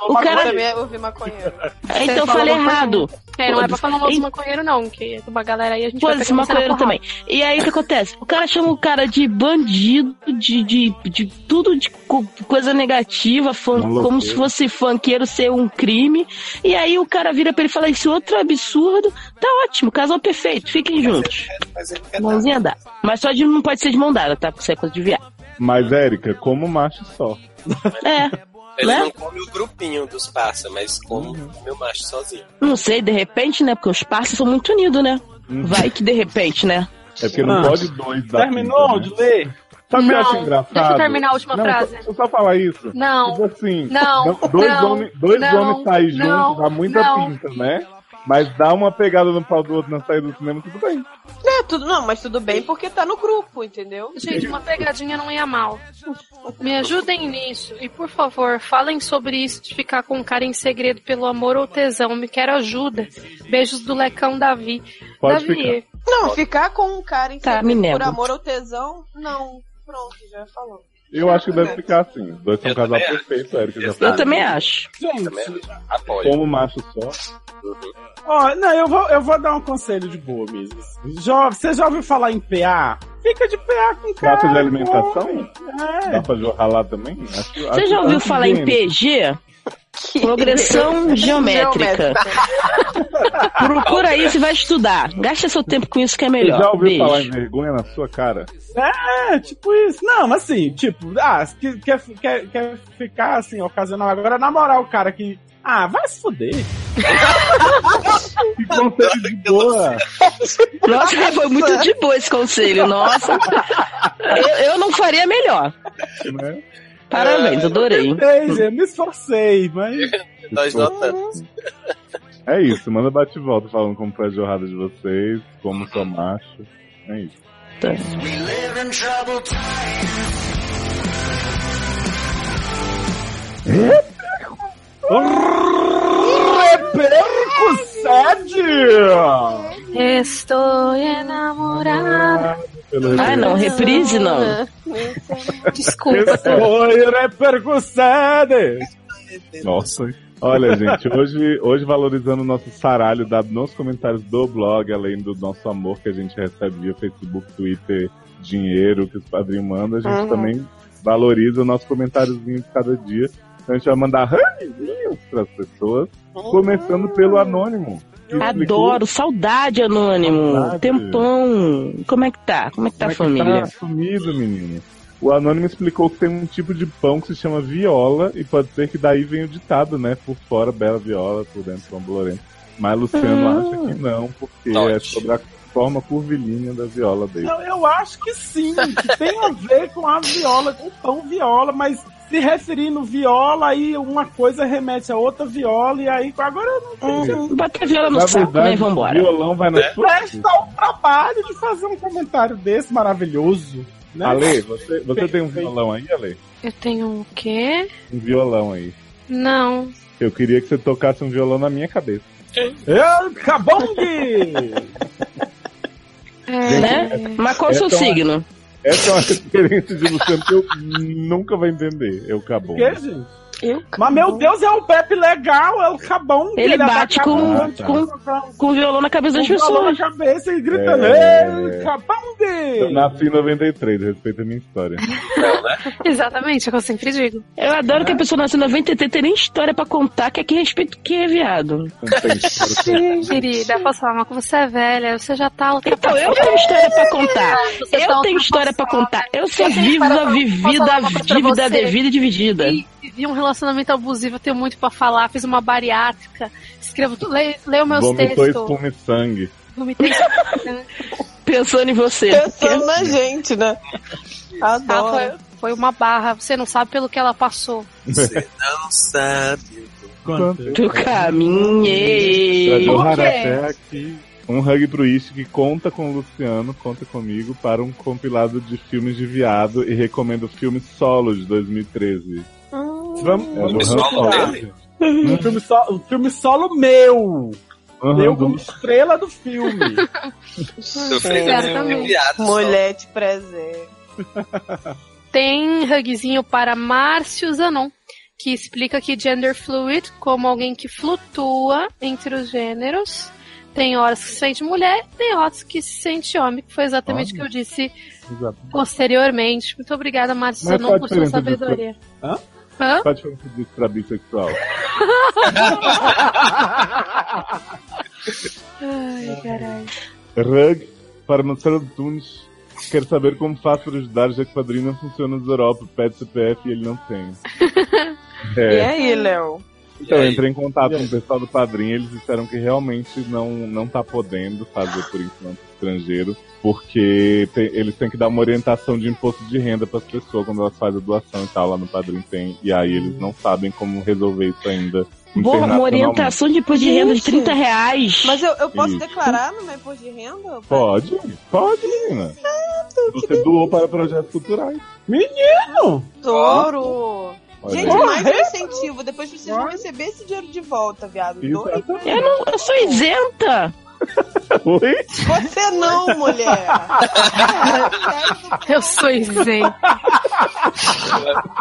Speaker 2: O
Speaker 7: eu
Speaker 2: cara.
Speaker 7: também ouvi maconheiro.
Speaker 2: É, Então eu
Speaker 6: Você
Speaker 2: falei
Speaker 6: falou
Speaker 2: errado.
Speaker 6: É, não é pra falar mal dos
Speaker 2: Em-
Speaker 6: maconheiro, não, que uma galera aí a gente vai
Speaker 2: Foda-se,
Speaker 6: pegar você tá na
Speaker 2: maconheiro
Speaker 6: porrada.
Speaker 2: também. E aí o que acontece? O cara chama o cara de bandido, de, de, de tudo de co- coisa negativa, fun-
Speaker 3: Maloqueiro.
Speaker 2: como se fosse funkeiro ser um crime. E aí o cara vira pra ele e fala: Isso é outro absurdo. Tá ótimo, casal perfeito, fiquem juntos.
Speaker 8: Mas ele quer dar.
Speaker 2: Mãozinha dá. Mas é, só de não pode ser de mão dada, tá? Porque isso é coisa de viado.
Speaker 3: Mas, Érica, como macho só.
Speaker 2: É.
Speaker 8: Ele
Speaker 2: né?
Speaker 8: não come o grupinho dos passa, mas come o meu macho sozinho.
Speaker 2: Não sei, de repente, né? Porque os parceiros são muito unidos, né? Vai que de repente, né?
Speaker 3: É porque não
Speaker 4: Nossa.
Speaker 3: pode dois da
Speaker 4: Terminou
Speaker 3: pinta,
Speaker 4: de
Speaker 3: né?
Speaker 4: ler?
Speaker 3: Sabe o que eu
Speaker 6: Não,
Speaker 3: acho engraçado?
Speaker 6: deixa eu terminar a última
Speaker 3: Não,
Speaker 6: frase.
Speaker 3: Deixa eu só falar isso.
Speaker 6: Não.
Speaker 3: Tipo assim,
Speaker 6: Não,
Speaker 3: dois
Speaker 6: não,
Speaker 3: homens, dois
Speaker 6: não,
Speaker 3: homens saem juntos,
Speaker 6: não,
Speaker 3: dá muita
Speaker 6: não.
Speaker 3: pinta, né? Mas dá uma pegada no pau do outro na saída do cinema, tudo bem.
Speaker 7: É, tudo, não, mas tudo bem porque tá no grupo, entendeu?
Speaker 6: Gente, uma pegadinha não ia mal. Me ajudem nisso. E por favor, falem sobre isso de ficar com o cara em segredo pelo amor ou tesão. Me quero ajuda. Beijos do lecão Davi.
Speaker 3: Pode
Speaker 6: Davi,
Speaker 7: Não, ficar com um cara em
Speaker 2: Tá,
Speaker 7: segredo
Speaker 2: me
Speaker 7: por
Speaker 2: nego.
Speaker 7: amor ou tesão, não. Pronto, já falou.
Speaker 3: Eu acho que deve ficar assim. Os dois são um
Speaker 8: Eu
Speaker 3: casal
Speaker 8: também acho.
Speaker 3: perfeito, Érica. Já
Speaker 8: Eu
Speaker 2: Eu
Speaker 3: falou.
Speaker 2: também acho.
Speaker 4: Gente,
Speaker 8: Apoio.
Speaker 3: Como macho só.
Speaker 4: ó, não, eu vou, eu vou dar um conselho de boa mesmo. Jo- você já ouviu falar em PA? Fica de PA com cara.
Speaker 3: Prato de alimentação?
Speaker 4: É.
Speaker 3: Dá pra jorrar lá também? Acho-
Speaker 2: Você
Speaker 3: acho-
Speaker 2: já ouviu
Speaker 3: acho
Speaker 2: falar em
Speaker 3: higiênico.
Speaker 2: PG? Progressão geométrica. Procura aí, você vai estudar. Gasta seu tempo com isso que é
Speaker 3: Você
Speaker 2: melhor.
Speaker 3: já ouviu
Speaker 2: Beijo.
Speaker 3: falar em vergonha na sua cara?
Speaker 4: É, tipo isso. Não, mas assim, tipo, ah, que- quer, quer, quer ficar assim, ocasional. Agora, na moral, o cara que. Ah, vai se fuder.
Speaker 3: Que conselho de boa!
Speaker 2: Nossa, foi muito de boa esse conselho. Nossa. Eu, eu não faria melhor.
Speaker 3: Né?
Speaker 2: Parabéns, adorei.
Speaker 4: Tentei, gente, eu me esforcei, mas.
Speaker 8: Nós notamos.
Speaker 3: É isso, manda bate e volta falando como foi a jorrada de vocês, como sou macho. É isso.
Speaker 2: Tá.
Speaker 4: Repercussede!
Speaker 6: estou enamorada.
Speaker 3: Pelo
Speaker 2: Ah, não, reprise
Speaker 7: Uhum.
Speaker 2: não.
Speaker 6: Desculpa.
Speaker 3: É.
Speaker 4: Foi repercussede!
Speaker 3: Nossa. Olha, gente, hoje, hoje valorizando o nosso saralho dado nos comentários do blog, além do nosso amor que a gente recebe via Facebook, Twitter, dinheiro que os padrinhos mandam, a gente
Speaker 7: Uhum.
Speaker 3: também valoriza o nosso comentáriozinho de cada dia. Então a gente vai mandar ranzinhos pras pessoas, começando pelo anônimo. que explicou
Speaker 2: Uhum. Adoro, saudade, Anônimo.
Speaker 3: Saudade.
Speaker 2: Tempão. Como é que tá? Como é que
Speaker 3: Como é
Speaker 2: tá,
Speaker 3: que
Speaker 2: família?
Speaker 3: Tá sumido, menino. O Anônimo explicou que tem um tipo de pão que se chama viola, e pode ser que daí venha o ditado, né? Por fora, bela viola, por dentro, pão Lorento. Mas Luciano acha que não, porque é
Speaker 8: Note.
Speaker 3: sobre a forma curvilínea da viola dele.
Speaker 4: Eu, Então, eu acho que sim, que tem a ver com a viola, com o tom viola, mas se referindo viola, aí uma coisa remete a outra viola, e aí agora não tem.
Speaker 2: Hum, bater viola no saco, né? Vambora.
Speaker 3: um Violão vai na
Speaker 4: é.
Speaker 3: sua.
Speaker 4: Presta o trabalho de fazer um comentário desse maravilhoso. Né?
Speaker 3: Ale, você, você tem um violão aí, Ale?
Speaker 6: Eu tenho o quê?
Speaker 3: Um violão aí.
Speaker 6: Não.
Speaker 3: Eu queria que você tocasse um violão na minha cabeça.
Speaker 4: Eu, Cabong!
Speaker 2: É, né? Mas qual o seu
Speaker 3: Essa é uma-
Speaker 2: signo?
Speaker 3: Essa é uma experiência de Luciano que eu nunca vou entender. Eu acabou.
Speaker 4: Que, gente? Mas meu Deus, é um Pepe legal, é o Cabong.
Speaker 2: Ele bate com,
Speaker 3: Ah, tá.
Speaker 2: com, com o violão na cabeça das
Speaker 4: Com o violão
Speaker 2: pessoas.
Speaker 4: na cabeça e gritando,
Speaker 3: É.
Speaker 4: "Ei, Cabong!
Speaker 3: Eu nasci em 93, respeita a minha história.
Speaker 8: né?
Speaker 6: Exatamente, é o que eu sempre digo.
Speaker 2: Eu adoro que a pessoa nasceu em 93 tem nem história pra contar, que é que respeito que é viado.
Speaker 6: Querida, posso falar uma coisa? Você é velha, você já tá
Speaker 2: Então, eu tenho história pra contar. Eu tenho história pra contar. Eu sou
Speaker 6: Você tem história
Speaker 2: viva,
Speaker 6: pra- posso falar
Speaker 2: vivida,
Speaker 6: uma coisa pra
Speaker 2: dívida,
Speaker 6: você?
Speaker 2: devida e
Speaker 3: É.
Speaker 2: dividida.
Speaker 6: Vivi um relacionamento abusivo, eu tenho muito pra falar, fiz uma bariátrica, escrevo, tu- leio, leio meus
Speaker 3: Vomitou
Speaker 6: textos.
Speaker 3: espuma e sangue.
Speaker 6: Vomitei.
Speaker 2: Pensando em você. é
Speaker 12: Pensando na gente, né?
Speaker 6: Ah,
Speaker 12: Adoro.
Speaker 6: foi, foi uma barra, você não sabe pelo que ela passou.
Speaker 8: Você não sabe.
Speaker 2: Tu caminhei.
Speaker 3: Trazer o
Speaker 2: Por quê?
Speaker 3: Harapé aqui. Um hug pro Ish que conta com o Luciano, conta comigo, para um compilado de filmes de viado e recomendo o filme Solo de 2013.
Speaker 4: Vamos,
Speaker 3: É,
Speaker 4: vamos
Speaker 3: do Han
Speaker 4: solo
Speaker 3: Solo.
Speaker 4: dele? Um filme, so- um filme solo meu.
Speaker 3: Aham,
Speaker 4: eu como
Speaker 3: vamos-
Speaker 4: estrela do filme.
Speaker 8: Eu fiz um filme viado só.
Speaker 12: Mulher de prazer.
Speaker 6: Tem rugzinho para Márcio Zanon, que explica que gender fluid como alguém que flutua entre os gêneros. Tem horas que se sente mulher, tem horas que se sente homem, que foi exatamente o que eu disse posteriormente. Muito obrigada, Márcio
Speaker 3: Mas qual
Speaker 6: Zanon,
Speaker 3: a
Speaker 6: por sua
Speaker 3: diferença disso?
Speaker 6: sabedoria.
Speaker 4: Hã?
Speaker 6: Hã?
Speaker 3: Qual a diferença um disso pra bissexual?
Speaker 6: Ai, caralho.
Speaker 3: Rug para Marcelo Tunes. Quero saber como faço para ajudar, já que padrinho não funciona na Europa. Pede CPF e ele não tem. É.
Speaker 12: E aí, Léo?
Speaker 3: Então,
Speaker 8: E
Speaker 3: eu
Speaker 8: aí?
Speaker 3: entrei em contato com o pessoal do Padrinho, eles disseram que realmente não, não tá podendo fazer por enquanto estrangeiro, porque tem- eles têm que dar uma orientação de imposto de renda pras pessoas quando elas fazem a doação e tal, lá no Padrinho tem, e aí eles não sabem como resolver isso ainda.
Speaker 2: Boa, uma
Speaker 3: internacionalmente.
Speaker 2: orientação de imposto de renda de
Speaker 12: Gente.
Speaker 2: 30 reais.
Speaker 12: Mas eu, eu posso
Speaker 3: Isso.
Speaker 12: declarar no meu imposto de renda?
Speaker 3: Pode, pode, menina. Você doou para projetos culturais.
Speaker 4: Menino!
Speaker 12: Adoro!
Speaker 3: Olha
Speaker 12: Gente,
Speaker 3: aí.
Speaker 12: mais um incentivo. Depois vocês vão receber esse dinheiro de volta, viado. Doe
Speaker 3: é
Speaker 12: pra
Speaker 2: Eu, não, eu sou isenta.
Speaker 3: Oi?
Speaker 12: Você não, mulher!
Speaker 6: Eu sou isenta.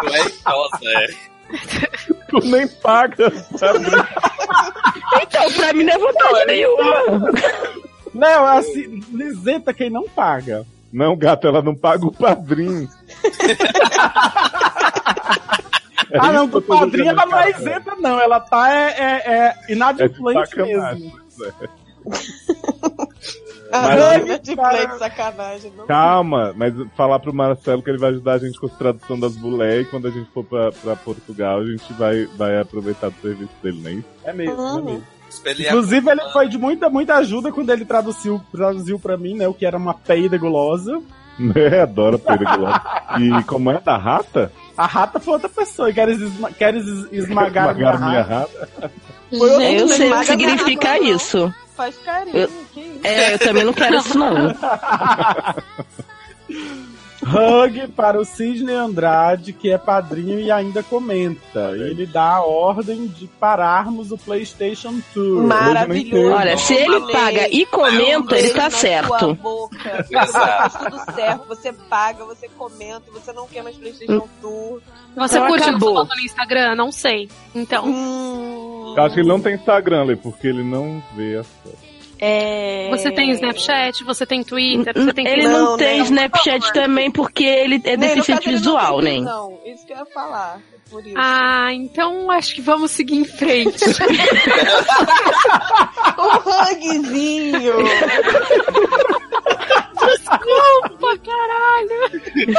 Speaker 8: Tu é idosa, é.
Speaker 3: Tu nem paga. sabe?
Speaker 2: Então, pra mim não é vontade nenhuma.
Speaker 4: Não, é assim, lisenta quem não paga.
Speaker 3: Não, gata, ela não paga o padrinho. É
Speaker 4: ah, não,
Speaker 3: isso que eu
Speaker 4: do
Speaker 3: tô
Speaker 4: padrinho
Speaker 3: jogando,
Speaker 4: ela não é
Speaker 3: cara.
Speaker 4: isenta, não. Ela tá é, é, é
Speaker 3: É de
Speaker 4: inadimplente
Speaker 3: sacanagem.
Speaker 4: mesmo.
Speaker 3: né?
Speaker 12: Arranjo de play de sacanagem. Não.
Speaker 3: Calma, mas falar pro Marcelo que ele vai ajudar a gente com a tradução das bulé e quando a gente for pra, pra Portugal a gente vai, vai aproveitar do serviço dele, não é isso?
Speaker 4: É mesmo, é mesmo.
Speaker 8: Espelhar.
Speaker 4: Inclusive, ele foi de muita, muita ajuda quando ele traduziu, traduziu pra mim, né? O que era uma peida gulosa.
Speaker 3: É, adoro perigoso. E como é da rata?
Speaker 4: A rata foi outra pessoa. E queres, esma queres es- esmagar, a minha rata.
Speaker 3: rata.
Speaker 2: Gente, Né, eu sei o que significa
Speaker 12: Não.
Speaker 2: isso.
Speaker 12: Faz carinho, que isso?
Speaker 2: É, eu também não quero isso, não.
Speaker 4: Hug para o Cisne Andrade, que é padrinho e ainda comenta. Ele dá a ordem de pararmos o PlayStation Tour.
Speaker 12: Maravilhoso.
Speaker 2: Olha, se ele paga e comenta, ele tá
Speaker 12: Na Sua
Speaker 2: certo.
Speaker 12: boca. Você
Speaker 8: Exato.
Speaker 12: faz tudo certo, você paga, você comenta, você não quer mais PlayStation
Speaker 2: Hum.
Speaker 12: Tour.
Speaker 6: Você
Speaker 2: Então
Speaker 6: curte
Speaker 2: acabou.
Speaker 6: uma foto no Instagram? Não sei. Então,
Speaker 12: Hum,
Speaker 3: Eu acho que ele não tem Instagram, Lê, porque ele não vê as fotos.
Speaker 12: é...
Speaker 6: você tem Snapchat, você tem Twitter, você tem
Speaker 2: Ele
Speaker 6: Facebook.
Speaker 2: não
Speaker 12: Não,
Speaker 2: tem
Speaker 12: né?
Speaker 6: Por
Speaker 2: Snapchat
Speaker 6: favor.
Speaker 2: também porque ele é
Speaker 12: Né, no
Speaker 2: deficiente
Speaker 12: caso, ele não
Speaker 2: visual,
Speaker 12: tem
Speaker 2: nem.
Speaker 12: visão, Isso que eu ia falar. é Por isso.
Speaker 6: Ah, então acho que vamos seguir em frente.
Speaker 12: Um hugzinho.
Speaker 6: Desculpa, caralho.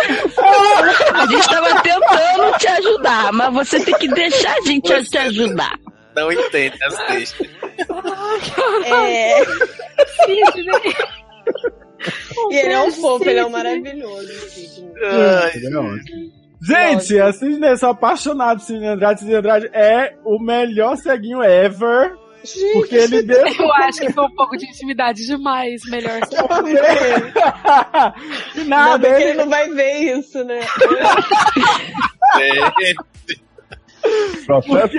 Speaker 2: A gente tava tentando te ajudar, mas você tem que deixar a gente
Speaker 12: é.
Speaker 2: te ajudar.
Speaker 8: Não entende as deixas.
Speaker 12: é...
Speaker 6: Sidney.
Speaker 7: E ele é um fofo, ele é um maravilhoso.
Speaker 4: Gente, a Sidney, eu sou apaixonado por Sidney Andrade. Sidney Andrade é o melhor ceguinho ever.
Speaker 6: Gente,
Speaker 4: porque ele deu.
Speaker 6: Eu acho que foi um pouco de intimidade demais, melhor.
Speaker 4: De nada,
Speaker 7: Ainda bem que
Speaker 4: ele-
Speaker 7: ele não vai ver isso, né?
Speaker 3: Processo.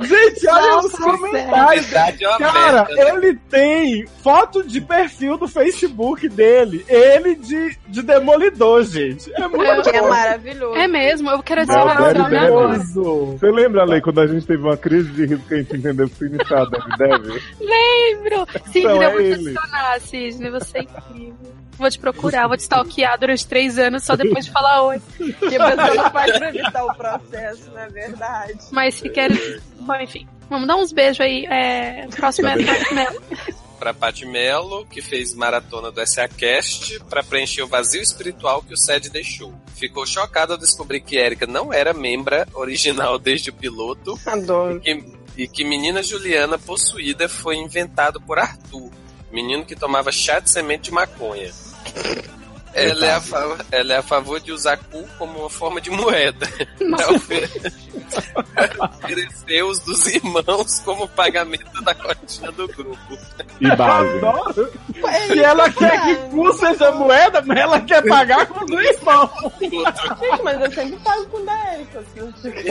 Speaker 4: Gente, olha
Speaker 3: Nossa,
Speaker 4: os comentários.
Speaker 8: Verdade é uma
Speaker 4: Cara,
Speaker 8: merda, né?
Speaker 4: ele tem foto de perfil do Facebook dele, ele de, de demolidor, gente. É muito
Speaker 7: Que é
Speaker 4: bom.
Speaker 7: maravilhoso.
Speaker 6: É mesmo, eu quero
Speaker 3: Não,
Speaker 6: adicionar
Speaker 3: deve,
Speaker 6: o nome agora.
Speaker 4: deve.
Speaker 3: Você lembra, Lei, quando a gente teve uma crise de riso que a gente entendeu o significado deve, deve?
Speaker 6: Lembro! Sidney,
Speaker 3: Então,
Speaker 6: eu
Speaker 3: é
Speaker 6: vou te
Speaker 3: ele.
Speaker 6: adicionar, Sidney, você é incrível. Vou te procurar, vou te stalkear durante três anos só depois de falar oi.
Speaker 7: Que a pessoa não faz pra evitar o processo, não é verdade?
Speaker 6: Mas se quer. Bom, enfim. Vamos dar uns beijos aí. É... Próximo
Speaker 3: Tá
Speaker 6: é Paty Melo.
Speaker 8: Pra Pat Mello, que fez maratona do SACast pra preencher o vazio espiritual que o SED deixou. Ficou chocada ao descobrir que Erika não era membra original desde o piloto.
Speaker 7: Adoro.
Speaker 8: E que, e que Menina Juliana Possuída foi inventado por Arthur, menino que tomava chá de semente de maconha. Ela é, a fa- ela é a favor de usar cu como uma forma de moeda. Pra ofer- oferecer os dos irmãos como pagamento da cotinha do grupo.
Speaker 3: E base.
Speaker 4: Adoro. E é ela quer que cu seja moeda, mas ela quer pagar com o irmão.
Speaker 7: Gente, mas eu sempre pago com o da Erika. assim, eu digo,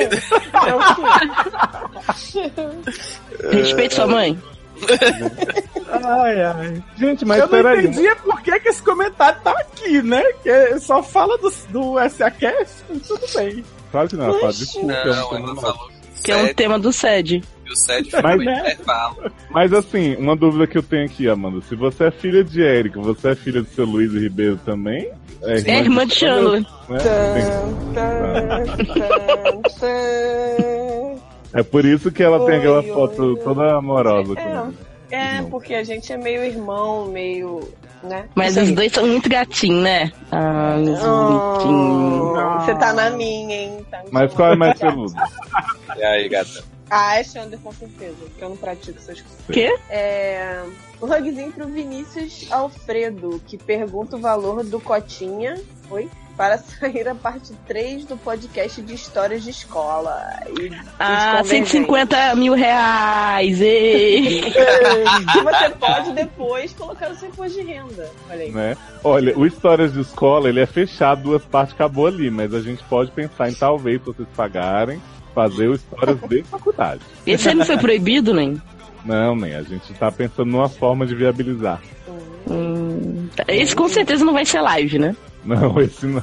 Speaker 7: é o quê?
Speaker 2: Respeite sua mãe.
Speaker 4: Ai, ai.
Speaker 3: Gente, mas
Speaker 4: eu não
Speaker 3: peraí.
Speaker 4: entendi é por que, que esse comentário tá aqui, né? Que só fala do, do SACast, tudo bem.
Speaker 3: Claro que não, ela fala de cu, que é um
Speaker 8: Não,
Speaker 3: tema
Speaker 8: ela
Speaker 3: nosso.
Speaker 8: falou
Speaker 2: Que é um tema do SED.
Speaker 8: que o SED
Speaker 3: Mas,
Speaker 8: foi
Speaker 3: né?
Speaker 8: intervalo.
Speaker 3: Mas assim, uma dúvida que eu tenho aqui, Amanda. Se você é filha de Érica, você é filha de seu Luiz Ribeiro também?
Speaker 2: É irmã de Chandler.
Speaker 3: Né? Tem- É por isso que ela tem aquela
Speaker 7: Oi,
Speaker 3: foto toda amorosa. comigo.
Speaker 7: É, porque a gente é meio irmão, meio. né?
Speaker 2: Mas os dois são muito gatinhos, né? Ah, os
Speaker 12: Oh.
Speaker 2: bonitinhos.
Speaker 7: Você tá na minha, hein? Tá me
Speaker 3: Mas
Speaker 7: chamando
Speaker 3: qual é
Speaker 7: de
Speaker 3: mais
Speaker 7: gata.
Speaker 3: peludo?
Speaker 8: E aí, gata?
Speaker 7: Ah, é Xander, com certeza, porque eu não pratico essas coisas.
Speaker 2: Quê?
Speaker 7: É. Um hugzinho pro Vinícius Alfredo, que pergunta o valor do Cotinha. Oi? Para sair a parte 3 do podcast de histórias de escola. E
Speaker 2: Ah,
Speaker 7: dos convenientes.
Speaker 2: 150 mil reais. ei.
Speaker 7: Que você pode depois colocar no seu imposto de renda. Olha aí.
Speaker 3: Né? Olha, o Histórias de Escola ele é fechado, duas partes acabou ali, mas a gente pode pensar em talvez, se vocês pagarem, fazer o Histórias de Faculdade.
Speaker 2: Esse aí não foi proibido, nem?
Speaker 3: Não, nem. A gente tá pensando numa forma de viabilizar.
Speaker 2: Hum, tá. esse com certeza não vai ser live, né?
Speaker 3: Não, esse não.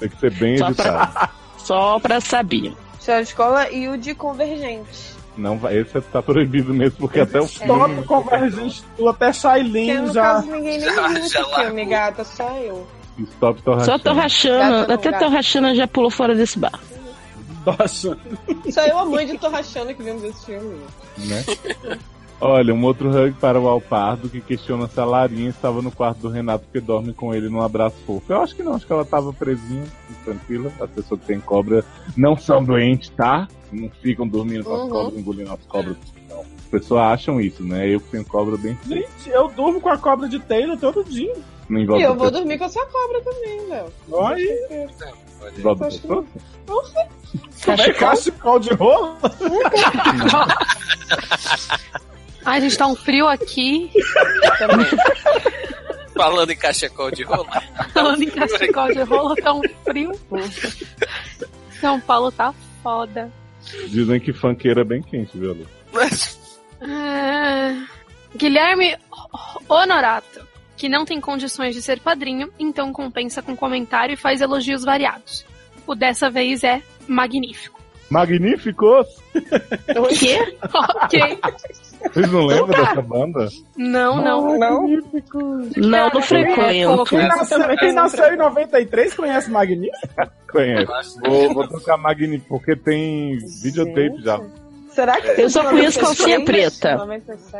Speaker 3: Tem que ser bem
Speaker 2: Só
Speaker 3: editado.
Speaker 2: pra, só pra saber.
Speaker 7: História de escola e o de convergente.
Speaker 3: Não, vai- esse tá proibido mesmo, porque até o
Speaker 4: Top
Speaker 3: filme.
Speaker 4: convergente, tu até
Speaker 7: Que É. no
Speaker 4: Shailene já.
Speaker 7: caso ninguém nem
Speaker 8: já-
Speaker 7: viu esse
Speaker 8: já
Speaker 7: filme, gata, só eu.
Speaker 3: Stop tá Torrachão.
Speaker 2: Só tô
Speaker 7: Gato
Speaker 2: rachando.
Speaker 7: não,
Speaker 2: Até
Speaker 7: gato.
Speaker 2: tô rachando já pulou fora desse bar.
Speaker 4: Nossa.
Speaker 7: Só eu, a mãe de Torrachana, que vimos esse filme.
Speaker 3: né? Olha, um outro hug para o Alpardo que questiona se a Larinha estava no quarto do Renato porque dorme com ele num abraço fofo. Eu acho que não, acho que ela estava presinha e tranquila. As pessoas que têm cobra não são doentes, tá? Não ficam dormindo com as
Speaker 7: Uhum.
Speaker 3: cobras, engolindo as cobras. Não. As pessoas acham isso, né? Eu que tenho cobra bem.
Speaker 4: Gente, eu durmo com a cobra de Taylor todo dia.
Speaker 3: Não
Speaker 7: E
Speaker 3: envolve
Speaker 7: eu vou
Speaker 3: pessoa-
Speaker 7: dormir com a sua cobra também, velho.
Speaker 4: Olha aí.
Speaker 3: envolve
Speaker 7: eu acho que
Speaker 3: pessoa?
Speaker 4: Como é cachecol de rolo?
Speaker 6: Ai, gente, tá um frio aqui.
Speaker 8: Falando em cachecol de rolo,
Speaker 6: Falando em cachecol Tá assim, de rolo, tá um frio. São Paulo tá foda.
Speaker 3: Dizem que funkeira é bem quente, viu, Lu?
Speaker 6: Ah, Guilherme Honorato, que não tem condições de ser padrinho, então compensa com comentário e faz elogios variados. O dessa vez é magnífico.
Speaker 3: Magníficos!
Speaker 2: Então,
Speaker 6: Quê? ok.
Speaker 3: Vocês não lembram dessa banda?
Speaker 6: Não, não.
Speaker 2: Não, não
Speaker 6: é,
Speaker 2: frequento.
Speaker 6: pô,
Speaker 4: Quem
Speaker 6: Essa
Speaker 4: nasceu, quem nasceu em 93 conhece Magnífico?
Speaker 3: Conhece.
Speaker 8: eu acho
Speaker 3: Vou, vou tocar Magnífico, porque tem videotape já.
Speaker 7: Será que
Speaker 2: Eu só conheço
Speaker 7: é
Speaker 2: calcinha preta.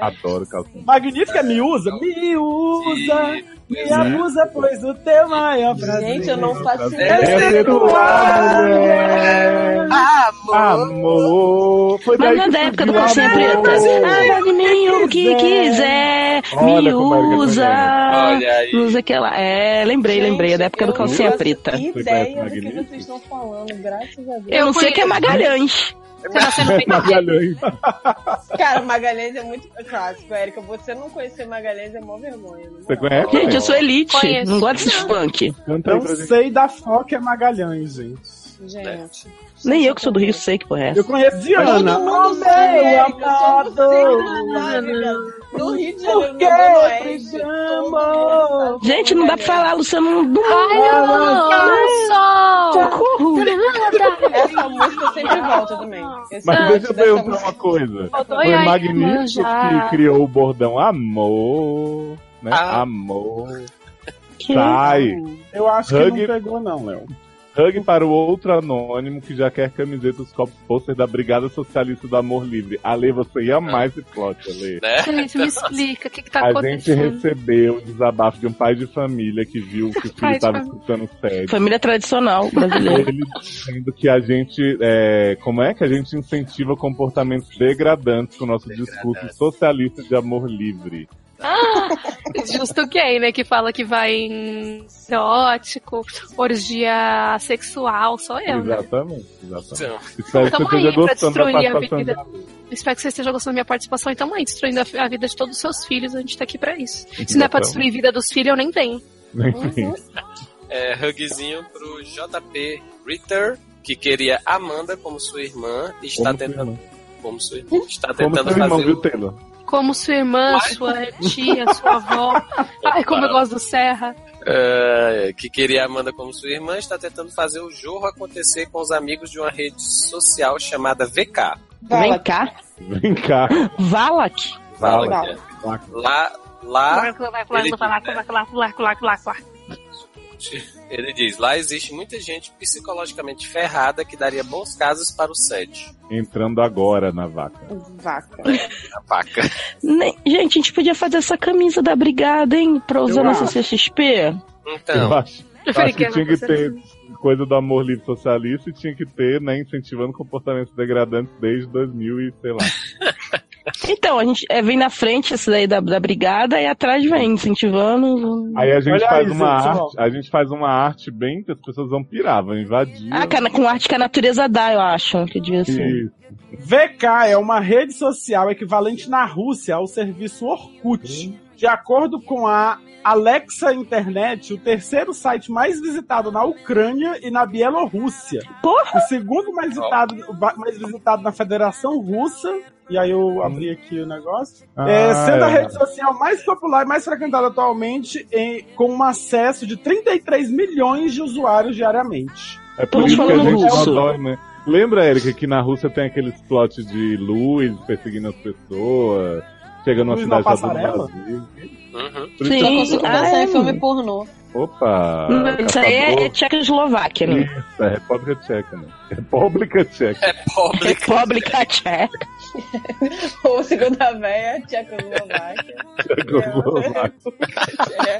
Speaker 3: Adoro calcinha.
Speaker 4: Magnífica é miúsa? Miúsa!
Speaker 8: que
Speaker 7: Me abusa, pois o teu maior prazer. Gente, eu não faço
Speaker 3: É ser do ar, mulher. Ah, Amor. Amor. Foi daí
Speaker 2: Mas não é
Speaker 3: que
Speaker 2: da época do
Speaker 3: surgiu
Speaker 2: calcinha
Speaker 3: amor.
Speaker 2: preta. Ah, de mim o que quiser, me
Speaker 3: Olha como era que é eu
Speaker 2: usa.
Speaker 3: ganhei. Olha aí.
Speaker 2: Usa aquela. É, lembrei, lembrei. É da época do calcinha preta.
Speaker 7: Ideia do que vocês estão falando, graças a Deus.
Speaker 2: Eu não sei o que é Magalhães.
Speaker 3: Magalhães.
Speaker 7: Cara, Magalhães é muito clássico, Érica. Você não conhecer Magalhães é mó vergonha.
Speaker 3: Você conhece?
Speaker 2: Gente, eu sou elite.
Speaker 7: Conheço.
Speaker 2: Não gosto de funk.
Speaker 3: Canta
Speaker 4: Não sei da foca é Magalhães, gente.
Speaker 7: Gente.
Speaker 2: Nem eu que sou do Rio sei que porra é essa.
Speaker 4: Eu conheço Diana.
Speaker 7: Todo
Speaker 4: Amei,
Speaker 7: mundo sabe,
Speaker 4: amado.
Speaker 7: é
Speaker 4: Por que
Speaker 7: No Rio de Janeiro, no
Speaker 4: eu
Speaker 7: Oeste,
Speaker 4: te amo?
Speaker 2: Gente, não dá pra falar, Luciano. Não,
Speaker 6: Ai, eu amo!
Speaker 2: Socorro!
Speaker 7: Essa música sempre volta também. Esse
Speaker 3: Mas
Speaker 7: monte
Speaker 3: deixa eu
Speaker 7: dessa
Speaker 3: perguntar
Speaker 7: música.
Speaker 3: uma coisa.
Speaker 7: Faltou
Speaker 3: Foi
Speaker 7: aí,
Speaker 3: o
Speaker 7: aí,
Speaker 3: Magnífico
Speaker 7: manjar.
Speaker 3: que criou o bordão amor, né? Amor. Sai.
Speaker 4: Eu acho que
Speaker 3: Hug-
Speaker 4: não pegou, não, Léo.
Speaker 3: Hug para o outro anônimo que já quer camisetas, copos, pôster da Brigada Socialista do Amor Livre. Ale, você ia mais esse plot, Ale.
Speaker 8: né?
Speaker 6: Gente, me explica o que, que tá
Speaker 3: A gente
Speaker 6: acontecendo.
Speaker 3: recebeu o desabafo de um pai de família que viu que o
Speaker 6: Pai
Speaker 3: filho
Speaker 6: de
Speaker 3: estava
Speaker 6: família.
Speaker 3: escutando sério.
Speaker 2: Família tradicional brasileira.
Speaker 3: Ele dizendo que a gente. é, como é que a gente incentiva comportamentos degradantes com o nosso discurso socialista de amor livre?
Speaker 6: Ah, justo gay, né? Que fala que vai em erótico, orgia sexual, só eu, né?
Speaker 3: exatamente, exatamente. Espero que
Speaker 6: Então,
Speaker 3: você
Speaker 6: tamo
Speaker 3: esteja
Speaker 6: aí pra
Speaker 3: gostando da
Speaker 6: destruir a
Speaker 3: participação
Speaker 6: vida.
Speaker 3: dela.
Speaker 6: Espero que você esteja gostando da minha participação. Então, mãe, destruindo a, a vida de todos os seus filhos, a gente tá aqui pra isso. Se não é pra
Speaker 3: Exatamente.
Speaker 6: destruir a vida dos filhos, eu nem tenho.
Speaker 3: Enfim.
Speaker 8: É, hugzinho pro JP Ritter, que queria Amanda como sua irmã e está
Speaker 3: Como sua
Speaker 8: Tá tentando.
Speaker 3: irmã.
Speaker 8: Como sua irmã. Está
Speaker 3: Como
Speaker 8: tentando
Speaker 3: seu irmão,
Speaker 8: fazer.
Speaker 3: viu,
Speaker 8: o-
Speaker 3: Taylor?
Speaker 6: Como sua irmã, sua tia, sua avó. Ai, como eu gosto do Serra.
Speaker 8: É, que queria Amanda como sua irmã está tentando fazer o jorro acontecer com os amigos de uma rede social chamada VK.
Speaker 2: Vem cá.
Speaker 3: Vem cá.
Speaker 2: Valak.
Speaker 8: Fala, Guilherme. Lá, lá, ele, ele diz, lá existe muita gente psicologicamente ferrada que daria bons casos para o set.
Speaker 3: Entrando agora na vaca.
Speaker 7: Vaca.
Speaker 8: A vaca.
Speaker 2: Nem- Gente, a gente podia fazer essa camisa da brigada, hein? Pra usar
Speaker 3: Eu
Speaker 2: nossa
Speaker 3: acho.
Speaker 2: CXP.
Speaker 8: Então,
Speaker 3: Eu acho,
Speaker 2: Eu
Speaker 3: eu
Speaker 2: falei
Speaker 3: acho
Speaker 2: que
Speaker 3: que
Speaker 2: era assim.
Speaker 3: tinha que ter
Speaker 2: socialista.
Speaker 3: coisa do amor livre socialista e tinha que ter, né, incentivando comportamentos degradantes desde 2000 e sei lá.
Speaker 2: Então, a gente é, vem na frente esse daí da, da brigada e atrás vem, incentivando.
Speaker 3: Aí a gente
Speaker 2: Olha
Speaker 3: faz
Speaker 2: aí,
Speaker 3: uma
Speaker 2: gente,
Speaker 3: arte, a gente faz uma arte bem que as pessoas vão pirar, vão invadir.
Speaker 2: Ah, cara, com arte que a natureza dá, eu acho. Que devia ser.
Speaker 3: Isso.
Speaker 4: VK é uma rede social equivalente na Rússia ao serviço Orkut. De acordo com a Alexa Internet, o terceiro site mais visitado na Ucrânia e na Bielorrússia. O segundo mais visitado, mais visitado na Federação Russa. E aí eu abri aqui o negócio.
Speaker 3: Ah,
Speaker 4: É, sendo a
Speaker 3: é.
Speaker 4: rede social mais popular e mais frequentada atualmente, em- com um acesso de 33 milhões de usuários diariamente.
Speaker 3: É por
Speaker 4: Todos
Speaker 3: isso que a
Speaker 4: falando
Speaker 3: gente não
Speaker 4: russo.
Speaker 3: dói, né? Lembra, Erika, que na Rússia tem aqueles plot de luz perseguindo as pessoas, chegando numa
Speaker 7: Luz na
Speaker 3: cidade tá todo
Speaker 7: passarela?
Speaker 3: vazio.
Speaker 8: uhum.
Speaker 3: Por isso
Speaker 7: Só
Speaker 3: que-
Speaker 7: consigo pensar em filme pornô.
Speaker 3: é. Opa!
Speaker 2: Não, Ah, é. isso aí é, é Tchecoslováquia, né?
Speaker 3: Isso, é República Tcheca, né? República Tcheca.
Speaker 2: É República Tcheca.
Speaker 7: Ou segunda véia, Tchecoslováquia.
Speaker 3: É, Tchecoslováquia.
Speaker 7: É.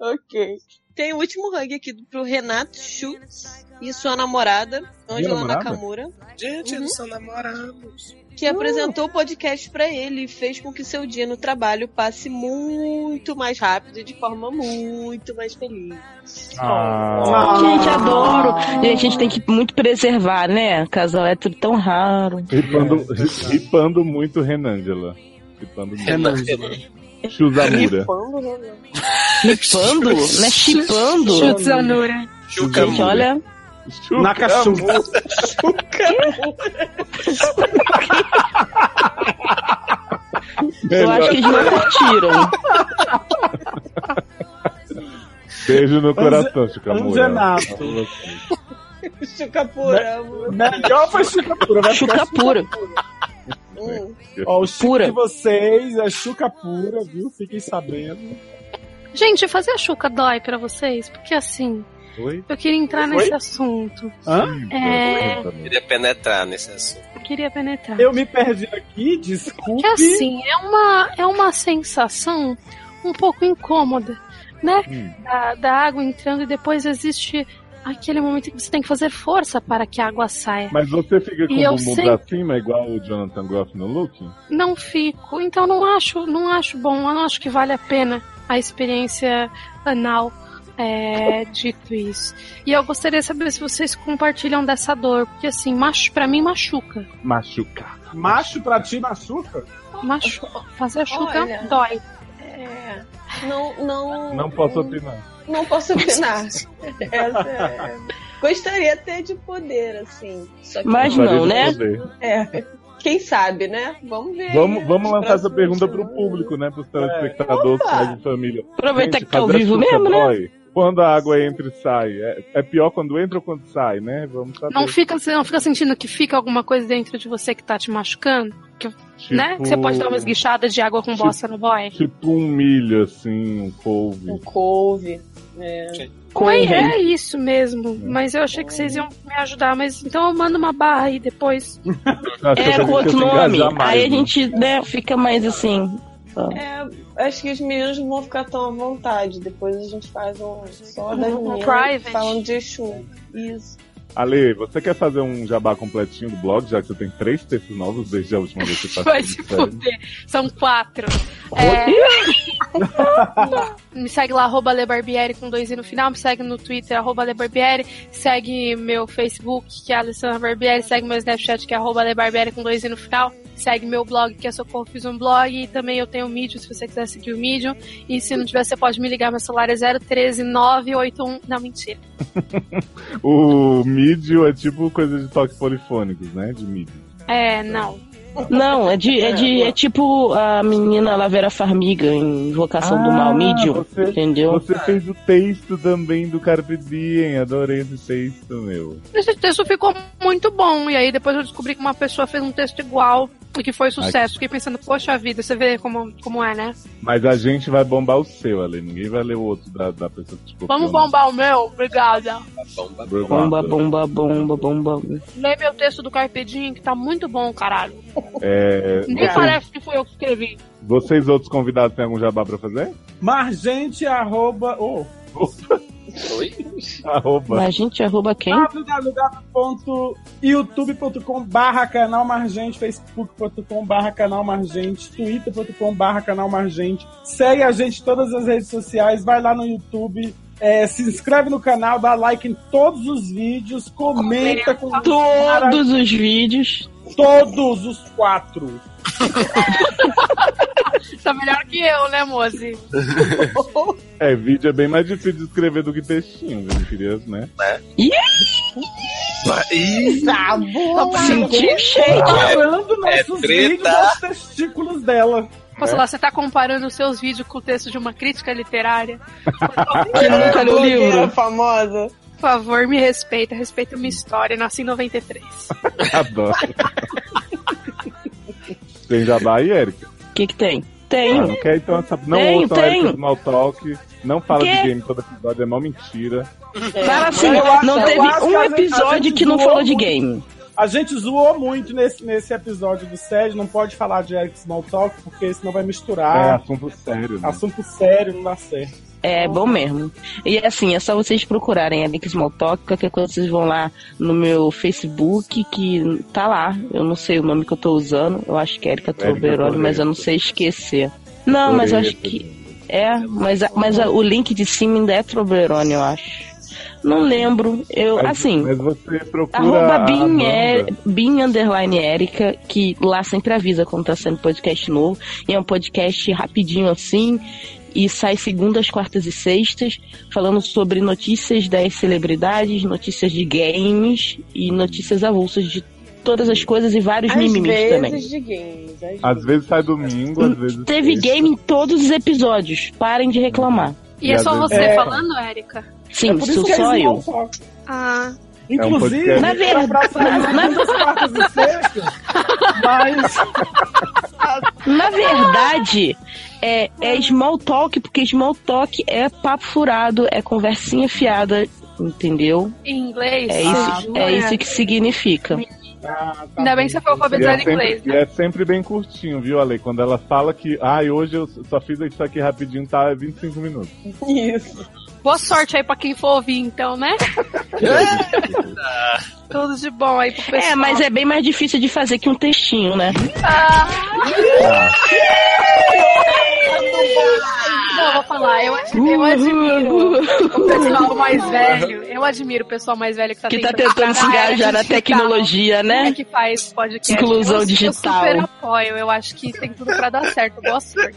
Speaker 7: ok. Tem o último hug aqui do- pro Renato Schultz e sua namorada, Angela
Speaker 8: namorada?
Speaker 7: Nakamura.
Speaker 8: Gente,
Speaker 7: Uhum.
Speaker 8: eles são namorados.
Speaker 7: que apresentou o podcast pra ele e fez com que seu dia no trabalho passe muito mais rápido e de forma muito mais feliz.
Speaker 3: Ah.
Speaker 2: Gente, adoro. Gente, a gente tem que muito preservar, né? Casal hétero tão raro.
Speaker 3: Ripando, ri- ripando muito Renângela. Ripando muito.
Speaker 2: Renângela.
Speaker 3: Chuzamura.
Speaker 7: né?
Speaker 2: Chipando? Não é chipando?
Speaker 6: Chutsanura.
Speaker 2: Gente, olha.
Speaker 4: Nakashima.
Speaker 2: Eu acho que eles não curtiram.
Speaker 3: Beijo no coração, É,
Speaker 4: Anzenato.
Speaker 3: Chicamura.
Speaker 7: Chucapuramo.
Speaker 4: Melhor foi Chuca Pura. Vai ficar assim.
Speaker 2: Chuca pura.
Speaker 3: né?
Speaker 4: Ó, o chique
Speaker 2: Pura.
Speaker 4: de vocês é Chuca Pura, viu? Fiquem sabendo.
Speaker 6: Gente, fazer a chuca dói pra vocês? Porque assim,
Speaker 3: Oi?
Speaker 6: eu queria entrar
Speaker 4: Oi?
Speaker 6: nesse assunto.
Speaker 4: Hã?
Speaker 6: É,
Speaker 8: Queria penetrar nesse assunto.
Speaker 6: eu queria penetrar.
Speaker 4: Eu me perdi aqui, desculpe.
Speaker 6: assim, Que assim, é uma, é uma sensação um pouco incômoda. né? Da, da água entrando e depois existe aquele momento que você tem que fazer força para que a água saia.
Speaker 3: Mas você fica com
Speaker 6: E eu
Speaker 3: o bumbum
Speaker 6: sei-
Speaker 3: pra cima, igual o Jonathan Groff no look?
Speaker 6: Não fico, então não acho, não acho bom, eu não acho que vale a pena a experiência anal. É, dito isso. E eu gostaria de saber se vocês compartilham dessa dor, porque assim, macho, pra mim machuca.
Speaker 3: Machucar.
Speaker 4: Macho pra ti machuca?
Speaker 6: Machu fazer chuca
Speaker 7: Olha.
Speaker 6: dói.
Speaker 7: É. Não, não.
Speaker 3: Não posso opinar.
Speaker 7: Não posso opinar. Essa é- Gostaria até de poder, assim. Só que
Speaker 2: Mas não, né?
Speaker 7: É. Quem sabe, né? Vamos ver.
Speaker 3: Vamos, vamos
Speaker 7: Os
Speaker 3: lançar essa
Speaker 7: próximos
Speaker 3: pergunta pro público, né? Pros telespectadores,
Speaker 7: Opa!
Speaker 3: pais de família.
Speaker 2: Aproveitar
Speaker 3: Gente,
Speaker 2: que tá ao
Speaker 3: fazer é
Speaker 2: vivo
Speaker 3: chuca
Speaker 2: mesmo, né?
Speaker 3: dói. Quando a água entra e sai. É, é pior quando entra ou quando sai, né? Vamos saber.
Speaker 6: Não fica, você não fica sentindo que fica alguma coisa dentro de você que tá te machucando? Que, Né? Que você pode dar uma esguichada de água com
Speaker 3: Tipo-
Speaker 6: bosta no boy?
Speaker 3: Tipo um milho, assim, um couve.
Speaker 7: Couve. É.
Speaker 6: Oi,
Speaker 2: um
Speaker 6: é isso mesmo. Mas eu achei que vocês iam me ajudar, mas então eu mando uma barra aí depois.
Speaker 3: Acho que
Speaker 2: É
Speaker 3: essa
Speaker 2: com
Speaker 3: gente
Speaker 2: outro
Speaker 3: tem que
Speaker 2: nome.
Speaker 3: engajar mais,
Speaker 2: Aí a
Speaker 3: né?
Speaker 2: gente né, fica mais assim. ó.
Speaker 7: É, acho que os meninos não vão ficar tão à vontade. Depois a gente faz um só das
Speaker 6: Um
Speaker 7: meninas
Speaker 6: private.
Speaker 7: falando de Exu. Isso.
Speaker 3: Ale, você quer fazer um jabá completinho do blog, já que você tem três textos novos desde a última vez que você tá
Speaker 6: Vai se
Speaker 3: participou?
Speaker 6: fuder. São quatro. É... me segue lá, arroba Lebarbieri com dois i no final. Me segue no Twitter, arroba Lebarbieri. Segue meu Facebook, que é Alessandra Barbieri. Segue meu Snapchat, que é arroba Lebarbieri com dois i no final. Segue meu blog, que é Socorro Fiz um Blog. E também eu tenho o Medium, se você quiser seguir o Medium. E se não tiver, você pode me ligar. Meu celular é 013 981. Não, mentira.
Speaker 3: O mídio é tipo coisa de toque polifônicos, né? De mídio.
Speaker 6: É, não.
Speaker 2: Não, é de, é de. É tipo a menina Lavera Farmiga em Invocação do
Speaker 3: Ah,
Speaker 2: Mal Medium.
Speaker 3: você-
Speaker 2: entendeu?
Speaker 3: Você fez o texto também do Carpe Diem, adorei esse texto, meu.
Speaker 6: Esse texto ficou muito bom. E aí depois eu descobri que uma pessoa fez um texto igual e que foi sucesso.
Speaker 3: Ai,
Speaker 6: Fiquei pensando, poxa vida, você vê como, como é, né?
Speaker 3: Mas a gente vai bombar o seu, Ale. Ninguém vai ler o outro da, da pessoa que te copiou.
Speaker 6: Vamos bombar o meu? Obrigada.
Speaker 8: Bomba,
Speaker 2: Bomba, bomba, bomba, bomba.
Speaker 6: Lê meu texto do Carpedinho, que tá muito bom, caralho.
Speaker 3: É,
Speaker 6: Nem
Speaker 3: vocês-
Speaker 6: parece que foi eu que escrevi.
Speaker 3: Vocês outros convidados têm algum jabá pra fazer?
Speaker 4: Margente arroba. Oh.
Speaker 8: Oi?
Speaker 3: Arroba.
Speaker 2: Mas a gente arroba quem?
Speaker 4: www.youtube.com barra canal Margente, facebook.com barra canal Margente, twitter.com barra canal Margente. Segue a gente em todas as redes sociais, vai lá no YouTube, é, se inscreve no canal, dá like em todos os vídeos, comenta com
Speaker 2: Todos os vídeos.
Speaker 4: Todos os quatro.
Speaker 6: Tá melhor que eu, né, Mozi?
Speaker 3: É, vídeo é bem mais difícil de escrever do que textinho, viu? Queria, né?
Speaker 4: Tá.
Speaker 2: Tá
Speaker 4: Sabor!
Speaker 2: Senti o cheiro. É
Speaker 4: Comparando tá nossos
Speaker 8: treta.
Speaker 4: vídeos aos testículos dela.
Speaker 3: É?
Speaker 6: Posso lá, você tá comparando os seus vídeos com o texto de uma crítica literária?
Speaker 2: Que é nunca leu o
Speaker 7: Blogueira
Speaker 2: livro.
Speaker 7: famosa.
Speaker 6: Por favor, me respeita, respeita minha história. Nasci em 93.
Speaker 3: Adoro. Tem jabá aí, Erika?
Speaker 2: O que que tem? Tem.
Speaker 3: Ah, não quer? Então, essa... não
Speaker 2: Tenho,
Speaker 3: ouçam a Erika
Speaker 2: tenho.
Speaker 3: Small Talk. Não fala
Speaker 2: Quê?
Speaker 3: de game todo episódio, é mó mentira.
Speaker 2: Fala assim,
Speaker 4: eu acho-
Speaker 2: não
Speaker 3: é
Speaker 4: eu
Speaker 2: teve
Speaker 4: acho que
Speaker 2: um
Speaker 4: a gente- a
Speaker 2: episódio
Speaker 4: gente
Speaker 2: que não
Speaker 4: zoou
Speaker 2: falou de
Speaker 4: muito.
Speaker 2: game.
Speaker 4: A gente zoou muito nesse, nesse episódio do SED, não pode falar de Eric Smalltalk, porque senão vai
Speaker 2: Ah.
Speaker 3: É
Speaker 4: misturar.
Speaker 3: assunto sério. Né?
Speaker 4: Assunto sério, não dá certo.
Speaker 2: É bom mesmo. E assim, é só vocês procurarem a Nick Smalltalk, qualquer coisa vocês vão lá no meu Facebook, que tá lá. Eu não sei o nome que eu tô usando, eu acho que é Erika
Speaker 3: Érica
Speaker 2: Troveroni, mas eu não sei esquecer. Não, mas eu acho que. É, mas, a- mas a- o link de cima ainda é Troveroni, eu acho. Não lembro. Eu,
Speaker 3: Mas- é
Speaker 2: assim.
Speaker 3: Mas você procura.
Speaker 2: Arroba
Speaker 3: a
Speaker 2: Bin, é,
Speaker 3: Amanda.
Speaker 2: Bin Underline Erika, que lá sempre avisa quando tá saindo podcast novo. E é um podcast rapidinho assim. E sai segundas, quartas e sextas, falando sobre notícias das celebridades, notícias de games e notícias avulsas de todas as coisas e vários
Speaker 7: Às
Speaker 2: mimimis
Speaker 7: vezes
Speaker 2: também.
Speaker 7: de games. às
Speaker 3: Às vezes sai domingo, às vezes.
Speaker 2: Teve
Speaker 3: sexta.
Speaker 2: game em todos os episódios, parem de reclamar.
Speaker 6: E é só
Speaker 3: às
Speaker 6: você
Speaker 3: vezes- É.
Speaker 6: falando, Érica?
Speaker 2: Sim,
Speaker 4: Por
Speaker 2: sou
Speaker 4: que é
Speaker 2: só eu.
Speaker 4: Smalltalk.
Speaker 6: Ah,
Speaker 4: É Inclusive,
Speaker 3: podcast.
Speaker 2: Na verdade-
Speaker 4: um pra sair
Speaker 2: na-
Speaker 4: muitas quartas e sextas, mas
Speaker 2: Na verdade, é, é small talk, porque small talk é papo furado, é conversinha fiada, entendeu?
Speaker 6: em inglês?
Speaker 2: É
Speaker 6: Ah,
Speaker 2: isso,
Speaker 6: não
Speaker 2: é isso que significa.
Speaker 3: Ah, tá
Speaker 6: Ainda bem que você foi
Speaker 3: E é,
Speaker 6: alfabetizado em
Speaker 3: sempre,
Speaker 6: inglês. né?
Speaker 3: e é sempre bem curtinho, viu, Ale? Quando ela fala que, ai, hoje eu só fiz isso aqui rapidinho, tá 25 minutos.
Speaker 6: Isso. Boa sorte aí pra quem for ouvir, então, né? Tudo de bom aí pro pessoal.
Speaker 2: É, mas é bem mais difícil de fazer que um textinho, né?
Speaker 6: Ah.
Speaker 3: Ah,
Speaker 6: é- Não, vou falar, eu admiro, eu admiro o pessoal mais velho. Eu admiro o pessoal mais velho que tá,
Speaker 2: Que tá
Speaker 6: tentando
Speaker 2: tentando se engajar
Speaker 6: tá
Speaker 2: na tecnologia, né?
Speaker 6: É que faz podcast.
Speaker 2: Inclusão
Speaker 6: Eu- eu,
Speaker 2: digital.
Speaker 6: super apoio, eu acho que tem tudo pra dar certo. Boa sorte.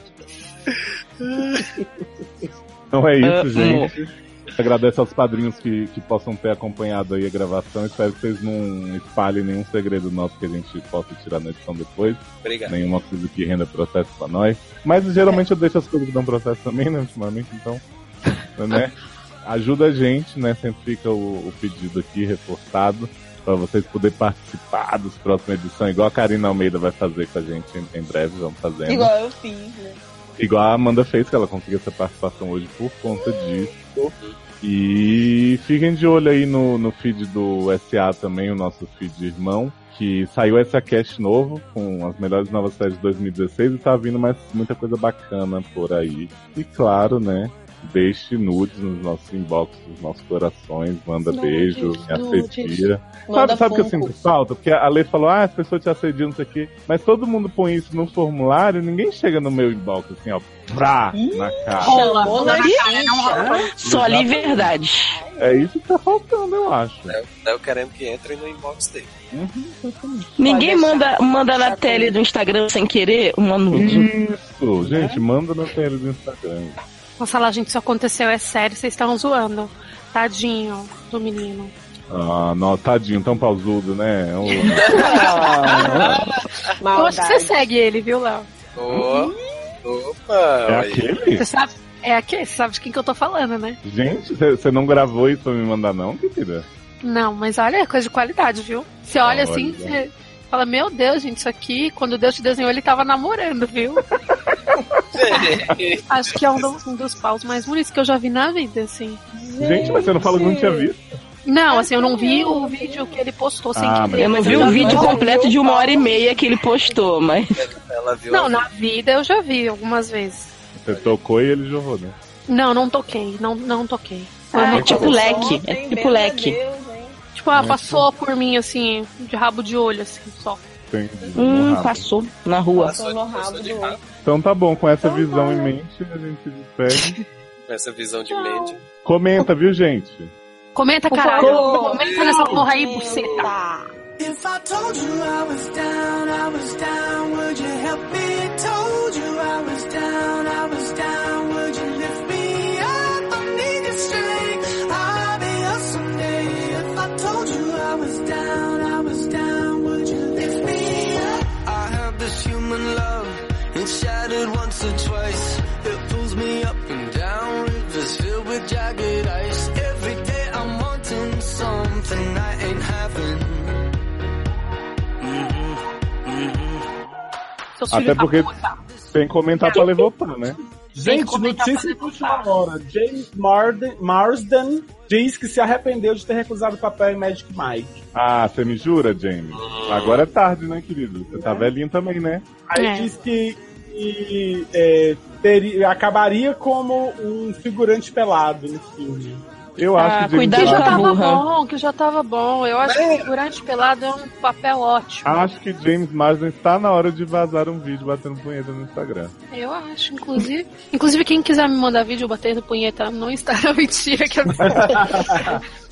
Speaker 3: Então é isso,
Speaker 2: Amo.
Speaker 3: gente. Agradeço aos padrinhos que, que possam ter acompanhado aí a gravação. Espero que vocês não espalhem nenhum segredo nosso que a gente possa tirar na edição depois.
Speaker 8: Obrigado.
Speaker 3: Nenhuma coisa que renda processo pra nós. Mas geralmente eu deixo as coisas que dão processo também, né, ultimamente, então. Né? Ajuda a gente, né? Sempre fica o, o pedido aqui reforçado para vocês poderem participar dos próximos edições, igual a Karina Almeida vai fazer com a gente em, em breve, vamos fazendo.
Speaker 12: Igual eu fiz, né?
Speaker 3: Igual a Amanda fez, que ela conseguiu essa participação hoje por conta disso. E fiquem de olho aí no, no feed do SA também, o nosso feed irmão, que saiu essa cast novo, com as melhores novas séries de 2016, e tá vindo mais, muita coisa bacana por aí. E claro, né? Deixe nudes nos nossos inbox, nos nossos corações, manda
Speaker 12: Nudes,
Speaker 3: beijo, me
Speaker 12: nudes.
Speaker 3: assedia.
Speaker 12: Manda
Speaker 3: Sabe, sabe o que eu
Speaker 12: Funko.
Speaker 3: sinto falta? Porque a Lei falou, ah, as pessoas te assediam, não sei o quê. Mas todo mundo põe isso no formulário, ninguém chega no meu inbox assim, ó, pra, na cara.
Speaker 2: Rola.
Speaker 12: Rola
Speaker 2: Ih,
Speaker 12: cara, não rola.
Speaker 2: Só ali verdade.
Speaker 3: É isso que tá faltando, eu acho. Uhum,
Speaker 8: Léo querendo Tá, que entre no inbox dele.
Speaker 2: Ninguém manda, manda na tele do Instagram sem querer um uma
Speaker 6: Hum.
Speaker 2: nude.
Speaker 3: Isso, gente, manda na tela do Instagram.
Speaker 6: Nossa, lá, gente, isso aconteceu, é sério, vocês estão zoando. Tadinho do menino.
Speaker 3: Ah, não, tadinho, tão pausudo, né? é Ô,
Speaker 6: Eu
Speaker 2: é
Speaker 6: acho que você segue ele, viu, Léo?
Speaker 8: Opa!
Speaker 3: é
Speaker 8: olha aí.
Speaker 3: aquele?
Speaker 6: Você sabe, é aqui, você sabe de quem que eu tô falando, né?
Speaker 3: Gente, você não gravou isso pra me mandar, não, querida?
Speaker 6: Não, mas olha, é coisa de qualidade, viu? Você olha
Speaker 3: Olha.
Speaker 6: assim, você fala, meu Deus, gente, isso aqui, quando Deus te desenhou, ele tava namorando, viu? Acho que é um, do- um dos paus mais bonitos que eu já vi na vida, assim.
Speaker 3: Gente, mas você não falou que não tinha visto.
Speaker 6: Não, assim, eu não vi o vídeo que ele postou sem
Speaker 3: Ah, mas
Speaker 6: querer.
Speaker 2: Eu não
Speaker 6: mas
Speaker 2: vi
Speaker 6: eu já
Speaker 2: o vídeo
Speaker 6: vi.
Speaker 2: completo de uma hora e meia que ele postou, mas.
Speaker 8: Ela viu.
Speaker 6: Não, na vida eu já vi algumas vezes.
Speaker 3: Você tocou e ele jorrou, né?
Speaker 6: Não, não toquei, não, não toquei.
Speaker 2: É tipo
Speaker 6: Só
Speaker 2: leque. É
Speaker 6: tem
Speaker 2: tipo leque.
Speaker 6: Tipo,
Speaker 2: é
Speaker 6: ah, passou por mim, assim, de rabo de olho, assim, só.
Speaker 3: Entendi.
Speaker 2: Hum,
Speaker 3: Rápido.
Speaker 2: passou na rua.
Speaker 3: Então tá bom, com essa visão em mente, a gente se despede.
Speaker 8: Com essa visão de mente.
Speaker 3: Comenta, viu, gente?
Speaker 6: Comenta,
Speaker 12: Por
Speaker 6: caralho.
Speaker 12: favor.
Speaker 6: Comenta nessa porra aí, buceta.
Speaker 13: If I told you I was down, I was down, would you help me? Told you I was down, I was down, would you lift me up? I need your strength. I'll be up someday. If I told you I was down, I was down, would you lift me up? I have this human love. It's shattered once or twice. It pulls me up and down rivers filled with jagged ice. Every day I'm wanting something I ain't having.
Speaker 3: Até porque tem que comentar pra levantar, né?
Speaker 4: Gente, notícia de última hora. James Marden, Marsden diz que se arrependeu de ter recusado o papel em Magic Mike.
Speaker 3: Ah, você me jura, James? Agora é tarde, né, querido? Você tá velhinho também, né?
Speaker 4: Aí
Speaker 6: É.
Speaker 4: diz que, que, é, teria, acabaria como um figurante pelado no filme.
Speaker 3: Eu
Speaker 6: Ah, que
Speaker 2: tá
Speaker 6: já tava bom, que já tava bom. Eu acho que figurante pelado é um papel ótimo.
Speaker 3: Acho que James Marsden está na hora de vazar um vídeo batendo punheta no Instagram.
Speaker 6: Eu acho, inclusive. Inclusive, quem quiser me mandar vídeo batendo punheta no Instagram, mentira que eu não sei.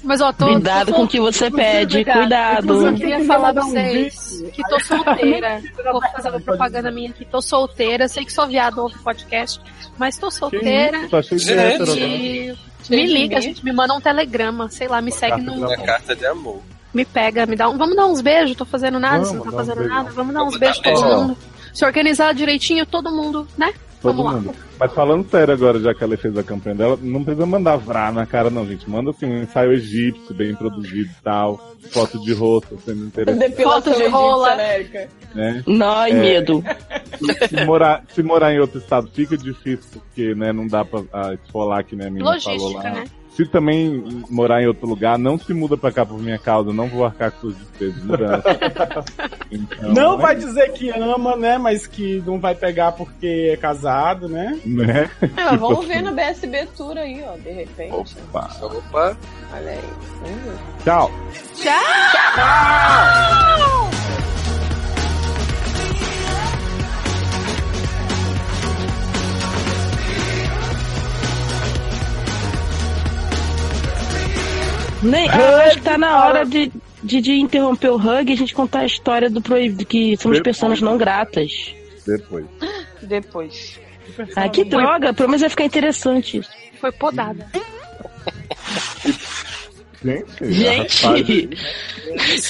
Speaker 6: Mas ó, tô.
Speaker 2: Cuidado com o que você pede, cuidado.
Speaker 6: Inclusive, Eu queria
Speaker 2: Inclusive,
Speaker 6: falar
Speaker 2: mandar
Speaker 6: pra
Speaker 2: um
Speaker 6: vocês que tô solteira. Vou fazer uma propaganda minha aqui. Tô solteira. Sei que sou viado ouve podcast, mas tô solteira.
Speaker 3: isso? Tô achei que era hétero
Speaker 6: E Me liga, gente. Me manda um telegrama. Sei lá, me segue no.
Speaker 8: Uma É carta de amor.
Speaker 6: Me pega, me dá um. Vamos dar uns beijos, tô fazendo nada, você não tá
Speaker 8: Vamos dar uns
Speaker 6: fazendo
Speaker 8: beijos.
Speaker 6: nada. Vamos dar uns
Speaker 8: Vamos
Speaker 6: beijos
Speaker 8: dar
Speaker 6: todo
Speaker 3: beijo.
Speaker 6: mundo. Se organizar direitinho, todo mundo, né?
Speaker 3: Todo
Speaker 6: Vamos lá.
Speaker 3: mundo. Mas falando sério agora, já que ela fez a campanha dela, não precisa mandar vrá na cara, não, gente. Manda assim, um ensaio egípcio, bem produzido e tal. Foto de rosto, sendo interessante.
Speaker 12: Depilação
Speaker 6: Foto de
Speaker 12: de
Speaker 6: rola.
Speaker 12: rola. Né?
Speaker 3: Né?
Speaker 2: Nó e
Speaker 3: É.
Speaker 2: medo.
Speaker 3: Se morar, se morar em outro estado fica difícil, porque né, não dá pra ah, esfolar que nem a minha falou
Speaker 6: Logística,
Speaker 3: lá.
Speaker 6: né?
Speaker 3: Se também morar em outro lugar, não se muda pra cá por minha causa, não vou arcar com suas despesas de mudança. Então,
Speaker 4: Não
Speaker 3: é
Speaker 4: vai dizer que ama, né? Mas que não vai pegar porque é casado, né?
Speaker 3: Né?
Speaker 7: Ah, mas vamos ver no BSB Tour aí, ó, de repente.
Speaker 3: Opa.
Speaker 8: Opa.
Speaker 7: Olha aí. Hum.
Speaker 3: Tchau.
Speaker 7: Tchau!
Speaker 2: Nem, eu acho que tá na hora de, de, de interromper o Hug e a gente contar a história do proibido, que somos
Speaker 7: Depois.
Speaker 2: pessoas não gratas.
Speaker 3: Depois.
Speaker 7: Depois.
Speaker 2: Ah, que droga, pelo menos vai ficar interessante isso.
Speaker 6: Foi podada.
Speaker 3: Gente,
Speaker 2: Gente,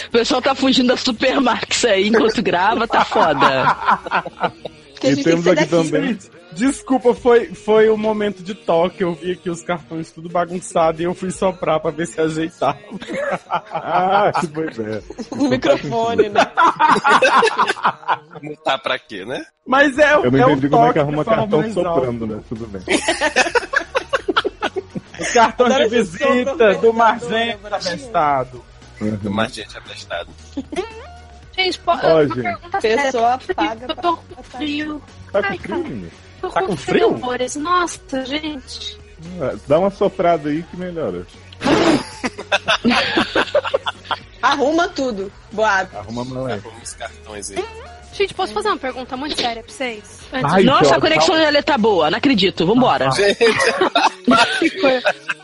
Speaker 2: o pessoal tá fugindo da Supermax aí enquanto grava, tá foda.
Speaker 3: E temos aqui também.
Speaker 4: Desculpa, foi, foi um momento de toque. Eu vi aqui os cartões tudo bagunçado e eu fui soprar pra ver se ajeitava.
Speaker 3: Ah, que boa ideia.
Speaker 7: O microfone, né?
Speaker 8: Não tá pra quê, né?
Speaker 4: Mas é o
Speaker 3: Eu não
Speaker 4: é o
Speaker 3: entendi como é que
Speaker 4: toque
Speaker 3: arruma
Speaker 4: de forma
Speaker 3: cartão
Speaker 4: mais
Speaker 3: soprando, né? Tudo bem.
Speaker 4: Os cartões de
Speaker 8: Adoro esse
Speaker 4: visita do Marzento atestado.
Speaker 8: Tem
Speaker 3: Uhum.
Speaker 8: mais gente abestada.
Speaker 6: Gente, po-
Speaker 4: Ó,
Speaker 6: uma
Speaker 4: gente.
Speaker 6: pergunta
Speaker 7: Pessoa
Speaker 6: séria.
Speaker 7: paga
Speaker 6: Eu tô com frio. Ai, cara, tô
Speaker 3: Tá com frio?
Speaker 6: amores. Nossa, gente.
Speaker 3: Ah, Dá uma soprada aí que melhora.
Speaker 7: Arruma tudo. Boa.
Speaker 3: Arruma moleque.
Speaker 8: Arruma os cartões aí.
Speaker 6: Gente, posso fazer uma pergunta muito séria pra vocês?
Speaker 3: Ai,
Speaker 2: Nossa,
Speaker 3: Jorge, Ah,
Speaker 2: a conexão
Speaker 3: calma.
Speaker 2: dele tá boa, não acredito. Vambora.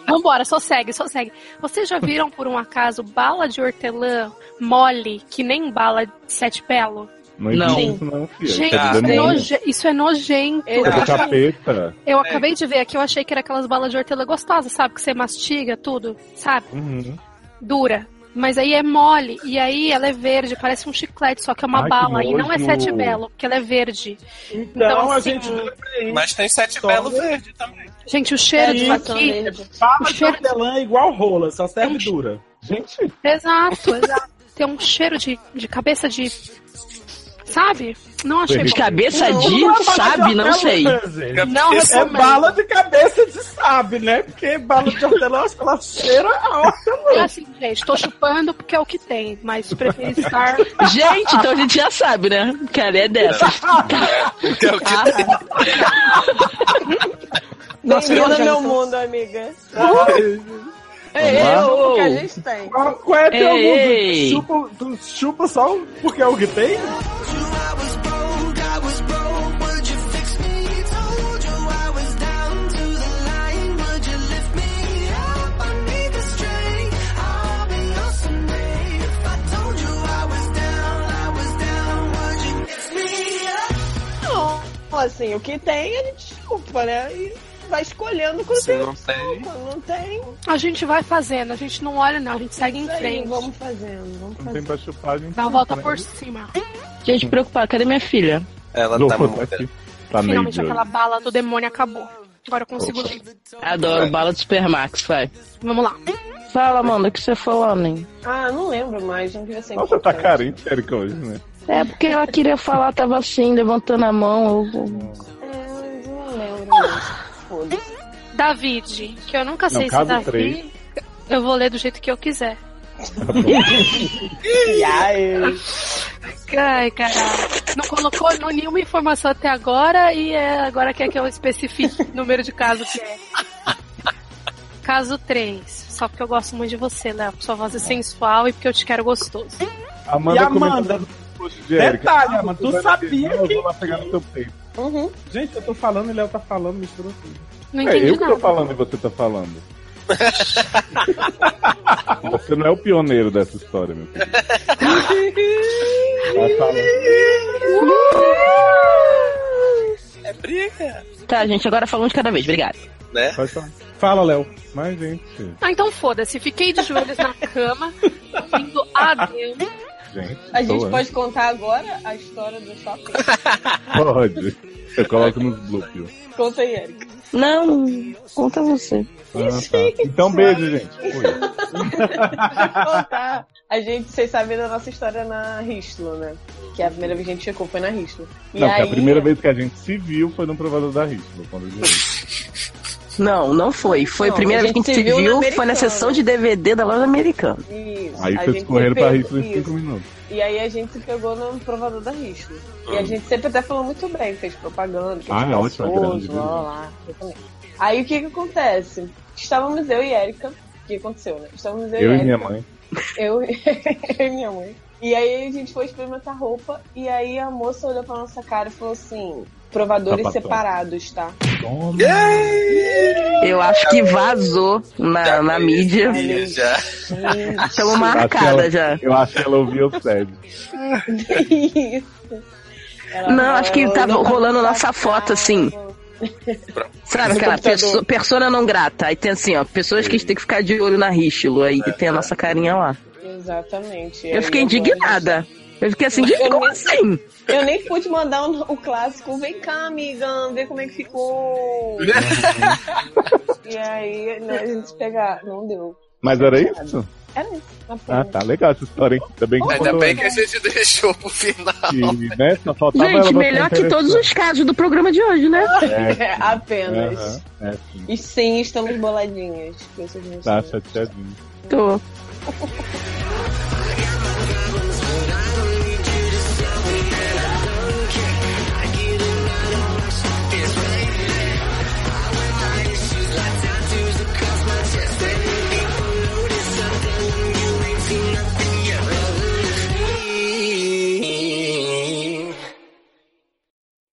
Speaker 6: Vambora, só segue, só segue. Vocês já viram, por um acaso, bala de hortelã mole, que nem bala de sete pelo?
Speaker 3: Não existe
Speaker 6: Sim.
Speaker 3: isso não, filha.
Speaker 6: Gente,
Speaker 3: Tá
Speaker 6: isso é,
Speaker 3: dizendo não.
Speaker 6: noje- isso é nojento.
Speaker 3: É do capeta.
Speaker 6: Eu
Speaker 8: É.
Speaker 6: acabei de ver aqui, eu achei que era aquelas balas de hortelã gostosas, sabe? Que você mastiga tudo, sabe?
Speaker 3: Uhum.
Speaker 6: Dura. Mas aí é mole, e aí ela é verde, parece um chiclete, só que é uma
Speaker 8: Ai, que
Speaker 6: bala. E não é
Speaker 8: nojo.
Speaker 6: sete belo, porque ela é verde. Então,
Speaker 4: a
Speaker 6: assim,
Speaker 4: gente
Speaker 8: Mas tem sete belo verde também.
Speaker 6: gente, o cheiro
Speaker 4: É
Speaker 6: de
Speaker 4: isso.
Speaker 6: daqui...
Speaker 4: Bala de hortelã é igual rola, só serve dura.
Speaker 3: Gente,
Speaker 6: Exato, exato. Tem um cheiro de, de cabeça de. Sabe? Não achei.
Speaker 2: De
Speaker 6: bom.
Speaker 2: cabeça
Speaker 6: Não.
Speaker 2: de, sabe, não sei.
Speaker 6: Não
Speaker 4: é
Speaker 6: recomendo.
Speaker 4: bala de cabeça de sabe, né? Porque bala de hortelã, eu acho que ela cheira a
Speaker 6: É
Speaker 4: hortelã.
Speaker 6: assim, gente, tô chupando porque é o que tem, mas prefiro estar.
Speaker 2: Gente, então a gente já sabe, né? Cara, é dessa.
Speaker 8: é
Speaker 2: Nossa, eu
Speaker 7: Bem-vinda
Speaker 2: já não-
Speaker 7: meu mundo, amiga.
Speaker 4: Ei,
Speaker 7: É
Speaker 4: eu-
Speaker 7: o que a gente tem.
Speaker 4: Qual, qual é teu
Speaker 7: Ei.
Speaker 4: mundo? Chupa, tu chupa só porque é o que tem?
Speaker 7: Não, assim, o que tem, a gente chupa, né? E vai escolhendo quando
Speaker 8: Se
Speaker 7: tem.
Speaker 8: não tem.
Speaker 7: Quando não tem,
Speaker 6: A gente vai fazendo, a gente não olha, não, a gente segue em
Speaker 7: isso aí,
Speaker 6: frente.
Speaker 7: vamos fazendo, vamos
Speaker 3: Não tem pra chupar, a gente.
Speaker 6: Dá uma volta por cima.
Speaker 2: Gente, preocupada, cadê minha filha?
Speaker 8: Ela
Speaker 3: Não,
Speaker 8: tá
Speaker 3: tá
Speaker 8: muda.
Speaker 3: aqui. Tá meio
Speaker 6: Finalmente aquela bala do demônio acabou. Agora eu consigo ler.
Speaker 2: Adoro bala de Supermax, vai.
Speaker 6: Vamos lá.
Speaker 2: Fala, Amanda, o que você falou, nem?
Speaker 7: Ah, não lembro mais, não queria ser
Speaker 3: Nossa, tá carente, Erika, hoje, né?
Speaker 2: É porque ela queria falar, tava assim, levantando a mão. eu- eu-
Speaker 7: Não lembro mais. Foda-se.
Speaker 6: David, que eu nunca
Speaker 2: Não,
Speaker 6: sei se
Speaker 2: caso
Speaker 6: Davi.
Speaker 2: três.
Speaker 6: Eu vou ler do jeito que eu quiser.
Speaker 7: E aí?
Speaker 6: Ai, caralho. Não colocou não, nenhuma informação até agora e é, agora quer que eu especifique o número de caso que é. Caso 3. Só porque eu gosto muito de você, Léo. Sua voz é sensual e porque eu te quero gostoso.
Speaker 3: Amanda
Speaker 4: E Amanda?
Speaker 3: comentando no post de Erika.
Speaker 4: Detalhe, Amanda, tu
Speaker 3: vai
Speaker 4: sabia
Speaker 3: pegar, eu
Speaker 4: que-
Speaker 3: vou lá pegar no teu peito.
Speaker 6: Uhum.
Speaker 4: Gente, eu tô falando e Léo tá falando, misturou tudo.
Speaker 6: Não
Speaker 3: É eu que tô falando e você tá falando. você não é o pioneiro dessa história, meu filho. Vai
Speaker 8: É briga.
Speaker 2: Tá, gente, agora falamos de cada vez, obrigado.
Speaker 8: Né?
Speaker 4: Fala, Léo.
Speaker 3: Mas, gente.
Speaker 6: Ah, então foda-se. Fiquei de joelhos na cama, pedindo adeus.
Speaker 3: Gente,
Speaker 7: A gente
Speaker 3: boa.
Speaker 7: pode contar agora a história do shopping?
Speaker 3: Pode. Eu coloco nos Ah, bloopers.
Speaker 7: Conta aí, Eric.
Speaker 2: Não, conta você.
Speaker 3: Ah, tá. Então, beijo, gente. Fui.
Speaker 7: contar. tá, A gente, vocês sabem da nossa história na Ristlo, né? Que a primeira vez que a gente checou foi na Ristlo. E
Speaker 3: Não, que
Speaker 7: aí,
Speaker 3: a primeira vez que a gente se viu foi no provador da Ritmo. Quando eu vi.
Speaker 2: Não, não foi. Foi a
Speaker 7: Não,
Speaker 2: primeira
Speaker 7: a
Speaker 2: vez que a gente se viu,
Speaker 7: no
Speaker 2: foi na
Speaker 7: Americana.
Speaker 2: sessão de DVD da loja americana.
Speaker 7: Isso.
Speaker 3: Aí
Speaker 7: a
Speaker 3: vocês
Speaker 7: gente
Speaker 3: correram
Speaker 7: fez
Speaker 3: pra Hitler em
Speaker 7: isso.
Speaker 3: 5 minutos.
Speaker 7: E aí a gente se pegou no provador da Richland. E a
Speaker 3: Hum.
Speaker 7: gente sempre até falou muito bem, fez propaganda, fez
Speaker 3: Ah, é ótimo, é
Speaker 7: pessoas,
Speaker 3: grande,
Speaker 7: lá, lá,
Speaker 3: viu?
Speaker 7: lá. Aí o que que acontece? Estávamos eu e Érica, o que aconteceu, né? Estávamos eu,
Speaker 3: Eu e
Speaker 7: Érica.
Speaker 3: minha mãe.
Speaker 7: Eu, eu e minha mãe. E aí a gente foi experimentar roupa e aí a moça olhou pra nossa cara e falou assim, provadores
Speaker 2: Sapatão.
Speaker 7: separados, tá?
Speaker 2: Eu acho que vazou na, na mídia.
Speaker 8: Já.
Speaker 2: Estamos
Speaker 3: Acho que
Speaker 2: marcada
Speaker 3: ela-
Speaker 2: já.
Speaker 3: Eu acho que ela ouviu o sede.
Speaker 7: Ela
Speaker 2: Não, acho que
Speaker 7: falou,
Speaker 2: tava
Speaker 7: "Não,
Speaker 2: rolando nossa foto assim. Sabe aquela
Speaker 7: computador.
Speaker 2: perso- persona não grata? Aí tem assim, ó, pessoas que a gente tem que ficar de olho na Richilo. Aí que tem a nossa carinha lá.
Speaker 7: É, Exatamente.
Speaker 2: Eu
Speaker 7: Aí
Speaker 2: fiquei
Speaker 7: agora-
Speaker 2: indignada. Eu fiquei assim, gente, como
Speaker 3: Tá
Speaker 2: assim?
Speaker 7: Eu nem pude mandar um- o clássico, vem cá, amiga, vê como é que ficou. e aí, né, a gente pegar, não deu.
Speaker 3: Mas era isso?
Speaker 7: Era isso.
Speaker 3: Ah, tá. Legal essa história, hein? Ainda bem que
Speaker 8: Ainda
Speaker 3: contou,
Speaker 8: bem que a gente deixou pro final.
Speaker 3: que, né, só faltava ela
Speaker 2: Gente,
Speaker 3: botar
Speaker 2: melhor que
Speaker 3: interessante.
Speaker 2: todos os casos do programa de hoje, né?
Speaker 3: Ah.
Speaker 7: É, apenas.
Speaker 3: Aham, é, sim.
Speaker 7: E sim, estamos boladinhas. que vocês não
Speaker 3: Tá
Speaker 7: sabem.
Speaker 3: chateadinho.
Speaker 2: Tô.